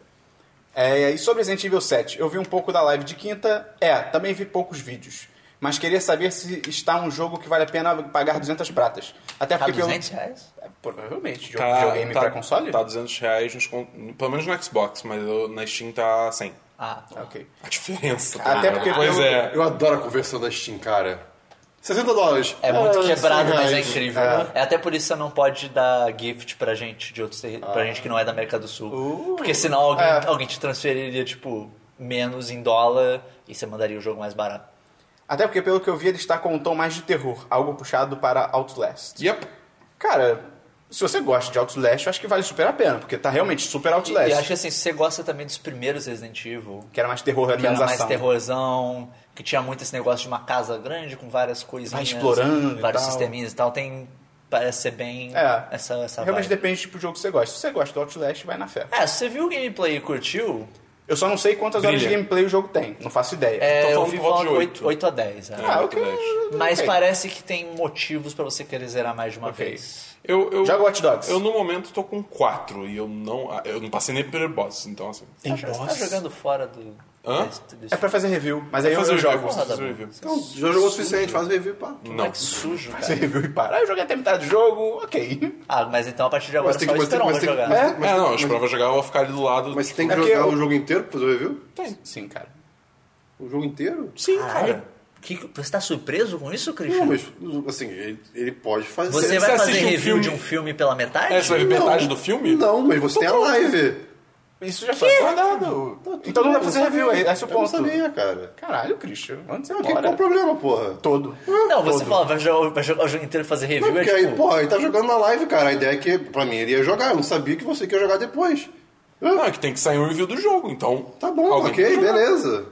É, e sobre Resident Evil 7, eu vi um pouco da live de quinta. É, também vi poucos vídeos. Mas queria saber se está um jogo que vale a pena pagar 200 pratas. Até
Tá
porque... pelo-
200 reais?
É, Provavelmente. Jogo,
Tá,
videogame
tá,
pra console?
Tá 200 reais, nos con- pelo menos no Xbox, mas eu- na Steam tá 100.
Ah, tá.
Ok.
A diferença.
Até
cara.
porque
Pois
pelo-
é.
Eu adoro a conversão da Steam, cara. 60 dólares.
É muito
Ah,
quebrado,
100
mas é
reais.
incrível. É. até por isso que você não pode dar gift pra gente de outros terri- pra gente que não é da América do Sul. Porque senão alguém,
É.
alguém te transferiria, tipo, menos em dólar e você mandaria o jogo mais barato.
Até porque, pelo que eu vi, ele está com um tom mais de terror. Algo puxado para Outlast.
Yep.
Cara, se você gosta de Outlast, eu acho que vale super a pena. Porque tá realmente super
E,
Outlast.
e acho que assim, se você gosta também dos primeiros Resident Evil,
Que era mais terror,
que era mais
realização.
terrorzão, que tinha muito esse negócio de uma casa grande com várias coisinhas.
Vai explorando e
Vários
tal.
sisteminhas e tal. Tem, parece ser bem
É.
essa, essa
Realmente
vibe.
depende do tipo de jogo que você gosta. Se você gosta do Outlast, vai na fé.
É, se você viu o gameplay e curtiu,
Eu só não sei quantas horas de
Brilha.
gameplay o jogo tem. Não faço ideia.
é, eu
falando
vi
por volta
falando
de
8,
oito.
8 a 10. né?
É.
ah, o que...
Outlast.
Mas
ok.
parece que tem motivos pra você querer zerar mais de uma vez.
Eu, eu,
Joga Watch Dogs.
Eu no momento tô com 4 e eu não. ah, Eu não passei nem primeiro boss, então assim.
Tá, jo- você tá jogando fora do.
Hã?
desse- desse-
É pra fazer review, mas aí eu,
fazer
eu
o
jogo.
jogo,
Porra,
fazer o
Dabu.
review.
Então, já jogou o suficiente, faz o review e pá.
Como é
Não.
que sujo,
Fazer
cara.
review e parar. Ah, eu joguei até metade do jogo, ok.
Ah, mas então a partir de
Mas
agora só
tem
o
que- mas tem-
Esperon vai
mas tem-
jogar.
mas-
É, não, eu esperava jogar, eu vou ficar ali do lado. tipo,
Mas tem que
É porque
jogar
eu-
o jogo inteiro pra fazer o review?
Sim, cara.
O jogo inteiro?
sim,
Caralho, que, que- você tá surpreso com isso, Christian?
Não, mas assim, ele, ele pode fazer.
Você
você
vai fazer
assiste um
review
filme-
de um filme pela metade?
É, você vai ver
Não.
metade do filme? Então tá
Não, mas você tem a live.
Isso já foi acordado. Então não dá pra fazer review, é esse é o
tá Eu não
ponto.
sabia, cara.
Caralho, Christian. Onde você
Não, que- qual
mora?
o problema, porra?
Todo.
Não, você
Todo.
fala, vai jogar, vai jogar o jogo inteiro e fazer
Não,
review, é
porque
tipo...
aí, porra, ele tá jogando na live, cara. A ideia é que, pra mim, ele ia jogar. Eu não sabia que você queria jogar depois.
Não, é que tem que sair um review do jogo, então.
Tá bom,
Alguém
ok,
tem que jogar.
beleza.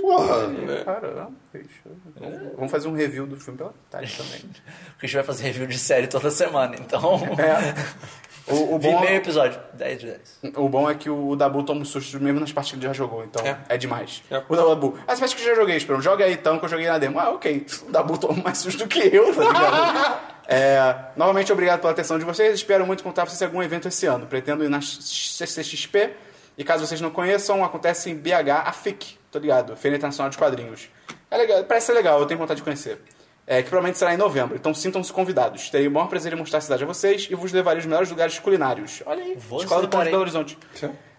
Porra.
Caramba, Christian. Vamos- Vamos fazer um review do filme pela metade também.
O Christian vai fazer review de série toda semana, então...
É. O, o
Vi
bom,
meio episódio, 10 de 10.
o bom é que o Dabu toma um susto mesmo nas partes que ele já jogou, então é,
É.
demais.
É.
O Dabu, as partes que eu já joguei, Esperão, joga aí então que eu joguei na demo. Ah, ok. O Dabu toma mais susto que eu, tá ligado? É, novamente, obrigado pela atenção de vocês. Espero muito contar pra vocês em algum evento esse ano. Pretendo ir na CCXP. E caso vocês não conheçam, acontece em BH a FIC, tá ligado? Feira Internacional de Quadrinhos. É legal, parece ser legal, eu tenho vontade de conhecer. É, que provavelmente será em novembro, então sintam-se convidados. Terei o maior prazer em mostrar a cidade a vocês e vos levarei aos melhores lugares culinários. Olha aí,
Vou
Escola do Pão de
levarei.
Belo Horizonte.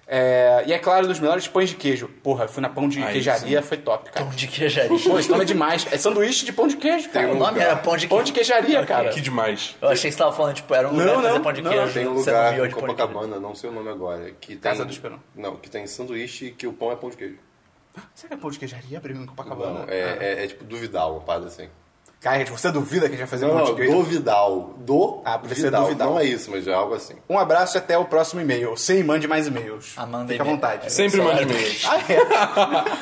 É, e é claro, dos melhores pães de queijo. Porra, eu fui na pão de
Aí
queijaria, foi top, cara.
Pão de queijaria.
Pô, esse nome é demais. É sanduíche de pão de queijo, cara. É um
O nome era pão de
Pão de queijaria, cara.
Que demais.
Eu achei que você tava falando, tipo, era um
Não,
lugar pra
não,
fazer pão de
não,
queijo.
Tem um
você
lugar
não viu
em
de pão de queijo.
Copacabana, não sei o nome agora, que tem...
Casa do Esperão.
Não, que tem sanduíche e que o pão é pão de queijo.
Será que é pão de queijaria abrindo em Copacabana?
Não, é, é- é tipo duvidal, uma parada assim.
Cara, gente, você duvida que a gente vai fazer
Não,
pão
não,
de queijo?
duvidal. Do
Ah, podia ser Duvidal.
Não é isso, mas é algo assim.
Um abraço e até o próximo e-mail. Sim, mande mais e-mails.
Amanda
Fica à
e-mail.
vontade.
Sempre
Salário
mande
do
e-mails.
Ah,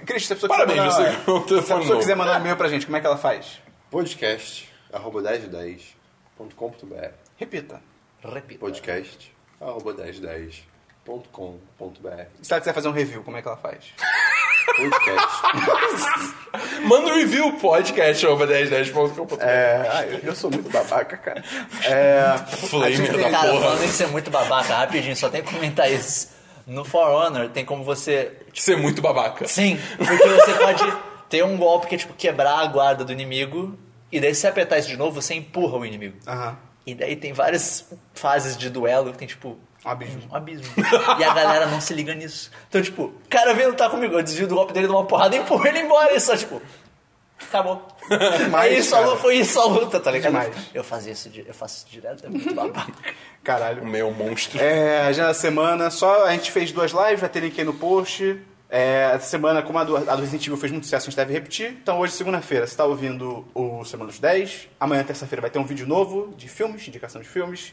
é. Cris, se a pessoa quiser
Parabéns,
mandar-
você ganhou um
Se a
telefone
pessoa
novo.
quiser mandar um e-mail pra gente, como é que ela faz?
Podcast, arroba 1010.com.br
Repita.
Repita.
Podcast, arroba 1010.com.br
E se ela quiser fazer um review, como é que ela faz?
Podcast.
Manda um review podcast over 1010.com.
É, ah, eu, eu sou muito babaca, cara. É, a gente
Flamer
tem-
da
Cara,
porra.
falando em ser muito babaca, rapidinho, só tem que comentar isso. No For Honor tem como você.
Ser é muito babaca.
Sim, porque você pode ter um golpe que é tipo quebrar a guarda do inimigo. E daí, se apertar isso de novo, você empurra o inimigo.
Aham.
E daí tem várias fases de duelo que tem, tipo.
Um abismo.
Um abismo. e a galera não se liga nisso. Então, tipo, o cara vem lutar comigo, eu desvio do golpe dele, dou uma porrada e empurro ele embora. E só, tipo. Acabou.
Demais,
Aí só
cara.
lu- foi isso a luta, tá ligado?
Demais.
Eu fazia isso, di- eu faço isso direto, é muito babaca.
Caralho.
O meu monstro.
É, agenda da semana, só a gente fez duas lives, vai ter link aí no post. É, essa semana, como a do, a do Resident Evil fez muito sucesso, a gente deve repetir. Então hoje, segunda-feira, você está ouvindo o Semana dos 10. Amanhã, terça-feira, vai ter um vídeo novo de filmes, de indicação de filmes.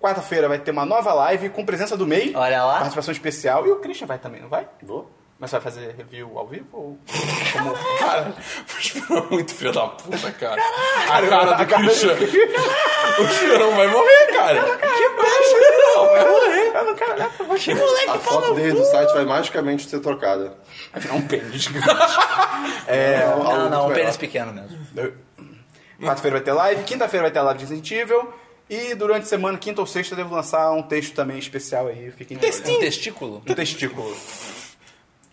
Quarta-feira vai ter uma nova live com presença do MEI.
Olha lá.
Participação especial. E o Christian vai também, não vai?
Vou?
Mas vai fazer review ao vivo ou...
Cara, o Esperão é muito filho da puta, cara. A cara do Christian. O Esperão vai morrer, cara. Que peste, Esperão. Vai morrer.
Eu não quero olhar pra você.
A foto dele do site vai magicamente ser trocada.
Vai virar um pênis gigante.
Não,
Não, não, um pênis
apenas
pequeno mesmo.
Quarta-feira vai ter live, quinta-feira vai ter a live de Resident Evil. E durante a semana, quinta ou sexta, eu devo lançar um texto também especial aí. Fiquem de olho.
Um testículo?
Um testículo.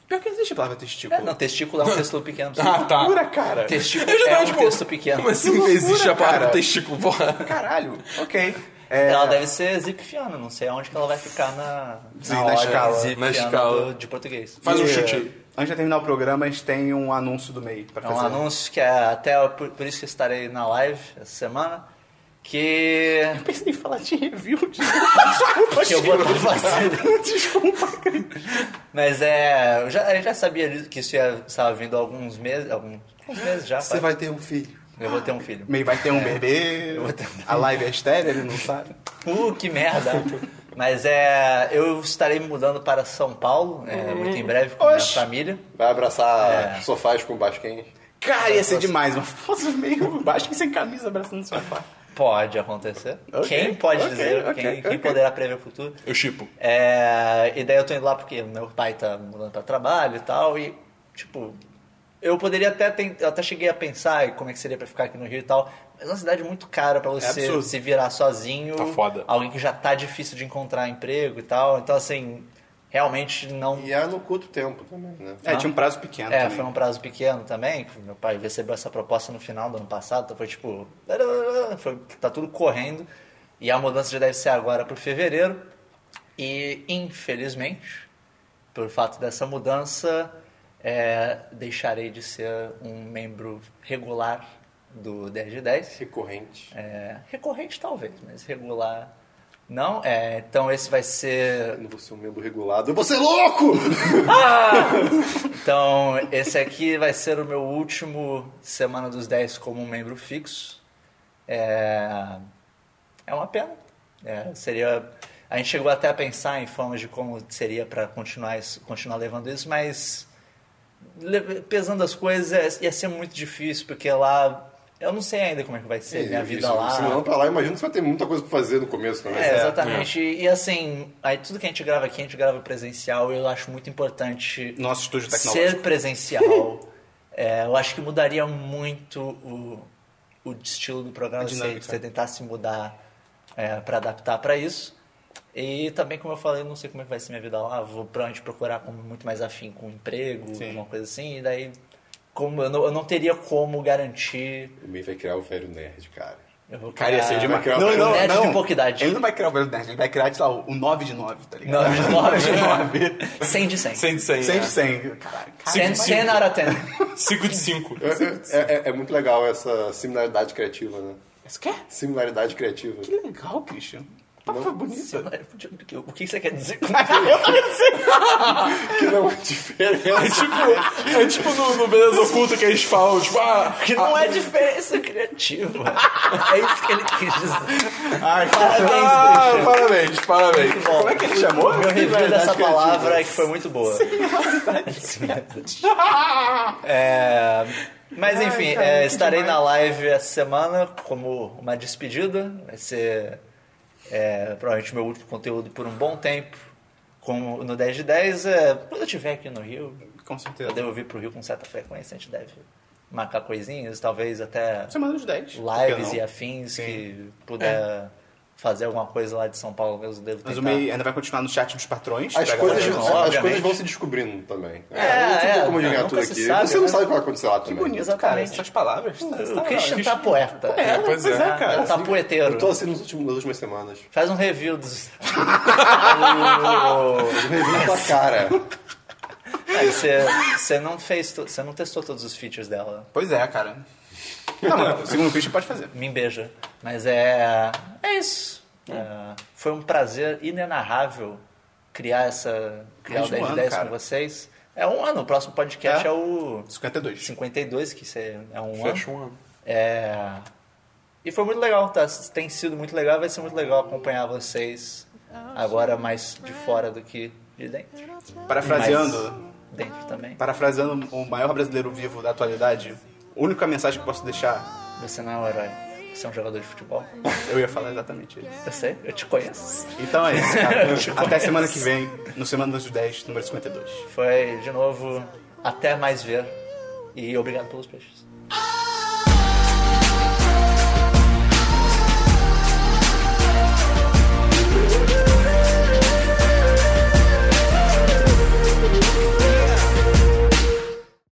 Pior que não existe a palavra testículo.
Não, testículo é um texto pequeno.
Ah, tá.
Pura, cara.
Testículo
Eu já
é
tava,
um
tipo,
texto pequeno.
Como assim não existe a palavra
cara.
testículo, porra?
Caralho. Ok. É,
Ela deve ser zipfiana, não sei aonde que ela vai ficar na,
Sim, na escala.
zipfiana
Na escala.
do- de português.
Faz um
e,
chute aí.
Antes de terminar o programa, a gente tem um anúncio do MEI pra
É
fazer.
um anúncio que é até por, por isso que eu estarei na live essa semana, que,
Pensei em falar de review. De...
que eu vou estar fazendo.
Desculpa, cara.
Mas é, eu já, a gente já sabia disso, que isso ia estar vindo há alguns meses, alguns,
É.
alguns meses já.
Você
pai.
vai ter um filho.
Eu vou ter um filho.
MEI vai ter um bebê. A live é estéreo, ele não sabe.
Uh, que merda! Mas é, eu estarei me mudando para São Paulo,
Uhum.
é, muito em breve, com
Oxe.
minha família.
Vai abraçar
É.
sofás com basquinhos.
Cara, ia ser demais. Uma foto meio baixa e sem camisa abraçando o sofá.
Pode acontecer.
Ok,
Quem pode
ok,
dizer,
ok,
quem, quem
ok.
poderá prever o futuro.
Eu chipo.
É, e daí eu tô indo lá porque meu pai tá mudando pra trabalho e tal, e tipo, eu poderia até, ten- eu até cheguei a pensar em como é que seria pra ficar aqui no Rio e tal, mas é uma cidade muito cara pra você
absurdo.
se virar sozinho,
Tá foda.
alguém que já tá difícil de encontrar emprego e tal, então assim, realmente não...
E é no curto tempo também, né?
É, tinha um prazo pequeno
É,
também.
foi um prazo pequeno também. que Meu pai recebeu essa proposta no final do ano passado, então foi tipo. Foi, tá tudo correndo. E a mudança já deve ser agora pro fevereiro. E, infelizmente, pelo fato dessa mudança, é, deixarei de ser um membro regular do 10 de 10.
Recorrente.
É, recorrente, talvez, mas regular não. É, então, esse vai ser
Eu não vou ser um membro regulado. Eu vou ser louco!
Então, esse aqui vai ser o meu último Semana dos 10 como um membro fixo. É, é uma pena. É, seria... A gente chegou até a pensar em formas de como seria para continuar, isso- continuar levando isso, mas le- pesando as coisas é, ia ser muito difícil, porque lá eu não sei ainda como é que vai ser minha vida
Isso,
lá.
Se não pra lá, imagina que você vai ter muita coisa pra fazer no começo né? também.
É, exatamente. E assim, aí tudo que a gente grava aqui, a gente grava presencial, e eu acho muito importante
Nosso estúdio tecnológico.
ser presencial. é, eu acho que mudaria muito o, o estilo do programa
A
se
dinâmica.
você tentasse mudar é, para adaptar para isso. E também, como eu falei, não sei como é que vai ser minha vida lá. Vou provavelmente procurar como muito mais afim com um emprego,
Sim.
alguma coisa assim. E daí, como eu não, eu não teria como garantir.
O meio vai criar o velho nerd, cara.
Eu vou
Cara, ia ser
Ah, criar-
demais.
vai criar
um
Não,
o
não,
nerd
não.
de pouca idade.
Ele não vai criar o velho nerd, ele vai criar, sei lá, o 9 de 9, tá ligado?
9 de 9.
9.
100 de 100.
100 de 100.
100
é.
de 100. Caralho.
100, 100 out of 10.
5 de 5.
É, é- é- é muito legal essa similaridade criativa, né?
Isso que é?
Similaridade criativa.
Que legal, Tá, Christian. Palavra bonita.
O que você quer dizer com
Que não é diferente.
Tipo, é tipo no, no Beleza Oculta que eles falam, tipo, ah,
Que não é diferença criativa. É isso que ele quis dizer.
Ai,
Parabéns,
ah, parabéns, parabéns.
Cristian. Como
é que ele chamou?
Meu review
Similaridade
dessa
criativa.
palavra é que foi muito boa. É, mas enfim,
cara,
é,
que
estarei
demais.
na live essa semana como uma despedida. Vai ser é, provavelmente meu último conteúdo por um bom tempo. Como no 10 de 10, é, quando eu estiver aqui no Rio,
Com
eu
certeza.
devo vir pro Rio com certa frequência, a gente deve marcar coisinhas, talvez até
Semana dos 10. por que
lives
não?
e afins
Sim.
que puder fazer alguma coisa lá de São Paulo, eu devo tentar.
Mas o MEI ainda vai continuar no chat dos patrões.
As
pra
coisas,
galera.
não,
as
obviamente.
coisas vão se descobrindo também. É,
É,
não tem
é,
como adivinhar
nunca
tudo
se
aqui.
sabe,
Você não
né?
sabe o que vai acontecer lá também.
Bonito, cara.
Exatamente.
Essas palavras.
O Christian tá poeta.
É,
É, pois
pois é,
é.
cara.
tá
Assim,
poeteiro.
Eu tô assim nos últimos- nas últimas semanas.
Faz um review dos.
Eu revi na tua cara.
Aí Você você não fez. to- Você não testou todos os features dela.
Pois é, cara. Não, mano, segundo o Christian pode fazer.
Me beija. Mas é. É isso. É, foi um prazer inenarrável criar essa. Criar
Mais de
o
um
10 de
ano,
10
cara.
com vocês. É um ano. O próximo podcast é,
É.
o
52.
52, que cê- é um ano.
Fecha um ano.
É... E foi muito legal, tá? Tem sido muito legal, vai ser muito legal acompanhar vocês agora mais de fora do que de dentro.
Parafraseando,
Mas dentro também.
parafraseando o maior brasileiro vivo da atualidade, a única mensagem que eu posso deixar,
Você não é um herói, você é um jogador de futebol.
eu ia falar exatamente isso.
Eu sei, eu te conheço.
Então é isso, cara. Até semana que vem, no Semana dos 10, número 52.
Foi, de novo, até mais ver. E obrigado pelos peixes.
I